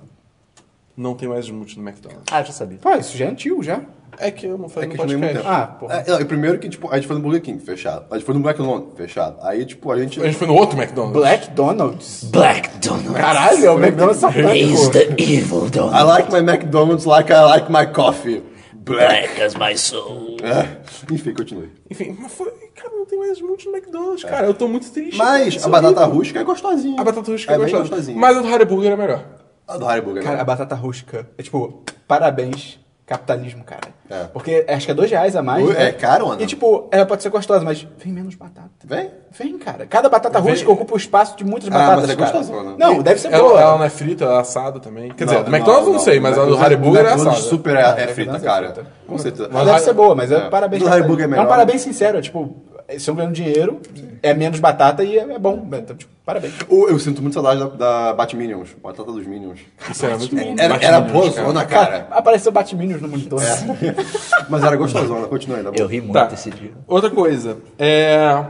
Speaker 4: Não tem mais smoothie no McDonald's.
Speaker 2: Ah, já sabia.
Speaker 1: Pô, isso já é antigo, já.
Speaker 4: É que eu não
Speaker 3: É
Speaker 4: falei
Speaker 3: que
Speaker 4: no
Speaker 3: a gente não é muito
Speaker 4: podcast.
Speaker 3: tempo.
Speaker 1: Ah, porra.
Speaker 3: É, não, e primeiro que, tipo, a gente foi no Burger King, fechado. A gente foi no McDonald's, fechado. Aí, tipo, a gente...
Speaker 4: Ah, A gente foi no outro McDonald's.
Speaker 1: Black Donald's.
Speaker 2: Black Ah. Donald
Speaker 1: Caralho, é o McDonald's
Speaker 2: is
Speaker 1: satânico.
Speaker 2: the evil
Speaker 3: I
Speaker 2: Donald.
Speaker 3: like my McDonald's like I like my coffee. Black.
Speaker 2: Black as my soul.
Speaker 3: É. Enfim, continue.
Speaker 4: Enfim, mas foi. Cara, não tem mais smoothie no McDonald's, cara. Eu tô muito triste. cara,
Speaker 3: Mas
Speaker 4: isso
Speaker 3: a
Speaker 4: é
Speaker 3: batata
Speaker 4: horrível.
Speaker 3: rústica é gostosinha.
Speaker 4: A batata rústica
Speaker 3: é,
Speaker 4: é,
Speaker 3: bem
Speaker 4: gostosa.
Speaker 3: gostosinha.
Speaker 4: Mas a do Harry Burger é melhor.
Speaker 3: Adoro hambúrguer. né?
Speaker 1: Cara, a batata rústica é tipo, parabéns, capitalismo, cara.
Speaker 3: É.
Speaker 1: Porque acho que é dois reais a mais.
Speaker 3: Ui, é caro ou não?
Speaker 1: E tipo, ela pode ser gostosa, mas vem menos batata.
Speaker 3: Vem?
Speaker 1: Vem, cara. Cada batata rústica ocupa o espaço de muitas batatas.
Speaker 3: mas é
Speaker 1: cara.
Speaker 3: gostosona.
Speaker 1: Não, deve ser
Speaker 4: Ela,
Speaker 1: boa.
Speaker 4: ela não é frita, ela é assada também. Quer dizer, do McDonald's eu não, sei, mas a do Haribo é assada.
Speaker 3: McDonald's super é, é frita,
Speaker 1: McDonald's é
Speaker 3: cara. Com certeza.
Speaker 1: Ela deve ser boa, mas é,
Speaker 3: É.
Speaker 1: parabéns.
Speaker 3: Do
Speaker 1: pra
Speaker 3: Haribo
Speaker 1: ela.
Speaker 3: é
Speaker 1: é
Speaker 3: melhor.
Speaker 1: um parabéns sincero. É tipo, eles estão ganhando dinheiro, é menos batata e é, é bom. Então, tipo, parabéns.
Speaker 3: Eu, eu sinto muito saudade da, da Batminions, Batata dos Minions.
Speaker 4: Isso era muito bom.
Speaker 3: Era, era boa zona, cara.
Speaker 1: [LAUGHS]
Speaker 3: É.
Speaker 1: Apareceu Batminions no É monitor.
Speaker 3: Mas era gostosona, continua ainda.
Speaker 2: Eu ri muito
Speaker 4: Tá.
Speaker 2: esse dia.
Speaker 4: Outra coisa, é...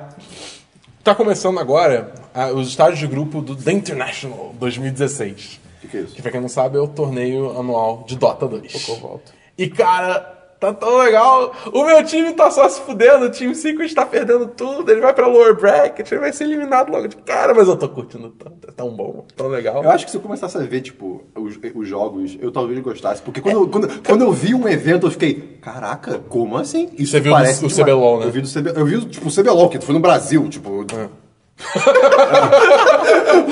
Speaker 4: Tá começando agora ah, os estágios de grupo do The International 2016.
Speaker 3: Que que é isso?
Speaker 4: Que pra quem não sabe é o torneio anual de Dota 2. Pouco eu volto. E cara, tá tão legal. O meu time tá só se fudendo, o time Secret tá perdendo tudo, ele vai pra lower bracket, ele vai ser eliminado logo de cara, mas eu tô curtindo tanto, é tão bom, tão legal.
Speaker 3: Eu acho que se eu começasse a ver, tipo, os, os jogos, eu talvez gostasse. Porque quando, eu- quando, quando eu vi um evento, eu fiquei, caraca, como assim? Isso
Speaker 4: Você viu
Speaker 3: parece
Speaker 4: do- o
Speaker 3: demais."
Speaker 4: CBLOL, né?
Speaker 3: Eu vi do CBLOL, eu vi, tipo, o CBLOL, que foi no Brasil, tipo...
Speaker 4: É.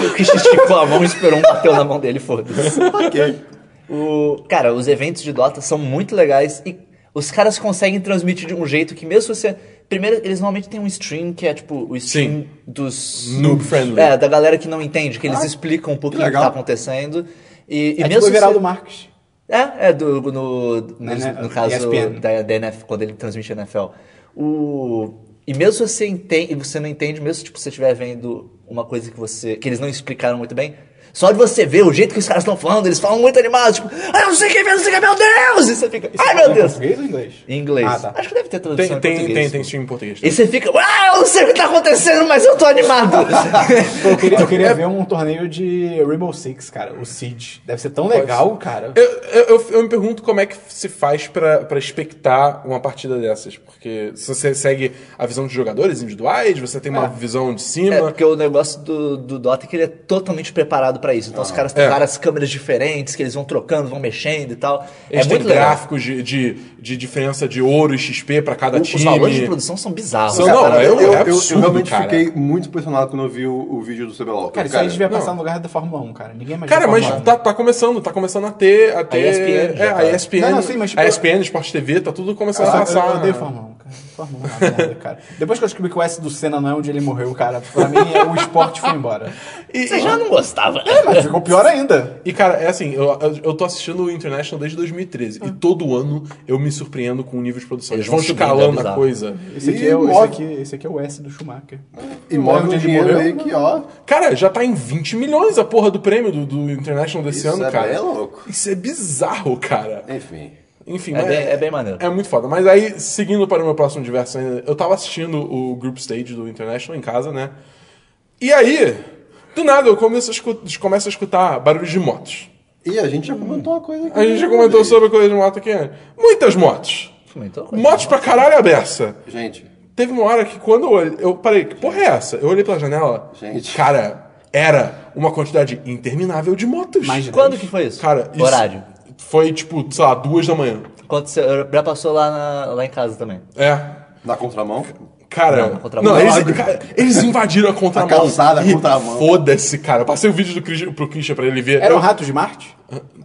Speaker 2: O Christian esticou a mão e esperou um papel na mão dele, foda-se.
Speaker 3: ok.
Speaker 2: O... Cara, os eventos de Dota são muito legais e os caras conseguem transmitir de um jeito que mesmo se você... Primeiro, eles normalmente têm um stream que é tipo o stream
Speaker 4: Sim.
Speaker 2: dos...
Speaker 4: Noob friendly.
Speaker 2: É, da galera que não entende, que eles explicam um pouquinho o que
Speaker 3: legal.
Speaker 2: tá acontecendo. E, e
Speaker 1: É
Speaker 2: mesmo
Speaker 1: tipo o
Speaker 2: se você-
Speaker 1: Everaldo Marques.
Speaker 2: É, é do, no, no,
Speaker 1: Na-
Speaker 2: no
Speaker 1: na-
Speaker 2: caso
Speaker 1: ESPN.
Speaker 2: da, da NFL, quando ele transmite a NFL. O, e mesmo se você entende, e você não entende, mesmo tipo, se você estiver vendo uma coisa que você. que eles não explicaram muito bem, só de você ver o jeito que os caras estão falando, eles falam muito animados, tipo, ah, eu não sei quem fez, não sei quem, meu Deus! E você fica,
Speaker 4: é
Speaker 2: ai meu
Speaker 1: é Em
Speaker 2: Deus!
Speaker 1: Português ou inglês?
Speaker 2: Em inglês.
Speaker 1: Ah, tá.
Speaker 2: Acho que deve ter tradução
Speaker 4: Tem,
Speaker 2: em
Speaker 4: tem,
Speaker 2: português.
Speaker 4: tem, tem stream em português. tá?
Speaker 2: E você fica, ah, eu não sei o que tá acontecendo, mas eu
Speaker 4: [LAUGHS]
Speaker 2: tô animado!
Speaker 1: Eu queria, eu
Speaker 4: é-
Speaker 1: queria ver um torneio de Rainbow Six, cara. O Siege. Deve ser tão legal, cara.
Speaker 4: Eu, eu, eu- eu me pergunto como é que se faz pra pra expectar uma partida dessas. Porque se você segue a visão de jogadores individuais, você tem uma visão de
Speaker 2: É,
Speaker 4: cima.
Speaker 2: porque o negócio do, do Dota é que ele é totalmente preparado pra isso. Então os caras têm
Speaker 4: É.
Speaker 2: várias câmeras diferentes que eles vão trocando, vão mexendo e tal.
Speaker 4: Eles
Speaker 2: é
Speaker 4: têm
Speaker 2: muito legal.
Speaker 4: gráficos de, de, de diferença de ouro e XP pra cada
Speaker 2: O-
Speaker 4: time.
Speaker 2: Os valores de produção são bizarros.
Speaker 4: São-
Speaker 2: cara.
Speaker 4: não, é
Speaker 3: eu,
Speaker 4: um-
Speaker 3: eu,
Speaker 4: é
Speaker 3: eu- eu
Speaker 4: absurdo,
Speaker 3: realmente
Speaker 4: cara.
Speaker 3: fiquei muito impressionado quando eu vi o, o vídeo do CBLOL.
Speaker 1: Cara, isso aí devia passar no lugar da Fórmula 1, cara. Ninguém mais
Speaker 4: Cara,
Speaker 1: vê
Speaker 4: mas
Speaker 1: Fórmula 1.
Speaker 4: tá, tá começando, tá começando a ter. A ter
Speaker 2: ESPN já
Speaker 4: é,
Speaker 2: tá.
Speaker 4: a ESPN.
Speaker 1: Não, não, sim, mas tipo-
Speaker 4: a ESPN, Sport TV, tá tudo começando a
Speaker 1: Ah, eu,
Speaker 4: passar.
Speaker 1: eu odeio Fórmula 1, cara. Fórmula 1 é uma merda, cara. Depois que eu descobri que o S do Senna não é onde ele morreu, cara, pra mim é o esporte foi embora. É,
Speaker 4: E-
Speaker 2: Você já não gostava.
Speaker 4: É,
Speaker 2: né?
Speaker 1: Mas ficou pior ainda.
Speaker 4: E, cara, é assim, eu, eu- eu tô assistindo o International desde 2013. E todo ano eu me surpreendo com o nível de produção.
Speaker 2: Ah. Eles
Speaker 4: Eles vão
Speaker 2: vão subindo, é
Speaker 4: escalando a
Speaker 2: bizarro.
Speaker 4: coisa.
Speaker 1: Esse aqui,
Speaker 3: E
Speaker 1: é, o- esse,
Speaker 3: move.
Speaker 1: aqui, esse aqui é o S do Schumacher.
Speaker 3: E move um dinheiro aí que, ó...
Speaker 4: Cara, já tá em 20 milhões a porra do prêmio do, do International desse
Speaker 3: Isso
Speaker 4: ano,
Speaker 3: é
Speaker 4: cara.
Speaker 3: bem louco.
Speaker 4: Isso é bizarro, cara.
Speaker 3: Enfim.
Speaker 4: Enfim,
Speaker 2: É
Speaker 4: mas
Speaker 2: bem- é bem maneiro.
Speaker 4: É muito foda. Mas aí, seguindo para o meu próximo diverso ainda, eu tava assistindo o Group Stage do International em casa, né? E aí, do nada, eu começo a, escu- começo a escutar barulhos de motos.
Speaker 3: E a gente já comentou uma coisa aqui. né?
Speaker 4: A gente já comentou sobre a coisa de moto aqui antes. Muitas motos.
Speaker 2: Comentou?
Speaker 3: é.
Speaker 4: Motos pra caralho aberta.
Speaker 3: Gente,
Speaker 4: Teve uma hora que quando eu olhei, eu parei, que porra é essa? Eu olhei pela janela,
Speaker 3: Gente.
Speaker 4: cara, era uma quantidade interminável de motos.
Speaker 1: Mais de
Speaker 2: Quando que foi isso?
Speaker 4: Cara, isso
Speaker 2: Horário.
Speaker 4: Foi tipo, sei lá, duas da manhã.
Speaker 2: Aconteceu, já passou lá, na- lá em casa também.
Speaker 4: É.
Speaker 3: na contramão...
Speaker 4: Cara,
Speaker 2: Não, a
Speaker 4: não,
Speaker 2: contramão.
Speaker 4: eles, cara, eles invadiram a contramão.
Speaker 3: A calçada, a
Speaker 4: E
Speaker 3: contramão.
Speaker 4: Foda-se, cara. Eu passei o vídeo do Christian, pro Christian pra ele ver.
Speaker 1: Era um
Speaker 4: Eu-
Speaker 1: rato de Marte?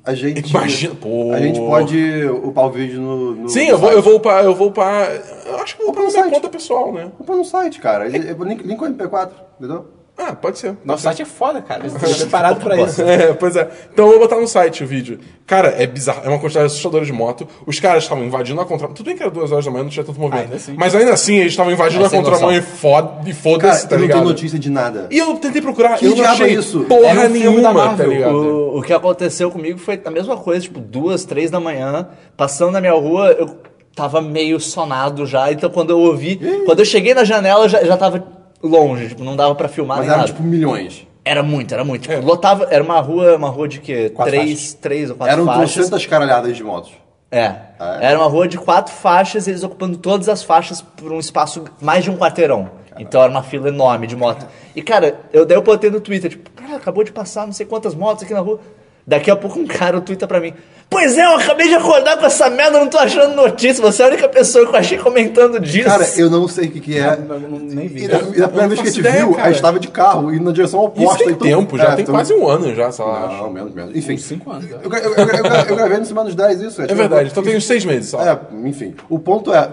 Speaker 3: A gente.
Speaker 4: Imagina, pô.
Speaker 3: A gente pode upar o vídeo no. no
Speaker 4: Sim,
Speaker 3: no
Speaker 4: eu vou,
Speaker 3: site.
Speaker 4: eu vou upar, eu vou upar. Eu acho que eu vou upar na minha
Speaker 3: site.
Speaker 4: conta pessoal, né?
Speaker 3: Upar no site, cara. Eu- eu- Link, link com MP4, entendeu?
Speaker 4: Ah, pode ser.
Speaker 1: Nosso site é foda, cara. Eles estão preparados pra isso.
Speaker 4: [LAUGHS] É, pois é. Então eu vou botar no site o vídeo. Cara, é bizarro. É uma quantidade assustadora de moto. Os caras estavam invadindo a contramão. Tudo bem que era duas horas da manhã, não tinha tanto movimento.
Speaker 1: Ainda assim.
Speaker 4: Mas ainda assim, eles estavam invadindo
Speaker 2: É,
Speaker 4: a
Speaker 2: sem
Speaker 4: contramão
Speaker 2: noção.
Speaker 4: e foda- e
Speaker 3: Cara,
Speaker 4: foda-se, tá
Speaker 3: eu não tenho
Speaker 4: ligado?
Speaker 3: notícia de nada.
Speaker 4: E eu tentei procurar,
Speaker 3: Que
Speaker 4: eu não
Speaker 3: diabo
Speaker 4: achei
Speaker 3: é isso?
Speaker 4: porra
Speaker 1: Era um filme da
Speaker 4: nenhuma, tá
Speaker 1: Marvel.
Speaker 4: ligado?
Speaker 2: O, o que aconteceu comigo foi a mesma coisa, tipo, duas, três da manhã, passando na minha rua, eu tava meio sonado já, então quando eu ouvi, quando eu cheguei na janela, já, já tava longe, tipo, não dava pra filmar
Speaker 3: Mas
Speaker 4: tá
Speaker 2: nem
Speaker 3: eram
Speaker 2: nada.
Speaker 3: tipo milhões.
Speaker 2: Era muito, era
Speaker 3: É.
Speaker 2: muito. Tipo, lotava, era uma rua, uma rua de quê? três, três ou quatro
Speaker 3: Eram
Speaker 2: faixas.
Speaker 3: 200 caralhadas de motos.
Speaker 2: É.
Speaker 3: um Ah, é?
Speaker 2: Era uma rua de quatro faixas, eles ocupando todas as faixas por um espaço mais de um quarteirão. Então era uma fila enorme de moto. E cara, eu daí eu botei no Twitter, tipo, cara, acabou de passar não sei quantas motos aqui na rua. Daqui a pouco um cara twitta pra mim. Pois é, eu acabei de acordar com essa merda, não tô achando notícia. Você é a única pessoa que eu achei comentando disso.
Speaker 3: Cara, eu não sei o que, que é.
Speaker 1: Não, não- nem vi.
Speaker 3: E da, e da primeira vez que a
Speaker 4: faço
Speaker 3: gente
Speaker 4: ideia,
Speaker 3: viu,
Speaker 4: cara.
Speaker 3: a gente tava de carro, indo na direção
Speaker 4: Isso
Speaker 3: oposta.
Speaker 4: tem
Speaker 3: então-
Speaker 4: tempo, já
Speaker 3: É,
Speaker 4: tem
Speaker 3: então-
Speaker 4: quase um ano já, sei lá.
Speaker 3: Não, menos, menos. Enfim.
Speaker 1: Uns cinco anos,
Speaker 3: Eu, eu, eu, eu- eu gravei no Semana dos 10 isso.
Speaker 4: É verdade, então tem uns seis meses só.
Speaker 3: É, enfim. O ponto é.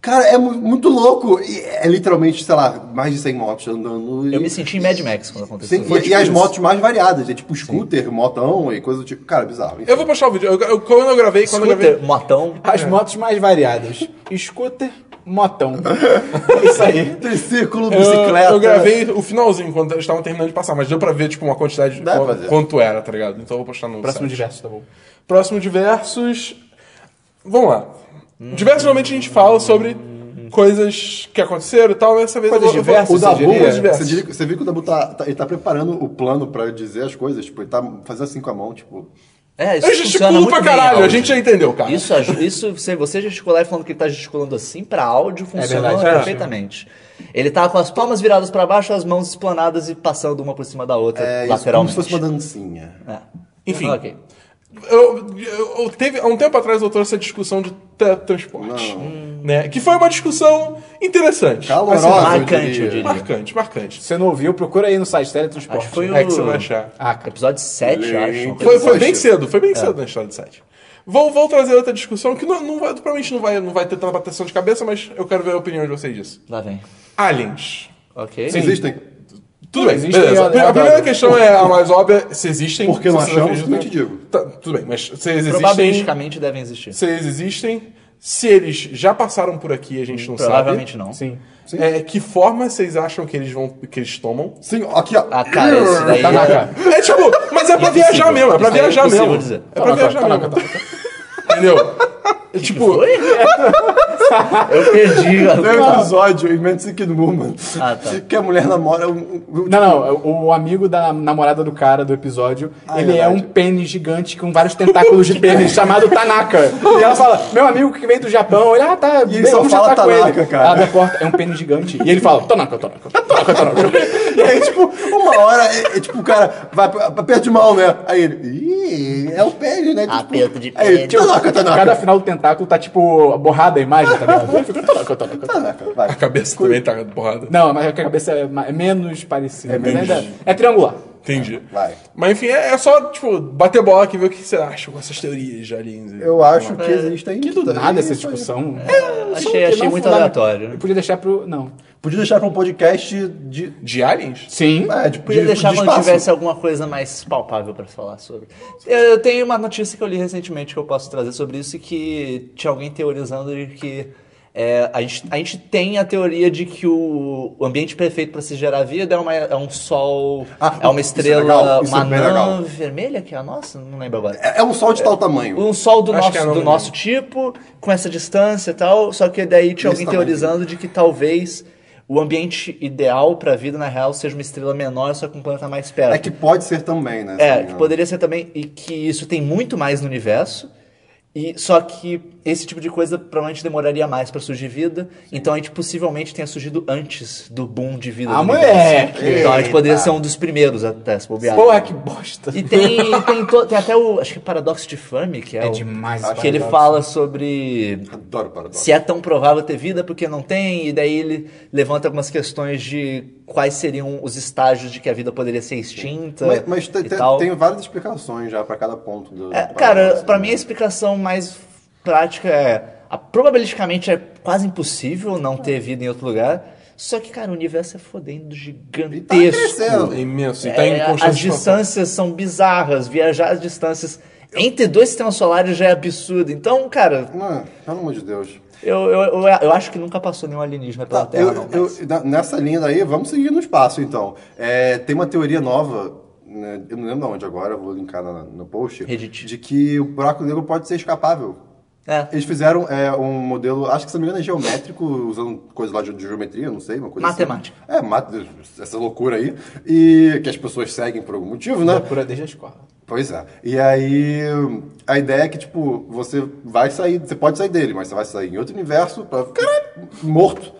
Speaker 3: Cara, é mu- muito louco. E é literalmente, sei lá, mais de 100 motos andando. e-
Speaker 2: Eu me senti em Mad Max quando aconteceu.
Speaker 3: Sim,
Speaker 2: isso.
Speaker 3: e, e as motos mais variadas, é tipo scooter, motão e coisa do tipo. Cara, bizarro. enfim.
Speaker 4: Eu vou postar o vídeo. Eu, eu- quando eu gravei, quando eu
Speaker 2: Scooter,
Speaker 4: gravei.
Speaker 2: motão.
Speaker 4: É.
Speaker 1: As motos mais variadas. Scooter, motão. É isso aí.
Speaker 3: Triciclo,
Speaker 4: eu-
Speaker 3: bicicleta.
Speaker 4: Eu, gravei o finalzinho, quando eles estavam terminando de passar, mas deu pra ver, tipo, uma quantidade de
Speaker 3: Dá pra
Speaker 4: quanto,
Speaker 3: ver.
Speaker 4: quanto era, tá ligado? Então eu vou postar no
Speaker 1: Próximo
Speaker 4: site.
Speaker 1: diverso, tá bom.
Speaker 4: Próximo de versus. Vamos lá. Diversos normalmente a gente fala sobre coisas que aconteceram e tal, mas essa vez
Speaker 1: Coisas
Speaker 4: eu vou,
Speaker 1: diversas,
Speaker 4: eu
Speaker 3: O
Speaker 4: vou,
Speaker 1: você
Speaker 3: Dabu,
Speaker 1: diria?
Speaker 3: você,
Speaker 4: diversos.
Speaker 3: diria- você viu que o Dabu tá, tá- ele tá preparando o plano pra dizer as coisas, tipo, ele tá fazendo assim com a mão, tipo.
Speaker 2: É, isso
Speaker 4: Eu
Speaker 2: funciona
Speaker 4: gesticulo
Speaker 2: muito
Speaker 4: pra
Speaker 2: bem,
Speaker 4: caralho, a
Speaker 2: áudio.
Speaker 4: gente já entendeu, cara.
Speaker 2: Isso, aju- isso se você gesticular e falando que ele tá gesticulando assim pra áudio, funciona
Speaker 1: verdade, é.
Speaker 2: perfeitamente. Ele tá com as palmas viradas pra baixo, as mãos esplanadas e passando uma por cima da outra,
Speaker 3: É, isso, como se
Speaker 2: lateralmente.
Speaker 3: fosse uma dancinha.
Speaker 2: É.
Speaker 4: Enfim.
Speaker 2: Ok.
Speaker 4: Eu, eu- eu teve, há um tempo atrás eu trouxe essa discussão de teletransporte. Né? Que foi uma discussão interessante.
Speaker 3: Calorosa,
Speaker 4: Assim,
Speaker 2: marcante, eu diria.
Speaker 4: marcante, marcante.
Speaker 1: Se você não ouviu, procura aí no site Teletransporte.
Speaker 2: Acho que foi o
Speaker 4: É que você vai achar.
Speaker 1: Ah, cara.
Speaker 2: episódio 7, acho.
Speaker 4: Foi, foi bem
Speaker 3: Poxa.
Speaker 4: cedo, foi bem cedo na história do site. Vou, vou trazer outra discussão que não, não vai, provavelmente não vai, não vai ter tanta bateção de cabeça, mas eu quero ver a opinião de vocês disso.
Speaker 2: Lá vem.
Speaker 4: Aliens.
Speaker 2: Ok.
Speaker 3: Existem?
Speaker 4: Tudo bem,
Speaker 1: Existem,
Speaker 4: beleza.
Speaker 1: eu-
Speaker 4: A pri-
Speaker 1: eu
Speaker 4: a primeira
Speaker 1: adoro.
Speaker 4: questão é a mais óbvia, se existem.
Speaker 3: Porque não
Speaker 4: se vocês
Speaker 3: achamos,
Speaker 4: acreditam.
Speaker 3: não te digo.
Speaker 4: Tá, tudo bem, mas se eles existem,
Speaker 2: Probabilisticamente devem existir.
Speaker 4: se eles existem, se eles já passaram por aqui, a gente não
Speaker 2: Provavelmente
Speaker 4: sabe.
Speaker 2: não.
Speaker 1: Sim.
Speaker 4: É, que forma vocês acham que eles vão, que eles tomam?
Speaker 3: Sim, aqui, ó.
Speaker 2: Ah, cara, esse daí.
Speaker 1: Tá na cara.
Speaker 4: É tipo, mas é pra viajar mesmo, é pra
Speaker 2: Isso aí é
Speaker 4: viajar
Speaker 2: impossível
Speaker 4: mesmo.
Speaker 2: dizer.
Speaker 4: É pra viajar
Speaker 1: Tá
Speaker 4: mesmo. Entendeu? É Tipo, [LAUGHS]
Speaker 2: Eu perdi.
Speaker 3: Tem um episódio em Mansick Newman
Speaker 2: Ah, tá.
Speaker 3: que a mulher namora um. um- [LAUGHS]
Speaker 1: Não, não, o amigo da namorada do cara do episódio,
Speaker 3: Ah,
Speaker 1: ele é
Speaker 3: verdade.
Speaker 1: um pênis gigante com vários tentáculos de
Speaker 3: [LAUGHS]
Speaker 1: pênis chamado Tanaka. E ela fala, meu amigo que veio do Japão, ele, ah, tá,
Speaker 3: ele
Speaker 1: bem,
Speaker 3: só
Speaker 1: vamos
Speaker 3: fala
Speaker 1: jantar com
Speaker 3: Tanaka,
Speaker 1: ele.
Speaker 3: cara.
Speaker 1: Abre a porta, é um pênis gigante. E ele fala, Tanaka, Tanaka, Tanaka, Tanaka.
Speaker 3: E aí, tipo, uma hora, é, é, tipo, o cara vai pra- pra perto de mão, né? Aí ele. Ih, é o pênis, né?
Speaker 2: Aperto Ah, de
Speaker 3: aí ele,
Speaker 2: pênis.
Speaker 3: [LAUGHS] Tanaka,
Speaker 1: Cada
Speaker 3: Tanaka.
Speaker 1: final do tentáculo tá, tipo, borrada a imagem, tá ligado? [LAUGHS] Ele fica, Tanaka, Tanaka.
Speaker 3: Tanaka, vai.
Speaker 4: a cabeça também tá dando porrada.
Speaker 1: Não, mas a cabeça é ma- é menos parecida.
Speaker 3: É
Speaker 1: mas
Speaker 3: menos.
Speaker 1: ainda é triangular.
Speaker 4: Entendi.
Speaker 3: Vai.
Speaker 4: Mas enfim, é, é só, tipo, bater bola aqui e ver o que você acha com essas teorias de aliens.
Speaker 3: Eu acho
Speaker 2: É,
Speaker 3: que existem.
Speaker 1: Que do nada essa
Speaker 3: Isso aí.
Speaker 1: discussão.
Speaker 2: Achei,
Speaker 1: Que não
Speaker 2: achei muito
Speaker 1: fundamenta-
Speaker 2: aleatório.
Speaker 1: Eu podia deixar pro... Não.
Speaker 3: Podia deixar pra um podcast de.
Speaker 4: De aliens?
Speaker 1: Sim.
Speaker 3: É, de,
Speaker 2: Podia
Speaker 3: de,
Speaker 2: deixar
Speaker 3: de
Speaker 2: quando
Speaker 3: espaço.
Speaker 2: tivesse alguma coisa mais palpável pra falar sobre. Eu, eu tenho uma notícia que eu li recentemente que eu posso trazer sobre isso e que tinha alguém teorizando de que é, a, gente, a gente tem a teoria de que o, o ambiente perfeito pra se gerar vida é, uma- é um sol,
Speaker 3: Ah,
Speaker 2: é uma
Speaker 3: isso é legal,
Speaker 2: estrela,
Speaker 3: isso é
Speaker 2: uma
Speaker 3: bem legal.
Speaker 2: anã vermelha que é a nossa, não lembro agora.
Speaker 3: É é um sol de tal tamanho.
Speaker 2: Um sol do,
Speaker 4: Acho que é
Speaker 2: nosso,
Speaker 4: a
Speaker 2: do
Speaker 4: nona
Speaker 2: nosso tipo, com essa distância e tal, só que daí tinha alguém
Speaker 3: tamanho.
Speaker 2: teorizando de que talvez o ambiente ideal pra vida na real seja uma estrela menor, só com um planeta mais perto.
Speaker 3: É que pode ser também, né?
Speaker 2: É,
Speaker 3: assim,
Speaker 2: que
Speaker 3: né?
Speaker 2: poderia ser também, e que isso tem muito mais no universo, e só que esse tipo de coisa provavelmente demoraria mais pra surgir vida, então a gente possivelmente tenha surgido antes do boom de vida
Speaker 1: Ah,
Speaker 2: do
Speaker 1: moleque!
Speaker 2: universo. Então a gente poderia
Speaker 3: Eita.
Speaker 2: ser um dos primeiros até se bobear.
Speaker 1: Porra, que bosta.
Speaker 2: E tem, tem, to- tem até o, acho que Paradoxo de Fermi, que é,
Speaker 1: É
Speaker 2: o-
Speaker 1: demais
Speaker 2: que ele fala sobre
Speaker 3: Adoro paradoxo.
Speaker 2: se é tão provável ter vida porque não tem, e daí ele levanta algumas questões de quais seriam os estágios de que a vida poderia ser extinta.
Speaker 3: Mas, mas te-
Speaker 2: e
Speaker 3: te-
Speaker 2: tal.
Speaker 3: tem várias explicações já pra cada ponto do.
Speaker 2: É,
Speaker 3: do
Speaker 2: cara,
Speaker 3: paradoxo,
Speaker 2: pra
Speaker 3: né?
Speaker 2: mim a explicação mais prática é. A, probabilisticamente é quase impossível não ter vida em outro lugar. Só que, cara, o universo é fodendo gigantesco.
Speaker 3: tá crescendo.
Speaker 4: É imenso. E tá
Speaker 2: É,
Speaker 4: em
Speaker 2: as
Speaker 4: constante expansão.
Speaker 2: distâncias são bizarras. Viajar as distâncias entre dois sistemas solares já é absurdo. Então, cara,
Speaker 3: Mano, pelo amor de Deus.
Speaker 2: eu, eu, eu, eu acho que nunca passou nenhum alienígena
Speaker 4: Ah,
Speaker 2: pela Terra.
Speaker 3: Eu-
Speaker 2: não, né?
Speaker 3: eu-
Speaker 2: mas-
Speaker 3: na- nessa linha daí, vamos seguir no espaço, então. É, tem uma teoria nova, né, eu não lembro de onde agora, eu vou linkar na- no post,
Speaker 2: Reddit.
Speaker 3: de que o buraco negro pode ser escapável.
Speaker 2: É.
Speaker 3: Eles fizeram é, um modelo, acho que se não me engano é geométrico, usando coisa lá de de geometria, não sei, uma coisa
Speaker 2: Matemática.
Speaker 3: Assim. É, mate- essa loucura aí, e que as pessoas seguem por algum motivo, né?
Speaker 1: Loucura desde a escola.
Speaker 3: Pois é. E aí, a ideia é que, tipo, você vai sair, você pode sair dele, mas você vai sair em outro universo pra... morto.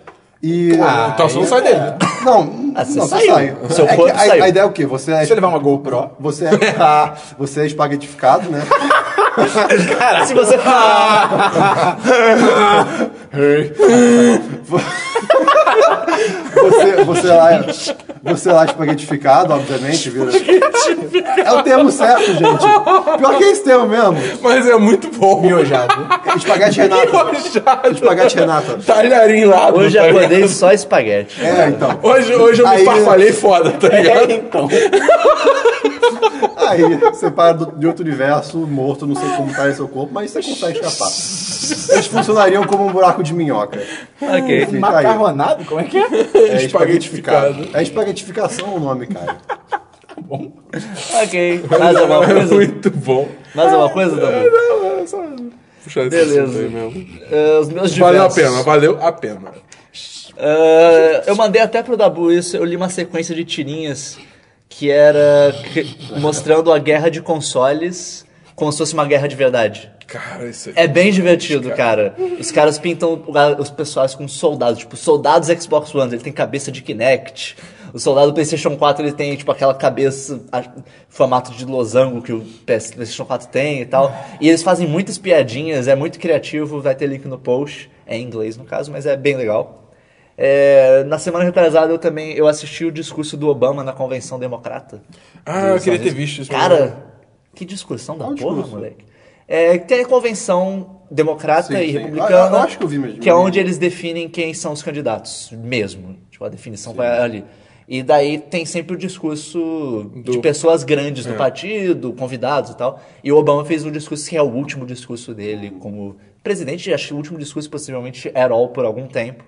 Speaker 3: E.
Speaker 4: então você não sai dele. né?
Speaker 3: Não,
Speaker 2: Ah, você
Speaker 3: não,
Speaker 2: saiu.
Speaker 3: sai.
Speaker 2: Seu
Speaker 3: É que
Speaker 2: corpo
Speaker 3: a,
Speaker 2: saiu.
Speaker 3: a ideia é o quê? Você é,
Speaker 1: Deixa eu levar uma GoPro.
Speaker 3: você é, ah, você é espaguetificado, né?
Speaker 2: Cara, Ah, se você
Speaker 4: Ah,
Speaker 2: falar.
Speaker 3: Você, você lá é, você lá é espaguetificado, obviamente. Vira... É o termo certo, gente. Pior que é esse termo mesmo.
Speaker 4: Mas é muito bom. [LAUGHS]
Speaker 1: Miojado.
Speaker 3: Espaguete Renata. Espaguete Renata.
Speaker 4: Talharim lá.
Speaker 2: Hoje é
Speaker 4: tá ligado?
Speaker 2: acordei só espaguete.
Speaker 3: É, então.
Speaker 4: Hoje, hoje eu me
Speaker 3: Aí-
Speaker 4: farfalei foda,
Speaker 1: é
Speaker 4: tá ligado?
Speaker 2: então.
Speaker 3: Aí você para do- de outro universo, morto, não sei como tá em seu corpo, mas você consegue escapar. Eles funcionariam como um buraco de minhoca.
Speaker 2: Ok.
Speaker 3: Fica aí.
Speaker 1: Macarronado? Como é que é?
Speaker 3: É
Speaker 4: Espaguetificado.
Speaker 3: espaguetificado. É espaguetificação o nome, cara.
Speaker 2: Ok. Mais
Speaker 4: [LAUGHS]
Speaker 2: alguma
Speaker 4: É
Speaker 2: coisa?
Speaker 4: muito bom.
Speaker 2: Mais alguma coisa, Dabu?
Speaker 4: Puxa,
Speaker 2: Beleza. Ah, os meus diversos.
Speaker 4: Valeu a pena, valeu a pena.
Speaker 2: Ah, eu mandei até pro Dabu isso, eu li uma sequência de tirinhas que era que- mostrando a guerra de consoles como se fosse uma guerra de verdade.
Speaker 4: Cara, isso é...
Speaker 2: É bem divertido, cara. Os caras pintam o- os pessoais com soldados, tipo, soldados Xbox One, ele tem cabeça de Kinect. O soldado PlayStation 4, ele tem, tipo, aquela cabeça, a- formato de losango que o PS PlayStation 4 tem e tal. E eles fazem muitas piadinhas, é muito criativo, vai ter link no post. É em inglês, no caso, mas é bem legal. É, na semana retrasada, eu também eu assisti o discurso do Obama na Convenção Democrata.
Speaker 4: Ah, eu queria ter visto isso.
Speaker 2: Cara, que discussão
Speaker 3: um
Speaker 2: da porra, moleque. É, tem a convenção democrata
Speaker 3: Sim,
Speaker 2: e
Speaker 3: sim. Ah,
Speaker 2: republicana,
Speaker 3: Eu- eu acho que eu vi mesmo.
Speaker 2: é onde eles definem quem são os candidatos, mesmo. Tipo, a definição vai ali. E daí tem sempre o discurso de pessoas grandes
Speaker 3: É.
Speaker 2: do partido, convidados e tal. E o Obama fez um discurso que é o último discurso dele como presidente. Acho que o último discurso possivelmente era all por algum tempo.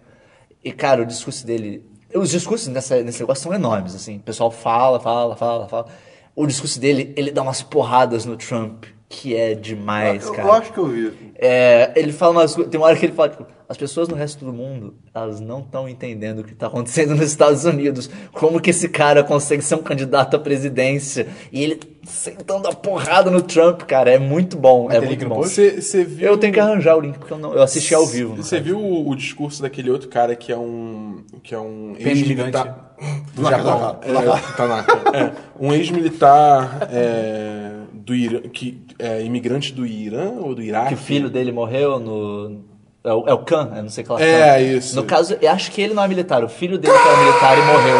Speaker 2: E, cara, o discurso dele. Os discursos nessa, nesse negócio são enormes, assim. O pessoal fala, fala, fala, fala. O discurso dele, ele dá umas porradas no Trump, que é demais,
Speaker 3: Eu,
Speaker 2: cara.
Speaker 3: eu acho que eu vi.
Speaker 2: É, ele fala umas coisas. Tem uma hora que ele fala, tipo, as pessoas no resto do mundo, elas não estão entendendo o que está acontecendo nos Estados Unidos. Como que esse cara consegue ser um candidato à presidência? E ele sentando a porrada no Trump, cara. É muito bom. é
Speaker 1: tem link
Speaker 2: muito
Speaker 1: no
Speaker 2: bom.
Speaker 1: post?
Speaker 4: Você você viu...
Speaker 2: Eu tenho que arranjar o link, porque eu, não, eu assisti ao vivo. no
Speaker 4: Você
Speaker 2: caso.
Speaker 4: viu o, o discurso daquele outro cara que é um... Que é um ex-militar... Do
Speaker 2: tá
Speaker 3: Japão.
Speaker 4: É, Tanaka. É, um ex-militar é, do Irã... Que, é, imigrante do Irã ou do Iraque?
Speaker 2: Que o filho dele morreu no. É o, é o Khan, é não sei o que lá.
Speaker 4: É,
Speaker 2: Khan.
Speaker 4: isso.
Speaker 2: No caso, eu acho que ele não é militar. O filho dele que era militar e morreu.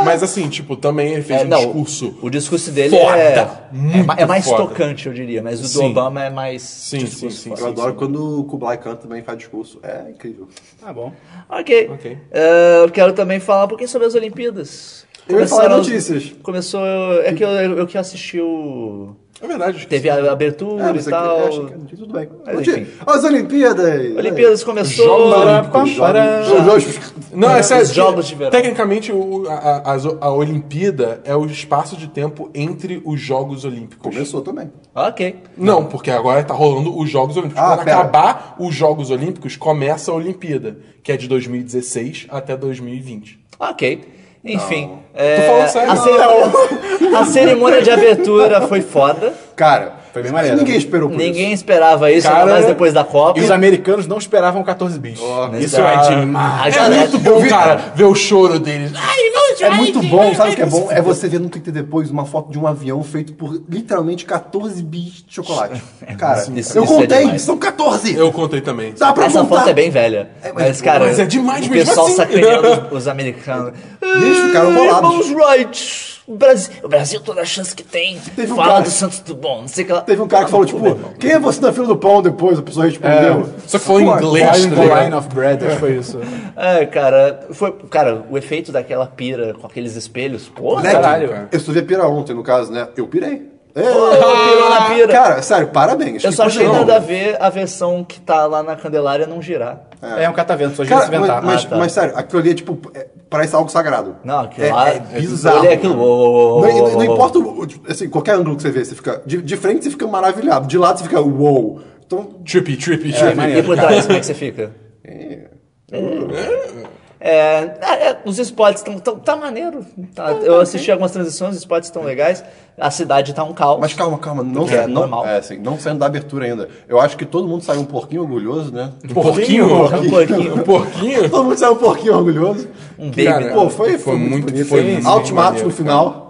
Speaker 4: É, mas assim, tipo, também ele fez
Speaker 2: É,
Speaker 4: um
Speaker 2: não,
Speaker 4: discurso...
Speaker 2: O discurso dele
Speaker 4: foda,
Speaker 2: é, é,
Speaker 4: muito
Speaker 2: ma- é mais
Speaker 4: foda.
Speaker 2: tocante, eu diria, mas o do
Speaker 4: Sim.
Speaker 2: Obama é mais.
Speaker 4: Sim, sim, sim,
Speaker 2: discurso
Speaker 4: sim.
Speaker 2: foda.
Speaker 3: Eu adoro quando o Kublai Khan também faz discurso. É incrível.
Speaker 1: Tá bom.
Speaker 2: Ok.
Speaker 4: Ok.
Speaker 2: Eh, eu quero também falar um pouquinho sobre as Olimpíadas.
Speaker 3: Eu ia falar
Speaker 2: Começaram-
Speaker 3: notícias.
Speaker 2: Começou. É que eu, eu que assisti o.
Speaker 4: É verdade. eu esqueci.
Speaker 2: Teve a abertura
Speaker 3: Ah,
Speaker 2: e
Speaker 3: mas é que-
Speaker 2: Hum, tal.
Speaker 3: é, achei que- tudo bem.
Speaker 2: Mas,
Speaker 3: Noti-
Speaker 2: enfim.
Speaker 3: As Olimpíadas!
Speaker 2: Olimpíadas começou.
Speaker 3: Os Jogos- Os Jogos-
Speaker 4: Não, é sério.
Speaker 2: Os jogos de verão.
Speaker 4: Tecnicamente, o- a, a- as- a Olimpíada é o espaço de tempo entre os Jogos Olímpicos.
Speaker 3: Começou também.
Speaker 2: Ok.
Speaker 4: Não, porque agora tá rolando os Jogos Olímpicos.
Speaker 3: Ah,
Speaker 4: Quando
Speaker 3: pera.
Speaker 4: acabar os Jogos Olímpicos, começa a Olimpíada, que é de 2016 até 2020.
Speaker 2: Ok. Enfim. eh,
Speaker 4: Tô falando sério,
Speaker 2: a,
Speaker 4: não.
Speaker 2: cere- a cerimônia de abertura foi foda.
Speaker 3: Cara,
Speaker 1: Foi bem maneiro,
Speaker 3: Ninguém
Speaker 1: né?
Speaker 3: esperou por
Speaker 2: Ninguém esperava isso,
Speaker 4: Cara,
Speaker 2: ainda mais depois da Copa.
Speaker 1: E os americanos não esperavam 14 bis. Isso
Speaker 2: Cara,
Speaker 1: é demais.
Speaker 2: a
Speaker 4: é
Speaker 2: galera-
Speaker 4: muito bom, cara, ver o choro deles. Ah,
Speaker 3: isso. É muito bom, sabe o que é bom? É você ver no Twitter depois uma foto de um avião feito por literalmente 14 bis de chocolate. Cara,
Speaker 2: isso-
Speaker 3: eu
Speaker 2: isso [LAUGHS] é
Speaker 3: contei,
Speaker 2: demais.
Speaker 3: são 14!
Speaker 4: Eu contei também.
Speaker 3: Dá pra
Speaker 2: Essa
Speaker 3: contar.
Speaker 2: foto é bem velha.
Speaker 3: mas-
Speaker 2: Mas, cara,
Speaker 4: mas é demais
Speaker 2: o
Speaker 4: mesmo
Speaker 2: pessoal
Speaker 4: assim.
Speaker 2: sacaneando os, os americanos.
Speaker 3: né? Eles ficaram bolados.
Speaker 2: Irmãos Wright. O Brasil, o Brasil, toda a chance que tem.
Speaker 3: Teve um
Speaker 2: fala
Speaker 3: cara-
Speaker 2: do Santos Dumont, não sei o que lá.
Speaker 3: Teve um cara que falou, tipo, quem é você na fila do pão? Depois a pessoa respondeu.
Speaker 4: Só que falou em
Speaker 3: Pô,
Speaker 4: inglês,
Speaker 1: Line
Speaker 4: tá ligado?
Speaker 1: the line of bread, acho que foi isso.
Speaker 2: É, cara, foi, cara, o efeito daquela pira com aqueles espelhos. Porra,
Speaker 3: Moleque,
Speaker 2: cara.
Speaker 1: Caralho.
Speaker 3: Eu só vi a pira ontem, no caso, né? Eu pirei. É.
Speaker 2: pirou na pira.
Speaker 3: Cara, sério, parabéns. Tipo assim,
Speaker 2: Eu
Speaker 3: que
Speaker 2: só
Speaker 3: coisa
Speaker 2: achei
Speaker 3: nova.
Speaker 2: nada a ver a versão que tá lá na Candelária não girar.
Speaker 1: É, um catavento, só devia se
Speaker 3: Cara, mas,
Speaker 1: inventar.
Speaker 3: mas,
Speaker 2: Ah, tá.
Speaker 3: mas sério, aquilo ali é tipo, é- parece algo sagrado.
Speaker 2: Não, aquilo
Speaker 3: é,
Speaker 2: lá.
Speaker 3: é bizarro.
Speaker 2: Olha aquilo. ô, ô, ô,
Speaker 3: Não, e-
Speaker 2: ô,
Speaker 3: não- não
Speaker 2: ô, ô.
Speaker 3: importa, o- o- assim, qualquer ângulo que você vê, você fica. De, de frente você fica maravilhado, de lado você fica uou. Então,
Speaker 4: Trippy, trippy,
Speaker 2: E
Speaker 4: trippy.
Speaker 2: por trás, como é que você fica? É, é, é, os spots estão. Tão, tá maneiro. Tá- eu assisti algumas transições, os spots estão legais. A cidade tá um caos.
Speaker 3: Mas calma, calma, não
Speaker 2: É,
Speaker 3: saindo- não-
Speaker 2: normal.
Speaker 3: é, assim, não saindo da abertura ainda. Eu acho que todo mundo saiu um pouquinho
Speaker 2: [LAUGHS]
Speaker 3: orgulhoso, né?
Speaker 4: Porquinho?
Speaker 2: É um pouquinho.
Speaker 4: Um porquinho?
Speaker 3: Todo mundo saiu um pouquinho orgulhoso.
Speaker 2: Um baby.
Speaker 4: Cara,
Speaker 2: doll.
Speaker 3: Pô, foi, foi,
Speaker 4: Foi
Speaker 3: muito,
Speaker 4: muito-
Speaker 3: bonito.
Speaker 4: foi muito
Speaker 3: Altimatos
Speaker 4: maneiro,
Speaker 3: no final.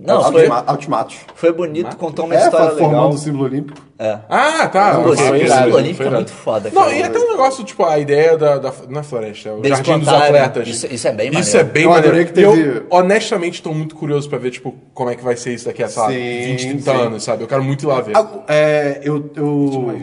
Speaker 2: Não,
Speaker 3: Altima-
Speaker 2: foi-
Speaker 3: Altimatos.
Speaker 2: Foi bonito, contou uma
Speaker 3: É,
Speaker 2: história
Speaker 3: formando
Speaker 2: legal.
Speaker 3: o símbolo olímpico.
Speaker 4: Ah, tá.
Speaker 2: Pô,
Speaker 4: ok,
Speaker 2: esse
Speaker 4: beleza,
Speaker 2: símbolo
Speaker 4: foi
Speaker 2: olímpico é
Speaker 4: irado.
Speaker 2: muito foda,
Speaker 4: Não,
Speaker 2: cara.
Speaker 4: e até um negócio, tipo, a ideia da, da na floresta, é o
Speaker 2: Deles
Speaker 4: Jardim dos
Speaker 2: plantarem.
Speaker 4: Atletas.
Speaker 2: Isso- isso é bem
Speaker 4: Isso
Speaker 2: maneiro.
Speaker 4: é bem
Speaker 3: Eu
Speaker 4: maneiro.
Speaker 3: adorei que
Speaker 4: E
Speaker 3: teve-
Speaker 4: Eu, honestamente, estou muito curioso pra ver, tipo, como é que vai ser isso daqui a, sei lá,
Speaker 3: Sim,
Speaker 4: 20, 30
Speaker 3: sim.
Speaker 4: anos, sabe? Eu quero muito ir lá ver.
Speaker 3: Ah, é, eu, eu,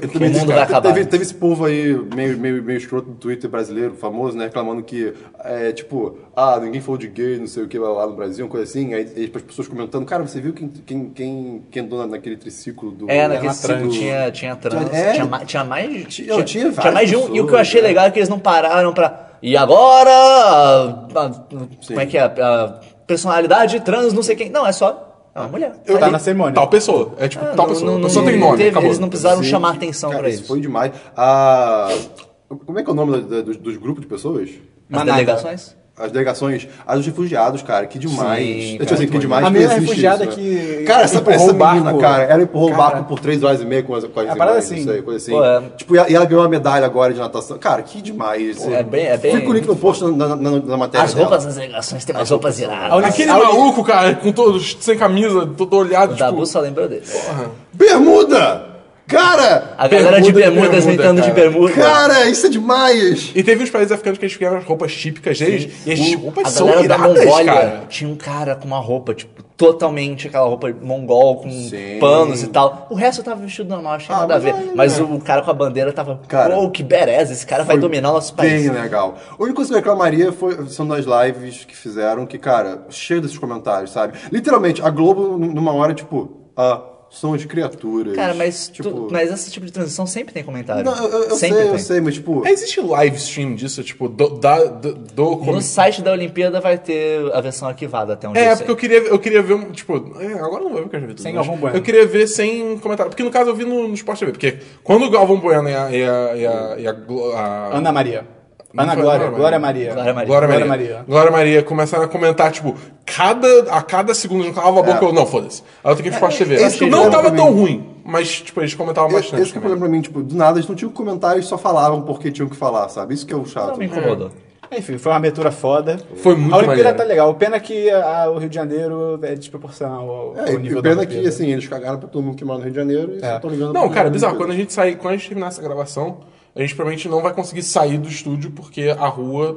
Speaker 3: eu também
Speaker 2: O mundo
Speaker 3: disse,
Speaker 2: vai
Speaker 3: cara,
Speaker 2: acabar. né?
Speaker 3: teve, teve esse povo aí, meio, meio, meio escroto no Twitter brasileiro, famoso, né? Reclamando que, é, tipo, ah, ninguém falou de gay, não sei o que, lá, lá no Brasil, uma coisa assim. Aí aí as pessoas comentando, cara, você viu quem, quem, quem, quem andou na- naquele triciclo do...
Speaker 2: É, naquele
Speaker 3: do-
Speaker 2: ciclo tinha, tinha trans,
Speaker 3: É.
Speaker 2: tinha, ma- tinha mais.
Speaker 3: Tinha- eu tinha várias
Speaker 2: mais de um. E o que eu
Speaker 3: pessoas,
Speaker 2: achei
Speaker 3: né?
Speaker 2: legal é que eles não pararam pra. E agora. a- a- como é que é? A personalidade trans, não sei quem. Não, é só. É uma mulher.
Speaker 1: Eu,
Speaker 2: Tá
Speaker 1: tá
Speaker 2: ali.
Speaker 1: na cerimônia.
Speaker 4: Tal pessoa. É tipo,
Speaker 2: Ah,
Speaker 4: tal
Speaker 2: não-
Speaker 4: pessoa.
Speaker 2: não-
Speaker 4: só
Speaker 2: não-
Speaker 4: tem nome,
Speaker 2: teve-
Speaker 4: acabou.
Speaker 2: Eles não precisaram
Speaker 3: Sim,
Speaker 2: chamar atenção
Speaker 3: cara,
Speaker 2: pra
Speaker 3: isso
Speaker 2: isso.
Speaker 3: foi demais. Ah, como é que é o nome da- da- dos, dos grupos de pessoas?
Speaker 2: As
Speaker 1: Manada.
Speaker 2: delegações?
Speaker 3: As delegações, as dos refugiados, cara, que demais.
Speaker 2: Sim,
Speaker 3: eu assim,
Speaker 2: cara,
Speaker 3: que demais
Speaker 1: A
Speaker 3: que
Speaker 1: menina
Speaker 3: existe
Speaker 1: refugiada
Speaker 3: isso, né?
Speaker 1: que
Speaker 3: Cara, essa,
Speaker 1: empurrou
Speaker 3: essa
Speaker 1: o barco.
Speaker 3: menina, cara, ela empurrou
Speaker 1: Cara.
Speaker 3: o barco por três horas e meia com as com as
Speaker 1: É, a parada
Speaker 3: imagens,
Speaker 1: assim.
Speaker 3: não sei, coisa assim.
Speaker 2: Pô, é.
Speaker 3: Tipo, e, a- e ela ganhou uma medalha agora de natação. Cara, que demais. Esse-
Speaker 2: é bem- é bem-
Speaker 3: Fica o link no post na, na- na- na matéria.
Speaker 2: As
Speaker 3: dela.
Speaker 2: roupas das delegações têm umas roupas iradas.
Speaker 4: Aquele maluco, cara, com todo, sem camisa, todo olhado,
Speaker 2: O Dabu
Speaker 4: tipo...
Speaker 2: só lembrou desse.
Speaker 3: Bermuda! Cara!
Speaker 2: A galera de
Speaker 4: bermuda,
Speaker 2: bermuda
Speaker 4: bermuda,
Speaker 2: inventando de
Speaker 4: cara.
Speaker 2: bermuda.
Speaker 3: Cara, isso é demais!
Speaker 4: E teve uns países africanos que eles criaram as roupas típicas deles, e as roupas
Speaker 2: A
Speaker 4: são
Speaker 2: galera da
Speaker 4: iradas,
Speaker 2: Mongólia
Speaker 4: cara.
Speaker 2: tinha um cara com uma roupa, tipo, totalmente aquela roupa mongol, com
Speaker 3: Sim.
Speaker 2: panos e tal. O resto tava vestido normal, achei nada a ver. Mas o cara com a bandeira tava,
Speaker 3: Cara,
Speaker 2: pô, que bereza, esse cara vai dominar o nosso país.
Speaker 3: Bem né? legal. A única coisa que eu reclamaria foi, são das lives que fizeram, que, cara, cheio desses comentários, sabe? Literalmente, a Globo, n- numa hora, tipo, ah, são as criaturas.
Speaker 2: Cara, mas,
Speaker 3: tipo,
Speaker 2: tu- mas esse tipo de transição sempre tem comentário.
Speaker 3: Não, eu, eu- eu
Speaker 2: sempre
Speaker 3: sei,
Speaker 2: tem.
Speaker 3: eu sei, mas tipo.
Speaker 4: Existe live stream disso, tipo, do, da, do, do
Speaker 2: No
Speaker 4: comitê?
Speaker 2: site da Olimpíada vai ter a versão arquivada até onde
Speaker 4: É,
Speaker 2: eu
Speaker 4: porque eu
Speaker 2: sei.
Speaker 4: queria, eu queria ver, um tipo, é, agora não vou ver porque eu já vi tudo.
Speaker 1: Sem
Speaker 4: mas
Speaker 1: Galvão Bueno.
Speaker 4: Eu queria ver sem comentário, porque no caso eu vi no, no Sport TV, porque quando o Galvão Bueno e a... E a, e a, e a, Glo- a-
Speaker 1: Ana Maria.
Speaker 4: Não
Speaker 1: Ana
Speaker 4: foi
Speaker 1: Glória.
Speaker 4: Ana
Speaker 1: Glória Maria.
Speaker 4: Maria.
Speaker 2: Glória Maria.
Speaker 4: Glória Maria.
Speaker 1: Glória Maria.
Speaker 4: Glória Maria começaram a comentar, tipo, cada, a cada segundo eles não calavam a boca, eu, não, foda-se. Aí eu tenho que ir pro Sport TV.
Speaker 3: esse que eu
Speaker 4: não
Speaker 3: lembro
Speaker 4: tava
Speaker 3: pra
Speaker 4: tão
Speaker 3: mim.
Speaker 4: ruim, mas, tipo, eles comentavam
Speaker 3: Esse
Speaker 4: bastante.
Speaker 3: esse que é o
Speaker 4: também.
Speaker 3: problema pra mim, tipo, do nada eles não tinham comentários, só falavam porque tinham que falar, sabe? Isso que é o chato.
Speaker 2: Não me incomodou.
Speaker 1: Enfim, foi uma abertura foda.
Speaker 4: Foi muito
Speaker 1: A Olimpíada
Speaker 4: maneiro.
Speaker 1: tá legal. Pena que a- o Rio de Janeiro é desproporcional ao,
Speaker 3: É,
Speaker 1: ao
Speaker 3: e
Speaker 1: nível da
Speaker 3: pena que,
Speaker 1: Olimpíada.
Speaker 3: assim, eles cagaram pra todo mundo que mora no Rio de Janeiro e só tão ligando
Speaker 4: Não,
Speaker 3: pra-
Speaker 4: cara, é bizarro. Quando a gente sair, quando a gente terminar essa gravação, a gente provavelmente não vai conseguir sair do estúdio porque a rua.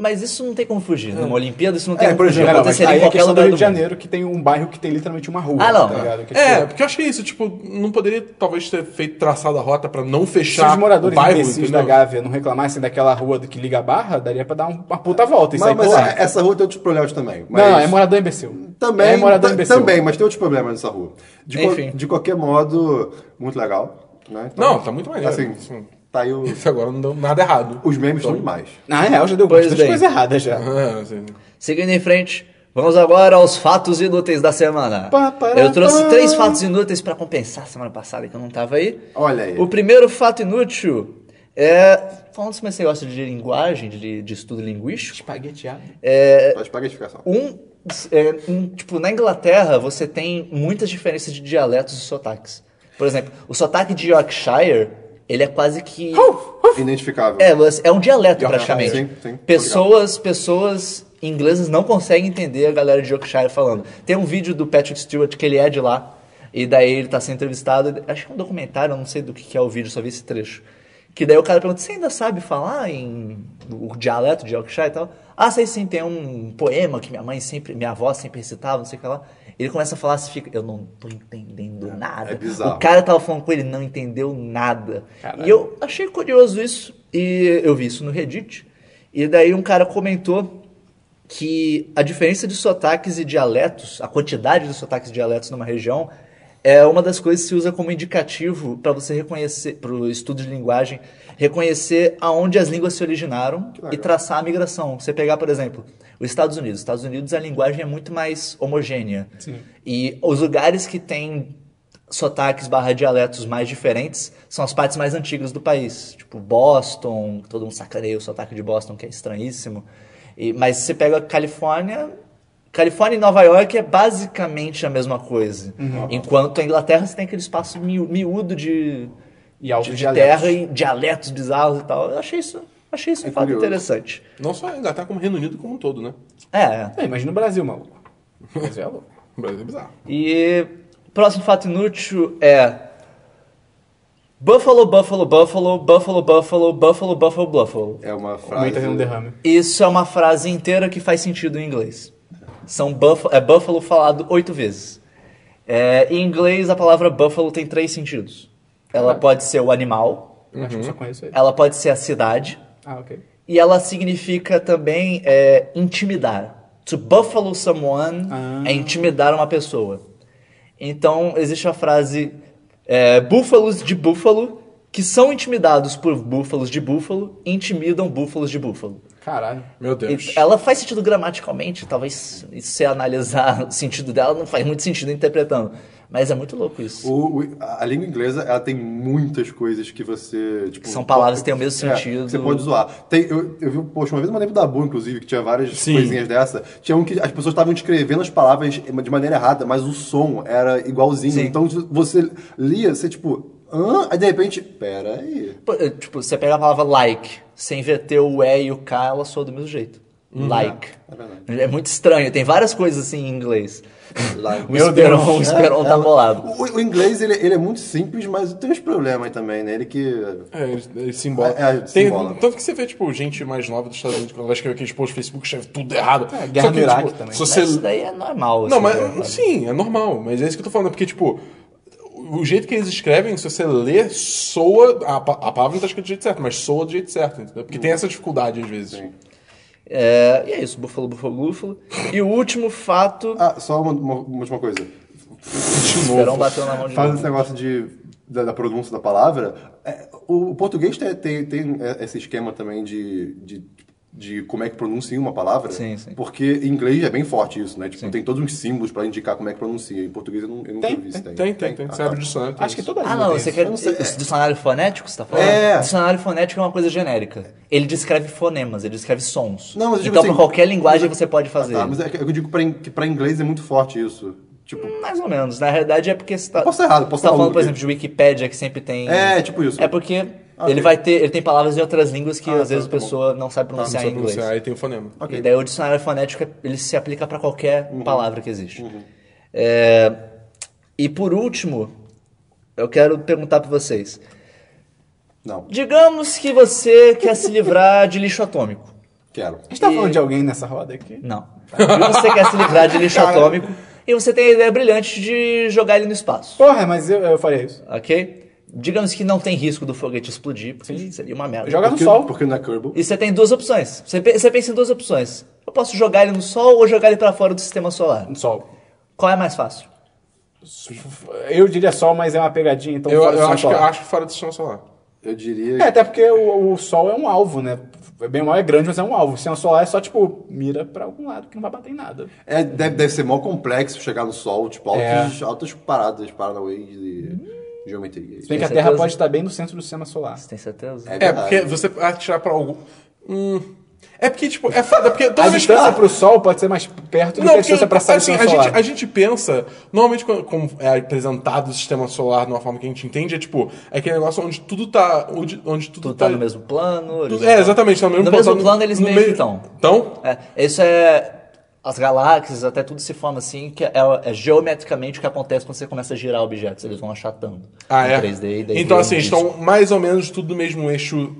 Speaker 2: Mas isso não tem como fugir. Numa Olimpíada isso não tem
Speaker 3: É,
Speaker 2: como
Speaker 3: por
Speaker 2: fugir.
Speaker 3: exemplo,
Speaker 1: Não, mas
Speaker 2: Aconteceria
Speaker 1: aí é
Speaker 2: em
Speaker 1: a
Speaker 2: qualquer
Speaker 1: questão do
Speaker 2: lugar
Speaker 1: Rio
Speaker 2: do
Speaker 1: de
Speaker 2: mundo.
Speaker 1: Janeiro, que tem um bairro que tem literalmente uma rua.
Speaker 2: Ah, não.
Speaker 1: Tá ligado? Que,
Speaker 4: É,
Speaker 1: tipo,
Speaker 4: porque eu achei isso, tipo, não poderia talvez ter feito traçado a rota pra não
Speaker 1: se
Speaker 4: fechar
Speaker 1: os moradores
Speaker 4: o um bairro,
Speaker 1: imbecis
Speaker 4: entendeu?
Speaker 1: da Gávea não reclamassem daquela rua do que liga a barra, daria pra dar um- uma puta volta e
Speaker 3: Mas,
Speaker 1: sair
Speaker 3: mas
Speaker 1: por lá.
Speaker 3: é- essa rua tem outros problemas também. Mas...
Speaker 1: Não, é morador imbecil.
Speaker 3: Também,
Speaker 1: É morador
Speaker 3: ta-
Speaker 1: imbecil.
Speaker 3: também, mas tem outros problemas nessa rua. De, qual-
Speaker 2: Enfim.
Speaker 3: de qualquer modo, muito legal. Né? Então,
Speaker 4: Não, tá muito maneiro.
Speaker 3: Assim,
Speaker 4: Sim. Então,
Speaker 3: tá aí o-
Speaker 4: Isso agora não deu nada errado.
Speaker 3: os memes estão demais.
Speaker 1: Na real, já deu
Speaker 2: Pois
Speaker 1: bastante
Speaker 2: bem.
Speaker 1: coisa errada já.
Speaker 4: Ah, assim.
Speaker 2: Seguindo em frente, vamos agora aos fatos inúteis da semana.
Speaker 1: Pá, pará,
Speaker 2: Eu trouxe
Speaker 1: pá.
Speaker 2: três fatos inúteis pra compensar a semana passada que eu não tava aí.
Speaker 3: Olha aí.
Speaker 2: O primeiro fato inútil é. Falando sobre esse negócio de linguagem, de, de estudo linguístico,
Speaker 1: Espagueteado.
Speaker 3: Pode pagar a explicação.
Speaker 2: um, é, um- Tipo, na Inglaterra você tem muitas diferenças de dialetos e sotaques. Por exemplo, o sotaque de Yorkshire, ele é quase que.
Speaker 3: Identificável.
Speaker 2: É, você- é um dialeto
Speaker 3: Yorkshire,
Speaker 2: praticamente.
Speaker 3: sim, sim, tô
Speaker 2: pessoas, pessoas inglesas não conseguem entender a galera de Yorkshire falando. Tem um vídeo do Patrick Stewart que ele é de lá e daí ele tá sendo entrevistado, acho que é um documentário, eu não sei do que que é o vídeo, só vi esse trecho. Que daí o cara pergunta: "Você ainda sabe falar em o dialeto de Yorkshire e tal?" Ah, sei sim, tem um poema que minha mãe sempre, minha avó sempre recitava, não sei o que lá. Ele começa a falar, se fica, eu não tô entendendo nada.
Speaker 3: é bizarro.
Speaker 2: O cara tava falando com ele, não entendeu nada. E eu achei curioso isso, e eu vi isso no Reddit. E daí um cara comentou que a diferença de sotaques e dialetos, a quantidade de sotaques e dialetos numa região, é uma das coisas que se usa como indicativo para você reconhecer, para o estudo de linguagem, reconhecer aonde as línguas se originaram e traçar a migração. Você pegar, por exemplo, os Estados Unidos. Os Estados Unidos a linguagem é muito mais homogênea. E os lugares que têm sotaques barra dialetos mais diferentes são as partes mais antigas do país. Tipo Boston, todo mundo sacaneia o sotaque de Boston, que é estranhíssimo. E- mas você pega a Califórnia... Califórnia e Nova York é basicamente a mesma coisa. Enquanto a Inglaterra você tem aquele espaço miú- miúdo de,
Speaker 1: E altos
Speaker 2: de, de
Speaker 1: dialetos.
Speaker 2: terra e dialetos bizarros e tal. Eu achei isso, achei isso um fato
Speaker 3: curioso.
Speaker 2: interessante.
Speaker 4: Não só a Inglaterra, como o Reino Unido como um todo, né?
Speaker 2: É, é.
Speaker 1: É, imagina o Brasil, maluco. O Brasil é louco.
Speaker 4: O Brasil é bizarro.
Speaker 2: E o próximo fato inútil é Buffalo, Buffalo, Buffalo, Buffalo, Buffalo, Buffalo, Buffalo, Buffalo.
Speaker 3: É uma frase.
Speaker 1: Comenta no derrame.
Speaker 2: Isso é uma frase inteira que faz sentido em inglês. São buff é Buffalo falado oito vezes. É, em inglês, a palavra Buffalo tem três sentidos. Ela pode ser o animal,
Speaker 1: Eu Acho que eu só conheço ele.
Speaker 2: ela pode ser a cidade,
Speaker 1: Ah, ok.
Speaker 2: e ela significa também é, intimidar. To buffalo someone é intimidar uma pessoa. Então, existe a frase é, búfalos de búfalo que são intimidados por búfalos de búfalo e intimidam búfalos de búfalo.
Speaker 1: Caralho.
Speaker 4: Meu Deus.
Speaker 2: E Ela faz sentido gramaticalmente, talvez se você analisar o sentido dela, não faz muito sentido interpretando. Mas é muito louco isso.
Speaker 3: O- o- a a língua inglesa, ela tem muitas coisas que você. Tipo,
Speaker 2: São palavras que têm o mesmo
Speaker 3: É,
Speaker 2: sentido.
Speaker 3: que você pode zoar. Tem, eu, eu vi, poxa, uma vez eu mandei pro Dabu, inclusive, que tinha várias
Speaker 4: Sim.
Speaker 3: coisinhas dessa. Tinha um que as pessoas estavam escrevendo as palavras de maneira errada, mas o som era igualzinho.
Speaker 2: Sim.
Speaker 3: Então você lia, você tipo. Hã? Aí de repente. Pera aí.
Speaker 2: Pô, é, Tipo, você pega a palavra like, você inverter o é E e o K, ela soa do mesmo jeito.
Speaker 3: Uhum.
Speaker 2: Like. É, muito estranho, tem várias coisas assim em inglês.
Speaker 3: Like.
Speaker 2: O Esperon, o Esperon
Speaker 3: É,
Speaker 2: tá
Speaker 3: é,
Speaker 2: bolado.
Speaker 3: O, o inglês, ele, ele é muito simples, mas tem uns problemas também, né? Ele que.
Speaker 4: É, ele, ele se embola.
Speaker 3: É, é, se
Speaker 4: Tem-
Speaker 3: embola.
Speaker 4: Tanto que você vê, tipo, gente mais nova dos Estados Unidos, quando vai escrever aqueles posts no Facebook, escreve tudo errado. É,
Speaker 1: guerra no Iraque também.
Speaker 4: Se você...
Speaker 2: Mas isso daí é normal.
Speaker 4: Não,
Speaker 2: assim,
Speaker 4: mas
Speaker 2: né?
Speaker 4: sim, é normal, mas é isso que eu tô falando, porque, tipo, o jeito que eles escrevem, se você lê, soa. A, pa- a palavra não tá escrita do jeito certo, mas soa do jeito certo, entendeu? Porque
Speaker 1: Hum.
Speaker 4: tem essa dificuldade às vezes.
Speaker 2: É, e é isso, búfalo, búfalo, búfalo. E o último fato...
Speaker 3: Ah, só uma, uma- uma última coisa.
Speaker 2: [LAUGHS] o Esperon bateu na mão de
Speaker 3: Falando
Speaker 2: novo.
Speaker 3: desse negócio de, da, da pronúncia da palavra, é, o, o português tem, tem, tem é, esse esquema também de, de, de como é que pronuncia uma palavra.
Speaker 2: Sim, sim.
Speaker 3: Porque em inglês é bem forte isso, né? Tipo, tem todos uns símbolos pra indicar como é que pronuncia. Em português eu, não, eu nunca
Speaker 1: Tem,
Speaker 3: vi se tem.
Speaker 4: Tem, tem, tem.
Speaker 3: Ah,
Speaker 4: Você abre o
Speaker 3: tá.
Speaker 4: dicionário. tem
Speaker 1: Acho que
Speaker 4: isso.
Speaker 1: toda
Speaker 2: Ah,
Speaker 1: língua
Speaker 2: não,
Speaker 1: tem
Speaker 2: você
Speaker 1: isso.
Speaker 2: quer.
Speaker 3: Eu não sei, é.
Speaker 2: Esse dicionário fonético, você tá falando?
Speaker 3: É.
Speaker 2: Dicionário fonético é uma coisa genérica. Ele descreve fonemas, ele descreve sons.
Speaker 3: Não, mas eu digo
Speaker 2: então,
Speaker 3: assim,
Speaker 2: pra qualquer linguagem
Speaker 3: mas-
Speaker 2: você pode
Speaker 3: Ah,
Speaker 2: fazer.
Speaker 3: tá, mas é que eu digo pra in- que pra inglês é muito forte isso. Tipo,
Speaker 2: Mais ou menos. Na realidade é porque você tá.
Speaker 3: Eu posso estar errado, eu
Speaker 2: você
Speaker 3: posso
Speaker 2: tá
Speaker 3: estar
Speaker 2: falando,
Speaker 3: maluco
Speaker 2: por
Speaker 3: aqui.
Speaker 2: exemplo, de Wikipédia que sempre tem.
Speaker 3: É, tipo isso.
Speaker 2: É porque
Speaker 3: Ok.
Speaker 2: ele vai ter. Ele tem palavras em outras línguas que às vezes a
Speaker 3: tá bom.
Speaker 2: pessoa não sabe
Speaker 4: Não
Speaker 2: pronunciar
Speaker 4: precisa
Speaker 2: em inglês.
Speaker 4: pronunciar, aí tem o fonema.
Speaker 3: ok. Uhum.
Speaker 2: E daí o dicionário fonético ele se aplica para qualquer palavra que existe. É, E por último, eu quero perguntar para vocês.
Speaker 3: não,
Speaker 2: Digamos que você quer se livrar de lixo atômico.
Speaker 3: quero.
Speaker 1: A gente tá falando de alguém nessa roda aqui?
Speaker 2: Não.
Speaker 3: [LAUGHS]
Speaker 2: Digamos que você quer se livrar de lixo atômico e você tem a ideia brilhante de jogar ele no espaço,
Speaker 1: Porra, mas eu, eu faria isso.
Speaker 2: ok? Digamos que não tem risco do foguete explodir, porque seria uma merda.
Speaker 1: Joga no
Speaker 3: Porque-
Speaker 1: sol.
Speaker 3: Porque não é Kerbal.
Speaker 2: E você tem duas opções. Você, pe- você pensa em duas opções. Eu posso jogar ele no sol ou jogar ele para fora do sistema solar.
Speaker 1: No sol.
Speaker 2: Qual é mais fácil?
Speaker 1: Eu diria sol, mas é uma pegadinha, então
Speaker 4: Eu,
Speaker 1: fora do
Speaker 4: eu
Speaker 1: sol
Speaker 4: acho, que,
Speaker 1: solar.
Speaker 4: acho que fora do sistema solar.
Speaker 3: Eu diria.
Speaker 1: É, até porque o, o sol é um alvo, né? É Bem mal é grande, mas é um alvo. O sistema solar é só, tipo, mira pra algum lado que não vai bater em nada.
Speaker 3: É, deve, deve ser mó complexo chegar no sol, tipo, altas, altas paradas, paranauê de geometria.
Speaker 1: Se bem que a
Speaker 2: Tem
Speaker 1: Terra
Speaker 2: certeza?
Speaker 1: pode estar bem no centro do sistema solar.
Speaker 2: Você tem certeza?
Speaker 3: É
Speaker 4: É,
Speaker 3: verdade.
Speaker 4: porque você atirar pra algum. Hum. É porque, tipo, é foda, porque toda
Speaker 1: A
Speaker 4: vez que
Speaker 1: distância
Speaker 4: você
Speaker 1: pro sol pode ser mais perto do que a distância pra sair do
Speaker 4: assim,
Speaker 1: sistema
Speaker 4: a, gente,
Speaker 1: solar.
Speaker 4: a gente pensa, normalmente quando, como é apresentado o sistema solar de uma forma que a gente entende, é tipo, é aquele negócio onde tudo tá. Onde, onde tudo,
Speaker 2: Tudo tá no mesmo plano? eles
Speaker 4: tudo-
Speaker 2: não
Speaker 4: é,
Speaker 2: tão-
Speaker 4: exatamente, tá no mesmo
Speaker 2: No
Speaker 4: plano,
Speaker 2: mesmo
Speaker 4: tá no-
Speaker 2: plano eles
Speaker 4: no
Speaker 2: meio que
Speaker 4: meio-
Speaker 2: estão.
Speaker 4: Então?
Speaker 2: É, isso é. As galáxias, até tudo se forma assim, que é, é geometricamente o que acontece quando você começa a girar objetos, eles vão achatando.
Speaker 4: Ah,
Speaker 2: Em
Speaker 4: é.
Speaker 2: 3D, e daí
Speaker 4: então,
Speaker 2: vira um
Speaker 4: assim,
Speaker 2: disco.
Speaker 4: estão mais ou menos tudo no mesmo eixo.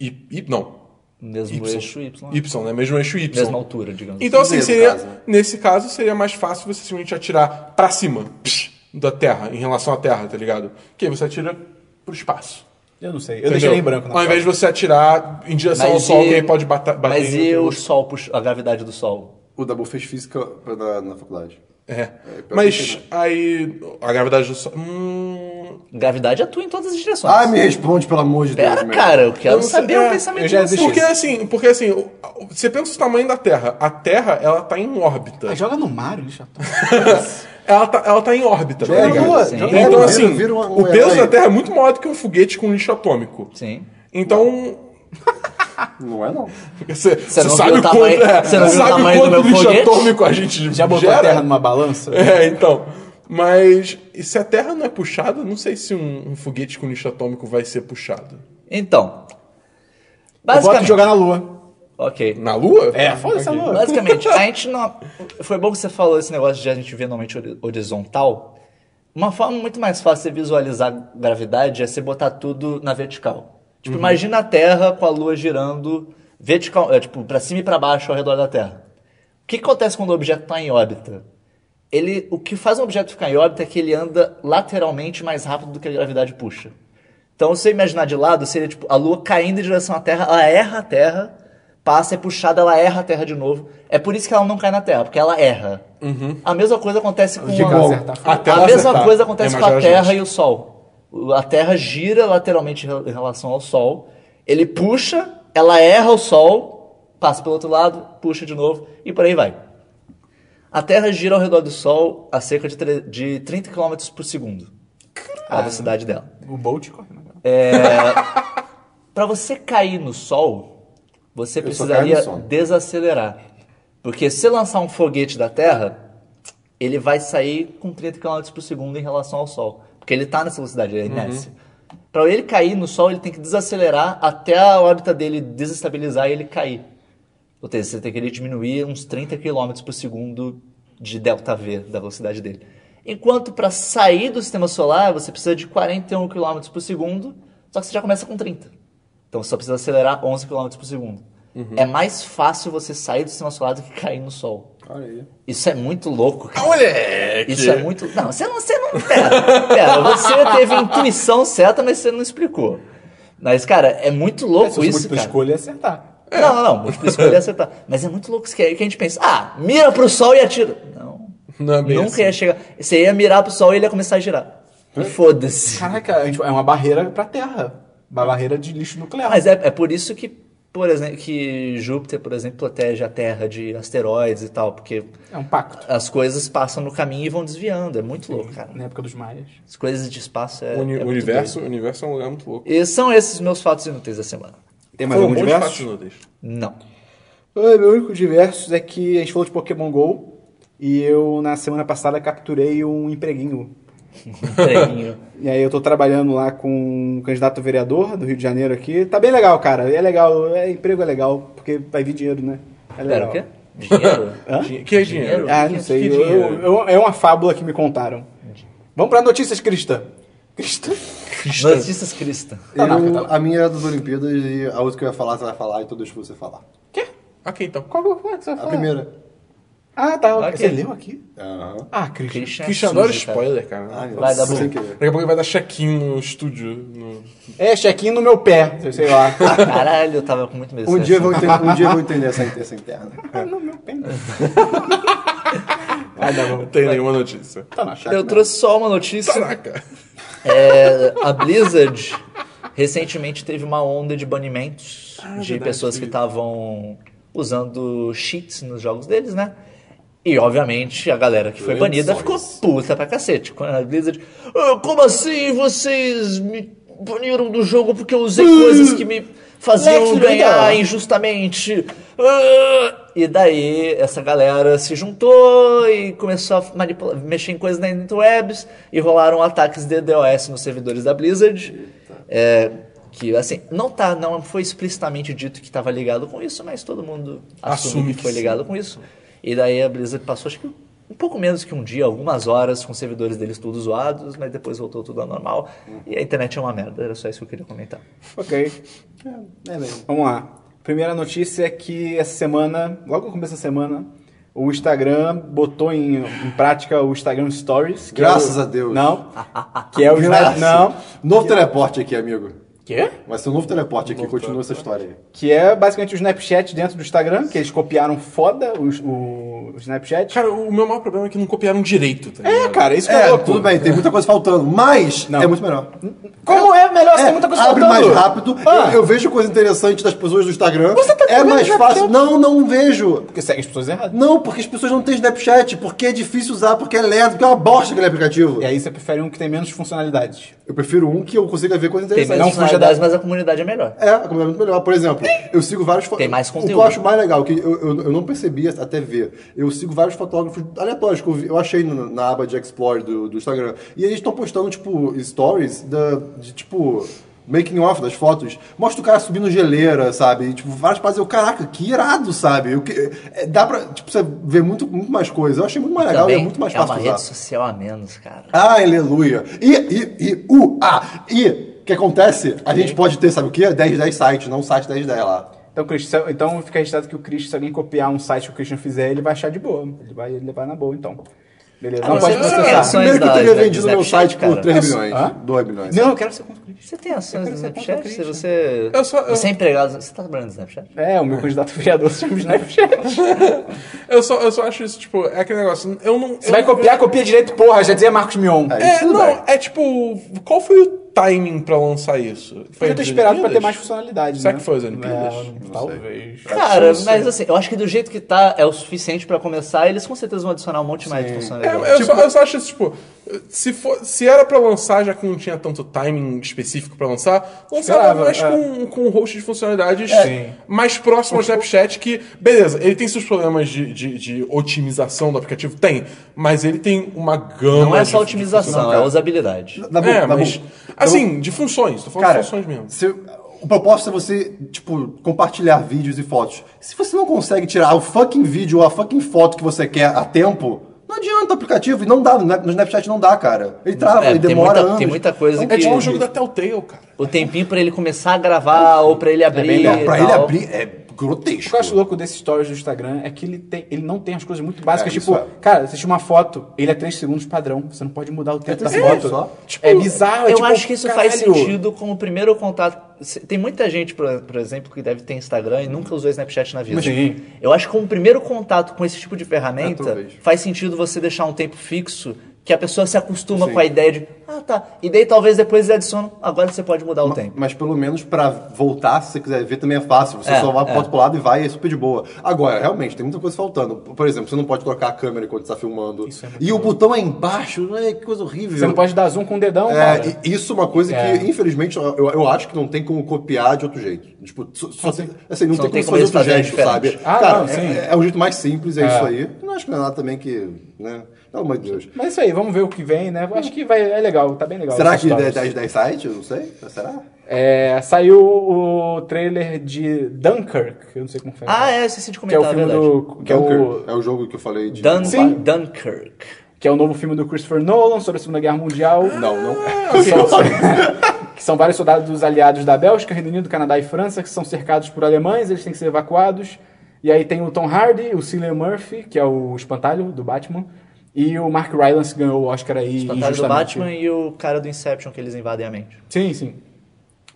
Speaker 4: I, I- não.
Speaker 2: Mesmo
Speaker 4: Y.
Speaker 2: eixo Y.
Speaker 4: Y, né? Mesmo eixo Y.
Speaker 2: Mesma altura, digamos.
Speaker 4: Então, assim,
Speaker 3: Mesmo
Speaker 4: seria,
Speaker 3: caso, né?
Speaker 4: nesse caso, seria mais fácil você simplesmente atirar pra cima psh, da Terra, em relação à Terra, tá ligado? Que aí você atira pro espaço.
Speaker 1: Eu não sei. Eu
Speaker 4: entendeu?
Speaker 1: deixaria em branco. na
Speaker 4: Ao invés de você atirar em direção ao
Speaker 2: Mas
Speaker 4: Sol,
Speaker 2: e-
Speaker 4: que aí pode bata- bater.
Speaker 2: Mas
Speaker 4: em
Speaker 2: e o
Speaker 4: outro-
Speaker 2: Sol, puxa- a gravidade do Sol?
Speaker 3: O Dabu fez física pra- na, na faculdade.
Speaker 4: É.
Speaker 3: pior que
Speaker 4: Mas
Speaker 3: isso,
Speaker 4: aí. A gravidade do Sol. Hum, não.
Speaker 2: Gravidade atua em todas as direções.
Speaker 3: Ah, me responde, pelo amor de Deus.
Speaker 2: Pera,
Speaker 3: meu.
Speaker 2: cara, eu quero
Speaker 4: Eu não sei-
Speaker 2: saber o
Speaker 4: é,
Speaker 1: eu
Speaker 2: pensamento
Speaker 1: já
Speaker 2: de vocês.
Speaker 1: desisti.
Speaker 4: Porque assim, porque assim, o- o- você pensa o tamanho da Terra. A Terra, ela tá em órbita.
Speaker 1: Ah, joga no Mario, chatão.
Speaker 4: Ela tá, ela tá em órbita. tá
Speaker 3: Joga na
Speaker 4: ligado?
Speaker 1: lua,
Speaker 4: Sim.
Speaker 1: joga na
Speaker 4: Então,
Speaker 3: lua.
Speaker 4: assim,
Speaker 3: Vira- vira um- um
Speaker 4: o peso
Speaker 3: herói.
Speaker 4: da Terra é muito maior do que um foguete com lixo atômico.
Speaker 2: Sim.
Speaker 4: Então, [LAUGHS]
Speaker 3: Não é, não.
Speaker 4: Você, você
Speaker 2: não viu
Speaker 4: sabe
Speaker 2: o tamanho-
Speaker 4: quanto, é,
Speaker 2: você não viu o
Speaker 4: sabe
Speaker 2: tamanho do
Speaker 4: quanto
Speaker 2: meu
Speaker 4: lixo
Speaker 2: foguete?
Speaker 4: atômico a gente
Speaker 1: Já botou
Speaker 4: gera?
Speaker 1: a terra numa balança?
Speaker 4: [LAUGHS] É, então. Mas e se a Terra não é puxada, não sei se um, um foguete com lixo atômico vai ser puxado.
Speaker 2: Então.
Speaker 1: Eu boto
Speaker 2: Basicamente.
Speaker 1: jogar na lua.
Speaker 2: Ok.
Speaker 4: Na Lua?
Speaker 1: É, foda-se a lua.
Speaker 2: Basicamente, a gente não. Foi bom que você falou esse negócio de a gente ver normalmente hori- horizontal. Uma forma muito mais fácil de visualizar a gravidade é você botar tudo na vertical. Tipo, imagina a Terra com a Lua girando vertical, é, tipo, pra cima e pra baixo ao redor da Terra. O que acontece quando o objeto está em órbita? Ele, o que faz um objeto ficar em órbita é que ele anda lateralmente mais rápido do que a gravidade puxa. Então, se você imaginar de lado, seria tipo a Lua caindo em direção à Terra, ela erra a Terra, passa, é puxada, ela erra a Terra de novo. É por isso que ela não cai na Terra, porque ela erra. A mesma coisa acontece com
Speaker 1: Chega
Speaker 2: a-
Speaker 1: a acertar.
Speaker 4: Uhum. Até
Speaker 2: a
Speaker 4: ela
Speaker 2: mesma
Speaker 4: acertar.
Speaker 2: coisa acontece
Speaker 4: É,
Speaker 2: com
Speaker 4: mas
Speaker 2: a
Speaker 4: já
Speaker 2: Terra
Speaker 4: ajuda.
Speaker 2: e o Sol. O- A Terra gira lateralmente em rel- em relação ao Sol. Ele puxa, ela erra o Sol, passa pelo outro lado, puxa de novo e por aí vai. A Terra gira ao redor do Sol a cerca de, tre- de 30 km por segundo. A velocidade dela.
Speaker 1: O Bolt corre. né?
Speaker 2: Para você cair no Sol, você
Speaker 3: Eu só caio no
Speaker 2: precisaria
Speaker 3: Sol.
Speaker 2: desacelerar. Porque se lançar um foguete da Terra, ele vai sair com 30 km por segundo em relação ao Sol. Porque ele está nessa velocidade, ele é
Speaker 3: Uhum.
Speaker 2: inércia. Para ele cair no Sol, ele tem que desacelerar até a órbita dele desestabilizar e ele cair. Ou seja, você tem que ele diminuir uns 30 km por segundo de ΔV, da velocidade dele. Enquanto para sair do sistema solar, você precisa de 41 km por segundo, só que você já começa com 30. Então você só precisa acelerar 11 km por segundo. É mais fácil você sair do sistema solar do que cair no Sol.
Speaker 3: Olha aí.
Speaker 2: Isso é muito louco, cara.
Speaker 4: Moleque!
Speaker 2: Isso é muito. Não, você não. Você não pera, pera, você teve a intuição certa, mas você não explicou. Mas, cara, é muito
Speaker 1: É, se
Speaker 2: louco
Speaker 1: fosse
Speaker 2: isso.
Speaker 1: múltipla
Speaker 2: Cara.
Speaker 1: escolha, ia acertar.
Speaker 2: Não, não,
Speaker 4: [LAUGHS]
Speaker 2: não. Múltipla escolha é acertar. Mas é muito louco isso que, é, que a gente pensa. Ah, mira pro sol e atira. Não.
Speaker 4: Não é bem
Speaker 2: Nunca
Speaker 4: assim.
Speaker 2: ia chegar. Você ia mirar pro sol e ele ia começar a girar.
Speaker 4: É.
Speaker 2: E Foda-se.
Speaker 1: Caraca, a gente- é uma barreira pra terra. Uma barreira de lixo nuclear.
Speaker 2: Mas é, é por isso que, por exemplo, que Júpiter, por exemplo, protege a Terra de asteroides e tal, porque
Speaker 1: É um pacto.
Speaker 2: as coisas passam no caminho e vão desviando. É muito louco, cara.
Speaker 1: Na época dos maias.
Speaker 2: As coisas de espaço é.
Speaker 4: O uni-
Speaker 2: é muito
Speaker 4: universo,
Speaker 2: doido.
Speaker 4: o universo é um lugar muito louco.
Speaker 2: E são esses meus fatos inúteis da semana.
Speaker 1: Tem
Speaker 4: Foram bons fatos inúteis.
Speaker 2: Não.
Speaker 1: Ai, meu único diversos é que a gente falou de Pokémon GO e eu na semana passada capturei um empreguinho.
Speaker 4: [LAUGHS]
Speaker 2: Empreguinho.
Speaker 1: E aí eu tô trabalhando lá com um candidato a vereador do Rio de Janeiro aqui. Tá bem legal, cara. É legal, é, emprego é legal, porque vai vir dinheiro, né? É
Speaker 2: Pera,
Speaker 1: legal.
Speaker 2: o quê? Dinheiro?
Speaker 4: [LAUGHS] Dinhe- Que é dinheiro?
Speaker 1: Ah, não
Speaker 2: Que
Speaker 1: sei. eu-
Speaker 4: dinheiro?
Speaker 1: eu- eu- é uma fábula que me contaram. Vamos pra notícias cristã. Cristã?
Speaker 2: Notícias Crista.
Speaker 1: Tá na
Speaker 3: Eu-
Speaker 1: época,
Speaker 3: a minha era das Olimpíadas e a outra que eu ia falar, você vai falar e todas você falar.
Speaker 4: Quê? Ok, então.
Speaker 1: Qual que foi que você
Speaker 3: A
Speaker 1: falou?
Speaker 3: primeira.
Speaker 1: Ah, tá.
Speaker 2: Ok.
Speaker 1: Você leu aqui?
Speaker 3: Aham.
Speaker 1: Ah, Cristo.
Speaker 2: Christian
Speaker 4: Christian adora
Speaker 2: Suzy, É cara.
Speaker 4: spoiler, cara.
Speaker 3: Ai, Ah, meu
Speaker 2: Vai dar
Speaker 3: Deus,
Speaker 2: bom.
Speaker 3: sem querer.
Speaker 4: Daqui a pouco vai dar check-in no estúdio. no-
Speaker 1: É, check-in no meu pé, sei lá.
Speaker 2: Ah, Caralho, eu tava com muito medo.
Speaker 3: Um
Speaker 2: dessa
Speaker 3: dia, eu vou entender, um dia eu vou entender essa, essa interna.
Speaker 1: [LAUGHS] no meu pé.
Speaker 4: Não [LAUGHS] tem nenhuma notícia.
Speaker 1: Tá na
Speaker 2: semana. Eu
Speaker 3: né?
Speaker 2: trouxe só uma notícia.
Speaker 4: Caraca.
Speaker 2: É, a Blizzard recentemente teve uma onda de banimentos
Speaker 3: Ah,
Speaker 2: de pessoas que estavam usando cheats nos jogos deles, né? E, obviamente, a galera que foi banida ficou puta pra cacete. Quando a Blizzard... "Ah, como assim vocês me baniram do jogo porque eu usei coisas que me faziam
Speaker 1: Lex Luthor."
Speaker 2: ganhar injustamente? Ah!" E daí, essa galera se juntou e começou a manipula- mexer em coisas na interwebs e rolaram ataques de DDoS nos servidores da Blizzard. É, que, assim, não tá, não foi explicitamente dito que estava ligado com isso, mas todo mundo assume,
Speaker 4: Assume
Speaker 2: que
Speaker 4: que
Speaker 2: foi
Speaker 4: sim.
Speaker 2: ligado ligado com isso. E daí a Blizzard passou, acho que um pouco menos que um dia, algumas horas, com os servidores deles todos zoados, mas depois voltou tudo ao normal. E a internet é uma merda, era só isso que eu queria comentar.
Speaker 1: [LAUGHS] Ok.
Speaker 3: É mesmo.
Speaker 1: Vamos lá. Primeira notícia é que essa semana, logo no começo da semana, o Instagram botou em, em prática o Instagram Stories. que
Speaker 3: Graças
Speaker 1: é o-
Speaker 3: a Deus. [LAUGHS]
Speaker 1: Não. Que é o Instagram.
Speaker 3: Graças.
Speaker 1: Não.
Speaker 3: Novo teleporte aqui, amigo.
Speaker 2: Quê?
Speaker 3: Vai ser um novo teleporte aqui, continua essa história aí.
Speaker 1: Que é basicamente o Snapchat dentro do Instagram, que eles copiaram foda o, o Snapchat.
Speaker 4: Cara, o meu maior problema é que não copiaram direito, tá
Speaker 1: É,
Speaker 4: ligado?
Speaker 1: cara, isso que é,
Speaker 3: É,
Speaker 1: louco.
Speaker 3: tudo bem, tem muita coisa faltando, mas é muito melhor.
Speaker 1: Como é melhor se
Speaker 3: É,
Speaker 1: tem muita coisa
Speaker 3: abre
Speaker 1: faltando?
Speaker 3: mais rápido,
Speaker 1: Ah,
Speaker 3: eu, eu vejo coisa interessante das pessoas do Instagram.
Speaker 1: Você tá
Speaker 3: é
Speaker 1: vendo
Speaker 3: mais
Speaker 1: Snapchat?
Speaker 3: fácil. Não, não vejo.
Speaker 1: Porque segue as pessoas erradas.
Speaker 3: Não, porque as pessoas não têm Snapchat, porque é difícil usar, porque é lento, porque é uma bosta aquele aplicativo.
Speaker 1: E aí você prefere um que tem menos funcionalidades.
Speaker 3: Eu prefiro um que eu consiga ver coisa
Speaker 2: Tem mais
Speaker 3: interessante.
Speaker 1: Não fuja da-
Speaker 2: funcionalidades, mas a comunidade é melhor.
Speaker 3: É, a comunidade é muito melhor. Por exemplo, eu sigo vários fo-
Speaker 2: Tem mais
Speaker 3: O que
Speaker 2: conteúdo.
Speaker 3: eu acho mais legal, que eu, eu, eu não percebi até ver, eu sigo vários fotógrafos aleatórios que eu, vi- eu achei no- na aba de Explore do, do Instagram. E eles estão postando, tipo, stories da, de, tipo, making off das fotos. Mostra o cara subindo geleira, sabe? E, tipo, várias partes. Eu, caraca, que irado, sabe? Eu, que, é, dá pra, tipo, você ver muito, muito mais coisa. Eu achei muito mais legal
Speaker 2: Também
Speaker 3: e é muito mais
Speaker 2: é
Speaker 3: fácil
Speaker 2: uma
Speaker 3: usar.
Speaker 2: rede social a menos, cara.
Speaker 3: Ah, aleluia. E, e, e, uh, ah, e, o que acontece? A gente pode ter, sabe o quê? 10 10 site, não um site 10 10 lá.
Speaker 1: Então, Chris, se- então fica registrado que o Chris, se alguém copiar um site que o Christian fizer, ele vai achar de boa. Ele vai levar na boa, então. Beleza,
Speaker 2: Ah,
Speaker 1: não
Speaker 2: mas
Speaker 1: pode
Speaker 2: você-
Speaker 1: processar.
Speaker 2: Ações
Speaker 3: Primeiro que eu
Speaker 2: da-
Speaker 3: teria
Speaker 2: da-
Speaker 3: vendido
Speaker 2: do
Speaker 3: meu
Speaker 2: Snapchat,
Speaker 3: site por
Speaker 2: cara.
Speaker 3: 3 bilhões,
Speaker 1: Hã?
Speaker 3: 2 bilhões.
Speaker 1: Não, eu quero ser contra o Chris.
Speaker 2: Você tem ações no
Speaker 1: quero ser contra
Speaker 2: Snapchat? Se
Speaker 1: Christian.
Speaker 2: você.
Speaker 4: Eu só- eu-
Speaker 2: Você é empregado. Você tá trabalhando no Snapchat?
Speaker 1: É, o meu candidato a vereador [LAUGHS] se chama Snapchat.
Speaker 4: Eu só, eu só acho isso, tipo, é aquele negócio. Eu não.
Speaker 1: Você vai copiar, copia direito, porra. Já dizia Marcos Mion.
Speaker 3: Aí,
Speaker 4: É,
Speaker 3: tudo
Speaker 4: não,
Speaker 3: bem.
Speaker 4: é tipo, qual foi o timing pra lançar isso? Foi
Speaker 1: Podia ter
Speaker 4: as
Speaker 1: esperado pra ter
Speaker 4: Olimpíadas?
Speaker 1: mais funcionalidade,
Speaker 4: Será
Speaker 1: né?
Speaker 4: que foi as Olimpíadas? Não
Speaker 1: É, talvez.
Speaker 2: Cara,
Speaker 4: um
Speaker 2: mas assim, eu acho que do jeito que tá é o suficiente pra começar. Eles com certeza vão adicionar um monte mais de funcionalidade.
Speaker 4: É, eu, só, eu só acho isso, tipo, se, for, se era pra lançar, já que não tinha tanto timing específico pra lançar, lançava
Speaker 1: Esperava,
Speaker 4: mais
Speaker 1: é.
Speaker 4: com, com um host de funcionalidades
Speaker 1: Sim.
Speaker 4: mais próximo ao Snapchat, que, beleza, ele tem seus problemas de, de, de otimização do aplicativo? Tem, mas ele tem uma gama.
Speaker 2: Não é só
Speaker 4: de-
Speaker 2: otimização, é usabilidade.
Speaker 3: Na boa,
Speaker 4: é,
Speaker 3: na
Speaker 4: mas.
Speaker 3: boa.
Speaker 4: Assim, de funções, tô falando
Speaker 3: Cara,
Speaker 4: de funções mesmo.
Speaker 3: se- o propósito é você, tipo, compartilhar vídeos e fotos. Se você não consegue tirar o fucking vídeo ou a fucking foto que você quer a tempo, não adianta o aplicativo. E não dá, no Snapchat não dá, cara. Ele trava,
Speaker 2: É,
Speaker 3: ele
Speaker 2: tem
Speaker 3: demora
Speaker 2: muita-
Speaker 3: anos.
Speaker 2: tem muita coisa
Speaker 3: Então,
Speaker 4: É
Speaker 2: que-
Speaker 4: tipo um jogo da Telltale, cara.
Speaker 2: O tempinho pra ele começar a gravar ou pra ele abrir.
Speaker 3: Não, É pra
Speaker 2: e
Speaker 3: ele
Speaker 2: tal.
Speaker 3: abrir é
Speaker 1: O
Speaker 3: grotesco.
Speaker 1: que eu acho louco desse stories do Instagram é que ele, tem, ele não tem as coisas muito básicas.
Speaker 3: É, isso
Speaker 1: tipo,
Speaker 3: é.
Speaker 1: cara, você tira uma foto, ele é 3 segundos padrão. Você não pode mudar o tempo da
Speaker 3: três segundos
Speaker 1: foto.
Speaker 3: só.
Speaker 1: é bizarro. é
Speaker 2: Eu
Speaker 1: tipo,
Speaker 2: acho que isso faz
Speaker 1: caralho.
Speaker 2: sentido como o primeiro contato. Se- Tem muita gente, por, por exemplo, que deve ter Instagram e nunca usou Snapchat na vida.
Speaker 1: Sim.
Speaker 2: Eu acho que como primeiro contato com esse tipo de ferramenta,
Speaker 3: É, talvez.
Speaker 2: faz sentido você deixar um tempo fixo que a pessoa se acostuma com a ideia de, ah tá, e daí talvez depois eles adicionam, agora você pode mudar o
Speaker 1: Hum.
Speaker 2: tempo.
Speaker 3: Mas pelo menos pra voltar, se você quiser ver, também é fácil. Você
Speaker 2: É,
Speaker 3: só vai
Speaker 2: é.
Speaker 3: bota pro lado e vai, é super de boa. Agora, realmente, tem muita coisa faltando. Por exemplo, você não pode trocar a câmera enquanto está filmando. e o botão é embaixo, né? que coisa horrível.
Speaker 1: Você não pode dar zoom com o dedão, cara.
Speaker 3: É, e isso é uma coisa
Speaker 1: É.
Speaker 3: que, infelizmente, eu, eu acho que não tem como copiar de outro jeito. Tipo, só, só tem, assim, não, tem, como
Speaker 2: eles
Speaker 3: fazer outro
Speaker 2: fazerem
Speaker 3: jeito,
Speaker 2: diferente.
Speaker 3: sabe?
Speaker 1: Ah,
Speaker 3: Cara,
Speaker 1: não, sim.
Speaker 3: é, é um jeito mais simples, é, isso aí. Não acho que não é nada também que, né? Pelo amor de Deus.
Speaker 1: Mas é isso aí, vamos ver o que vem, né? Acho que vai, é legal, tá bem legal.
Speaker 3: Será
Speaker 1: essas
Speaker 3: que é
Speaker 1: stories.
Speaker 3: 10 10 site? Eu não sei. Será?
Speaker 1: É, saiu o trailer de Dunkirk, eu não sei como foi.
Speaker 2: Ah, é, eu esqueci de
Speaker 1: que é
Speaker 2: comentar,
Speaker 1: o filme
Speaker 2: é verdade.
Speaker 1: do. Que é o,
Speaker 3: Dunker, é o jogo que eu falei de.
Speaker 2: Dun-
Speaker 1: Sim.
Speaker 2: Dunkirk.
Speaker 1: que é o novo filme do Christopher Nolan sobre a Segunda Guerra Mundial.
Speaker 2: Ah,
Speaker 3: Não, não.
Speaker 1: Que são, [LAUGHS] que são vários soldados aliados da Bélgica, Reino Unido, Canadá e França, que são cercados por alemães, eles têm que ser evacuados. E aí tem o Tom Hardy, o Cillian Murphy, que é o espantalho do Batman, e o Mark Rylance que ganhou o Oscar aí
Speaker 2: Fantasma tá do
Speaker 1: injustamente.
Speaker 2: Batman e o cara do Inception que eles invadem a mente.
Speaker 1: Sim, sim.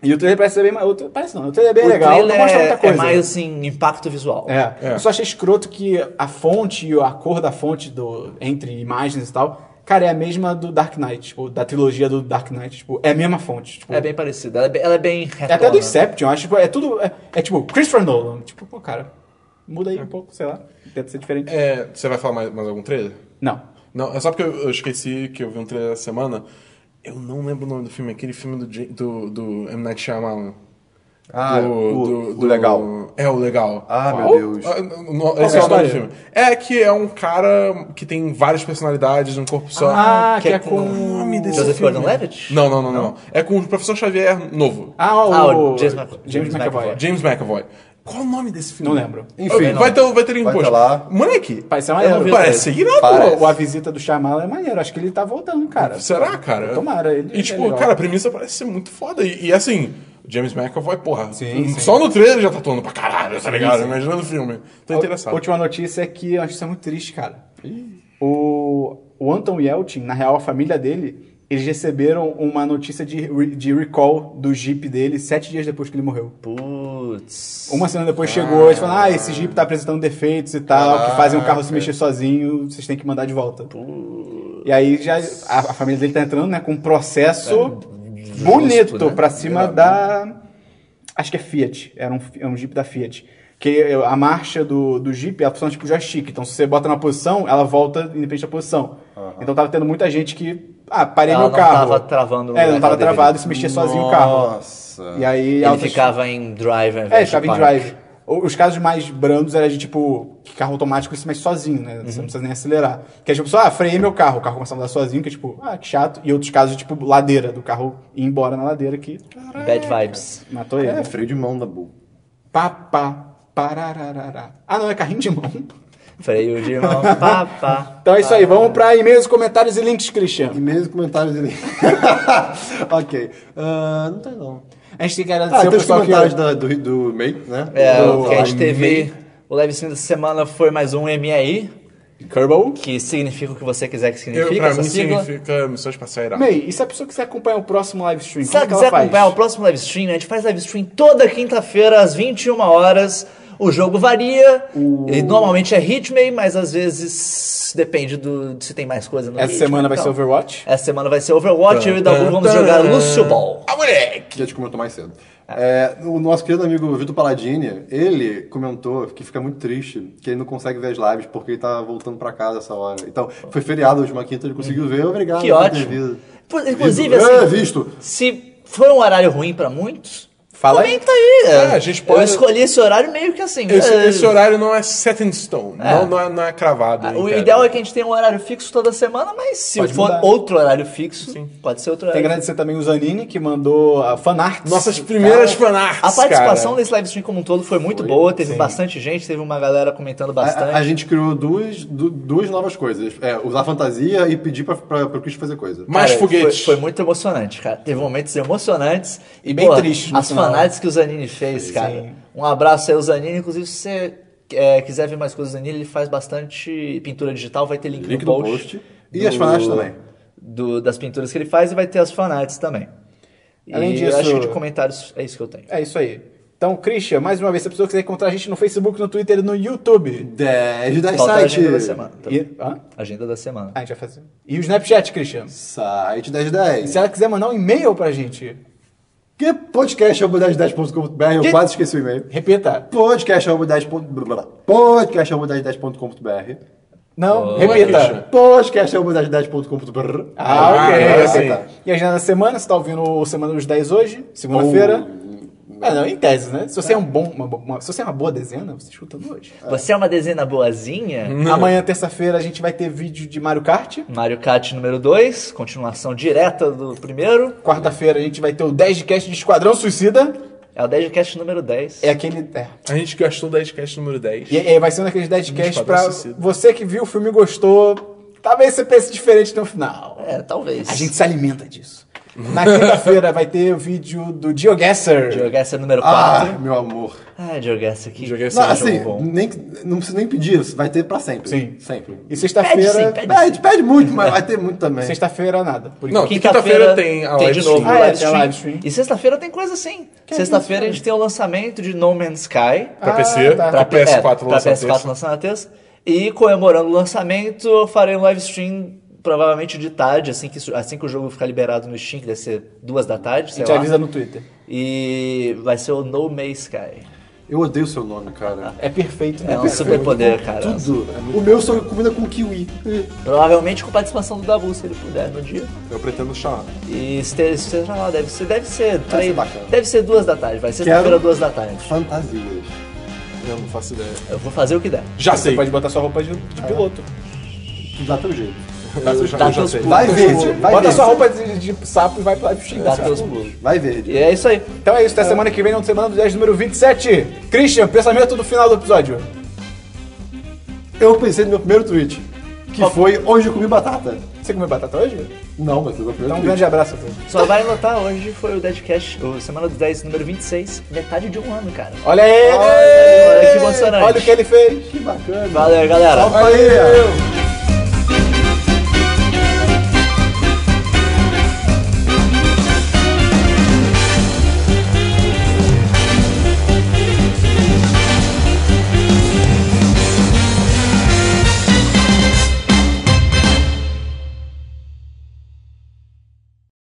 Speaker 1: E o trailer parece ser bem... ma- o tra- Parece não, o trailer é bem legal,
Speaker 2: o trailer
Speaker 1: não mostra
Speaker 2: é-
Speaker 1: muita coisa.
Speaker 2: é mais assim, impacto visual.
Speaker 1: É.
Speaker 4: É.
Speaker 1: Eu só achei escroto que a fonte e a cor da fonte do, entre imagens e tal, cara, é a mesma do Dark Knight, tipo, da trilogia do Dark Knight, tipo, é a mesma fonte. Tipo,
Speaker 2: É bem parecida. Ela é bem, ela é bem
Speaker 1: é até
Speaker 2: retona.
Speaker 1: do Inception, eu acho, tipo, é tudo. É, é tipo, Christopher Nolan. Tipo, pô, cara, muda aí um pouco, sei lá. Tenta ser diferente.
Speaker 4: É, você vai falar mais, mais algum trailer?
Speaker 1: Não.
Speaker 4: Não, é só porque eu, eu esqueci que eu vi um trailer essa semana. Eu não lembro o nome do filme, aquele filme do, Ja- do, do M. Night Shyamalan.
Speaker 3: Ah,
Speaker 4: Do-
Speaker 3: o-
Speaker 4: do-
Speaker 3: o
Speaker 4: do-
Speaker 3: legal.
Speaker 4: É, o legal.
Speaker 3: Ah, meu
Speaker 4: Qual?
Speaker 3: Deus.
Speaker 4: Ah, não, não, Esse
Speaker 1: é
Speaker 4: é
Speaker 1: a
Speaker 4: o
Speaker 1: história?
Speaker 4: nome do filme. É que é um cara que tem várias personalidades num corpo só.
Speaker 1: Ah, que,
Speaker 2: que
Speaker 1: é
Speaker 2: é
Speaker 1: com.
Speaker 4: o nome desse
Speaker 2: Joseph
Speaker 4: filme?
Speaker 2: Gordon-Levitt?
Speaker 4: Não, não, não, não, É com o Professor Xavier novo.
Speaker 1: Ah, o,
Speaker 2: Ah, o James Mc-
Speaker 1: James,
Speaker 2: James
Speaker 1: McAvoy.
Speaker 2: McAvoy.
Speaker 4: James McAvoy. Qual o nome desse filme?
Speaker 1: Não lembro.
Speaker 3: Enfim.
Speaker 4: vai, ter, vai ter em
Speaker 3: Vai
Speaker 4: post.
Speaker 3: ter lá.
Speaker 4: Moleque,
Speaker 1: Parece ser
Speaker 2: Eu não vi
Speaker 1: maneiro.
Speaker 2: o
Speaker 4: parece é ser irado,
Speaker 3: Parece.
Speaker 1: O, a visita do Shyamalan é maneiro. Acho que ele tá voltando, cara.
Speaker 4: Será, cara?
Speaker 1: Tomara, ele-
Speaker 4: E, tipo,
Speaker 1: ele é legal.
Speaker 4: cara, a premissa parece ser muito foda. E, e, assim, James McAvoy, porra,
Speaker 1: Sim,
Speaker 4: só no trailer já tá atuando pra caralho, tá ligado? Imagina no filme. Tô
Speaker 1: A
Speaker 4: interessado.
Speaker 1: última notícia é que eu acho isso é muito triste, cara. O, o Anton Yelchin, na real, a família dele, eles receberam uma notícia de, re- de recall do Jeep dele sete dias depois que ele morreu.
Speaker 2: Putz.
Speaker 1: Uma semana depois chegou, eles falaram, ah, esse Jeep tá apresentando defeitos e tal,
Speaker 2: Ah,
Speaker 1: que fazem o carro se mexer sozinho, vocês têm que mandar de volta. E aí já a, a família dele tá entrando, né, com um processo bonito
Speaker 2: né?
Speaker 1: pra cima da... Acho que é Fiat, era um, é um Jeep da Fiat. Que a marcha do, do Jeep é a função tipo joystick, então se você bota na posição, ela volta independente da posição. Então tava tendo muita gente que, ah, parei
Speaker 2: Ela
Speaker 1: meu
Speaker 2: não
Speaker 1: carro.
Speaker 2: tava travando
Speaker 1: É, não
Speaker 2: na
Speaker 1: tava
Speaker 2: cadeira.
Speaker 1: travado, se mexia sozinho o carro.
Speaker 3: Nossa.
Speaker 1: E aí
Speaker 2: Ele
Speaker 1: altas-
Speaker 2: ficava em drive, ao invés
Speaker 1: é,
Speaker 2: de
Speaker 1: ficava em
Speaker 2: park.
Speaker 1: drive. O- Os casos mais brandos era de tipo, que carro automático se mexe sozinho, né? Você não precisa nem acelerar. Que é tipo, só, ah, freiei meu carro, o carro começa a andar sozinho, que é tipo, ah, que chato. E outros casos, tipo, ladeira, do carro ir embora na ladeira que
Speaker 2: Bad
Speaker 1: Ah.
Speaker 2: vibes.
Speaker 1: matou ele.
Speaker 3: É, freio de mão da Bull.
Speaker 1: Pá, pá, parararará. Ah, não, é carrinho de mão.
Speaker 2: Freio de mão, pá, pá.
Speaker 1: Então é isso aí, vamos pra e-mails, comentários e links, Christian.
Speaker 3: E-mails e comentários ali. [LAUGHS] ok. Ah, não tem não.
Speaker 1: A gente tem que agradecer
Speaker 3: Ah,
Speaker 1: o
Speaker 3: tem os
Speaker 1: pessoal que...
Speaker 3: comentários da- do, do May, né?
Speaker 2: É,
Speaker 3: do,
Speaker 2: o Cat TV. O Live Stream da semana foi mais um MAI,
Speaker 1: Kerbal.
Speaker 2: que significa o que você quiser que
Speaker 4: Eu,
Speaker 2: signifique
Speaker 4: pra
Speaker 2: essa
Speaker 4: mim
Speaker 2: sigla.
Speaker 4: significa missão espacial irada.
Speaker 1: May, e se a pessoa quiser acompanhar o próximo live stream,
Speaker 2: Se ela
Speaker 1: como é que
Speaker 2: quiser
Speaker 1: ela faz?
Speaker 2: acompanhar o próximo live stream, a gente faz live stream toda quinta-feira às 21 horas. O jogo varia, e normalmente é Hitman, mas às vezes depende do se tem mais coisa no
Speaker 1: Essa
Speaker 2: Hitman
Speaker 1: semana
Speaker 2: e
Speaker 1: vai
Speaker 2: tal.
Speaker 1: ser Overwatch.
Speaker 2: Essa semana vai ser Overwatch, eu e o Dabu vamos
Speaker 4: Tan, tan,
Speaker 2: jogar
Speaker 4: tan.
Speaker 2: Lucio Ball.
Speaker 4: Ah, moleque!
Speaker 3: que a gente comentou mais cedo. É, o nosso querido amigo Vitor Paladini, ele comentou que fica muito triste que ele não consegue ver as lives porque ele tá voltando pra casa essa hora. Então, foi feriado hoje, uma quinta, ele conseguiu ver, obrigado.
Speaker 2: Que
Speaker 3: por ter
Speaker 2: ótimo.
Speaker 3: visto.
Speaker 2: Pô, Inclusive,
Speaker 3: Visto. É,
Speaker 2: assim,
Speaker 3: visto.
Speaker 2: se foi um horário ruim pra muitos,
Speaker 1: Fala aí.
Speaker 2: comenta aí.
Speaker 4: É, a gente pode-
Speaker 2: Eu escolhi esse horário meio que assim.
Speaker 4: Esse,
Speaker 2: é,
Speaker 4: esse horário não é set in stone, não, não, é, não é cravado.
Speaker 2: O
Speaker 4: entendeu?
Speaker 2: ideal é que a gente tenha um horário fixo toda semana, mas se
Speaker 1: Pode
Speaker 2: for
Speaker 1: mudar.
Speaker 2: outro horário fixo, pode ser outro
Speaker 1: Tem que
Speaker 2: horário.
Speaker 1: agradecer também o Zanini, que mandou a fanart.
Speaker 4: Nossas primeiras fanarts,
Speaker 2: A participação
Speaker 4: cara.
Speaker 2: desse live stream como um todo foi muito boa, teve bastante gente, teve uma galera comentando
Speaker 3: A,
Speaker 2: bastante.
Speaker 3: a- a gente criou duas, du- duas novas coisas. É, usar fantasia e pedir pra, pra, pro Chris fazer coisa.
Speaker 4: Mais
Speaker 2: Cara,
Speaker 4: foguetes.
Speaker 2: Foi, foi muito emocionante, cara. Teve momentos emocionantes.
Speaker 1: E bem tristes no
Speaker 2: As
Speaker 1: final.
Speaker 2: fanáticas que o Zanini fez, cara. Um abraço aí ao Zanini. Inclusive, se você é, quiser ver mais coisas do Zanini, ele faz bastante pintura digital. Vai ter link,
Speaker 3: Link
Speaker 2: no
Speaker 3: no
Speaker 2: post.
Speaker 3: post. E as fanarts também.
Speaker 2: do- das pinturas que ele faz e vai ter as fanarts também. E
Speaker 1: Além disso-
Speaker 2: acho que de comentários é isso que eu tenho.
Speaker 1: É isso aí. Então, Christian, mais uma vez, se a pessoa quiser encontrar a gente no Facebook, no Twitter e no YouTube.
Speaker 3: 10 das
Speaker 2: Falta a agenda da
Speaker 3: site.
Speaker 2: semana. tá?
Speaker 1: E, hã?
Speaker 2: Agenda da semana.
Speaker 1: Ah, a gente vai fazer. E o Snapchat, Christian.
Speaker 3: Site 1010.
Speaker 1: Se ela quiser mandar um e-mail pra gente,
Speaker 3: Que podcast é o 1010.com.br? Eu
Speaker 1: Que-
Speaker 3: quase esqueci o e-mail.
Speaker 1: repita.
Speaker 3: Podcast é o 10 ponto- blá, blá, blá. Podcast é o 1010.com.br.
Speaker 1: Não,
Speaker 4: Não é,
Speaker 1: repita.
Speaker 4: Christian?
Speaker 3: Podcast é o 1010.com.br.
Speaker 1: Ah, ok,
Speaker 4: Ah,
Speaker 1: ok.
Speaker 4: tá.
Speaker 1: E a agenda da semana, você tá ouvindo o Semana dos 10 hoje, segunda-feira. Ah, não, em tese, né? Se você é um bom, uma, bo- uma- se você é uma boa dezena, você escuta hoje.
Speaker 2: Você é uma dezena boazinha?
Speaker 1: Amanhã, terça-feira, a gente vai ter vídeo de Mario Kart.
Speaker 2: Mario Kart número 2, continuação direta do primeiro.
Speaker 1: Quarta-feira a gente vai ter o 10 de cast de Esquadrão Suicida.
Speaker 2: É o 10 de cast número 10.
Speaker 1: É aquele. É.
Speaker 4: A gente gastou 10 cast número 10.
Speaker 1: E, e vai ser um daqueles 10 de cast
Speaker 4: Esquadrão
Speaker 1: pra
Speaker 4: Suicida.
Speaker 1: você que viu o filme e gostou. Talvez você pense diferente no final.
Speaker 2: É, talvez.
Speaker 1: A gente se alimenta disso.
Speaker 2: [LAUGHS]
Speaker 1: Na quinta-feira vai ter o vídeo do GeoGuessr.
Speaker 2: Geoguessr número
Speaker 1: Tá.
Speaker 3: Ah,
Speaker 2: 4.
Speaker 3: meu amor.
Speaker 2: Ah, Geoguessr aqui.
Speaker 4: Joguei esse
Speaker 3: Não,
Speaker 4: jogo.
Speaker 3: assim,
Speaker 2: bom.
Speaker 3: nem, não precisa nem pedir, vai ter pra sempre.
Speaker 1: Sim.
Speaker 3: Sempre.
Speaker 1: E
Speaker 2: Pede sim,
Speaker 1: sexta-feira.
Speaker 2: pede.
Speaker 3: Pede, pede muito, mas vai ter muito também.
Speaker 1: Sexta-feira nada. Por
Speaker 4: Não,
Speaker 1: enquanto.
Speaker 4: quinta-feira tem a live
Speaker 2: de novo
Speaker 4: stream.
Speaker 1: Ah, é,
Speaker 2: live
Speaker 1: tem a
Speaker 2: stream.
Speaker 1: live stream.
Speaker 2: E sexta-feira tem coisa assim. Sexta-feira a gente tem o lançamento de No Man's Sky.
Speaker 4: Pra
Speaker 1: Ah,
Speaker 4: PC,
Speaker 1: tá.
Speaker 4: pra PS4
Speaker 2: é, pra
Speaker 4: lança
Speaker 2: PS4
Speaker 4: terça.
Speaker 2: lançando na terça. E comemorando o lançamento, eu farei um live stream provavelmente de tarde, assim que, isso- assim que o jogo ficar liberado no Steam, que deve ser duas da tarde,
Speaker 1: A
Speaker 2: sei
Speaker 1: gente
Speaker 2: lá.
Speaker 1: avisa no Twitter.
Speaker 2: E vai ser o No Man's Sky. um
Speaker 3: Eu odeio o seu nome, cara.
Speaker 1: É perfeito, né?
Speaker 2: É um superpoder, cara.
Speaker 3: Tudo. O meu só combina com kiwi.
Speaker 2: Provavelmente com participação do Dabu, se ele puder, no dia.
Speaker 4: Eu pretendo chamar.
Speaker 2: E se ter- se ter- sei lá, deve ser, deve ser,
Speaker 3: Vai ser
Speaker 2: três,
Speaker 3: bacana.
Speaker 2: deve ser duas da tarde, vai sexta-feira
Speaker 3: Quero.
Speaker 2: duas da tarde.
Speaker 3: Fantasias.
Speaker 4: Eu não faço ideia.
Speaker 2: Eu vou fazer o que der.
Speaker 4: Já
Speaker 1: Você
Speaker 4: sei.
Speaker 1: pode botar sua roupa de, de piloto.
Speaker 3: Dá teu jeito.
Speaker 4: Eu já,
Speaker 2: Dá
Speaker 4: eu já
Speaker 2: teus
Speaker 4: sei.
Speaker 2: pulos.
Speaker 3: Vai verde, vai
Speaker 1: Bota
Speaker 3: verde.
Speaker 1: sua roupa de, de sapo e vai pra live stream.
Speaker 2: Dá teus pulos.
Speaker 3: Vai
Speaker 2: E
Speaker 3: verde.
Speaker 2: é isso aí.
Speaker 1: Então é isso, até semana que vem, não semana do 10, número 27. Christian, pensamento do final do episódio.
Speaker 3: Eu pensei no meu primeiro tweet, que foi hoje eu comi batata.
Speaker 1: Você comeu batata hoje?
Speaker 3: Não, mas foi
Speaker 1: Então
Speaker 3: meu primeiro
Speaker 1: um
Speaker 3: tweet.
Speaker 1: grande abraço a todos.
Speaker 2: Só vai notar, hoje foi o Deadcast, o Semana dos 10, número 26, metade de um ano, cara.
Speaker 1: Olha ele!
Speaker 2: Olha, olha que emocionante.
Speaker 1: Olha o que ele fez.
Speaker 3: Que bacana.
Speaker 2: Valeu, galera.
Speaker 3: Valeu.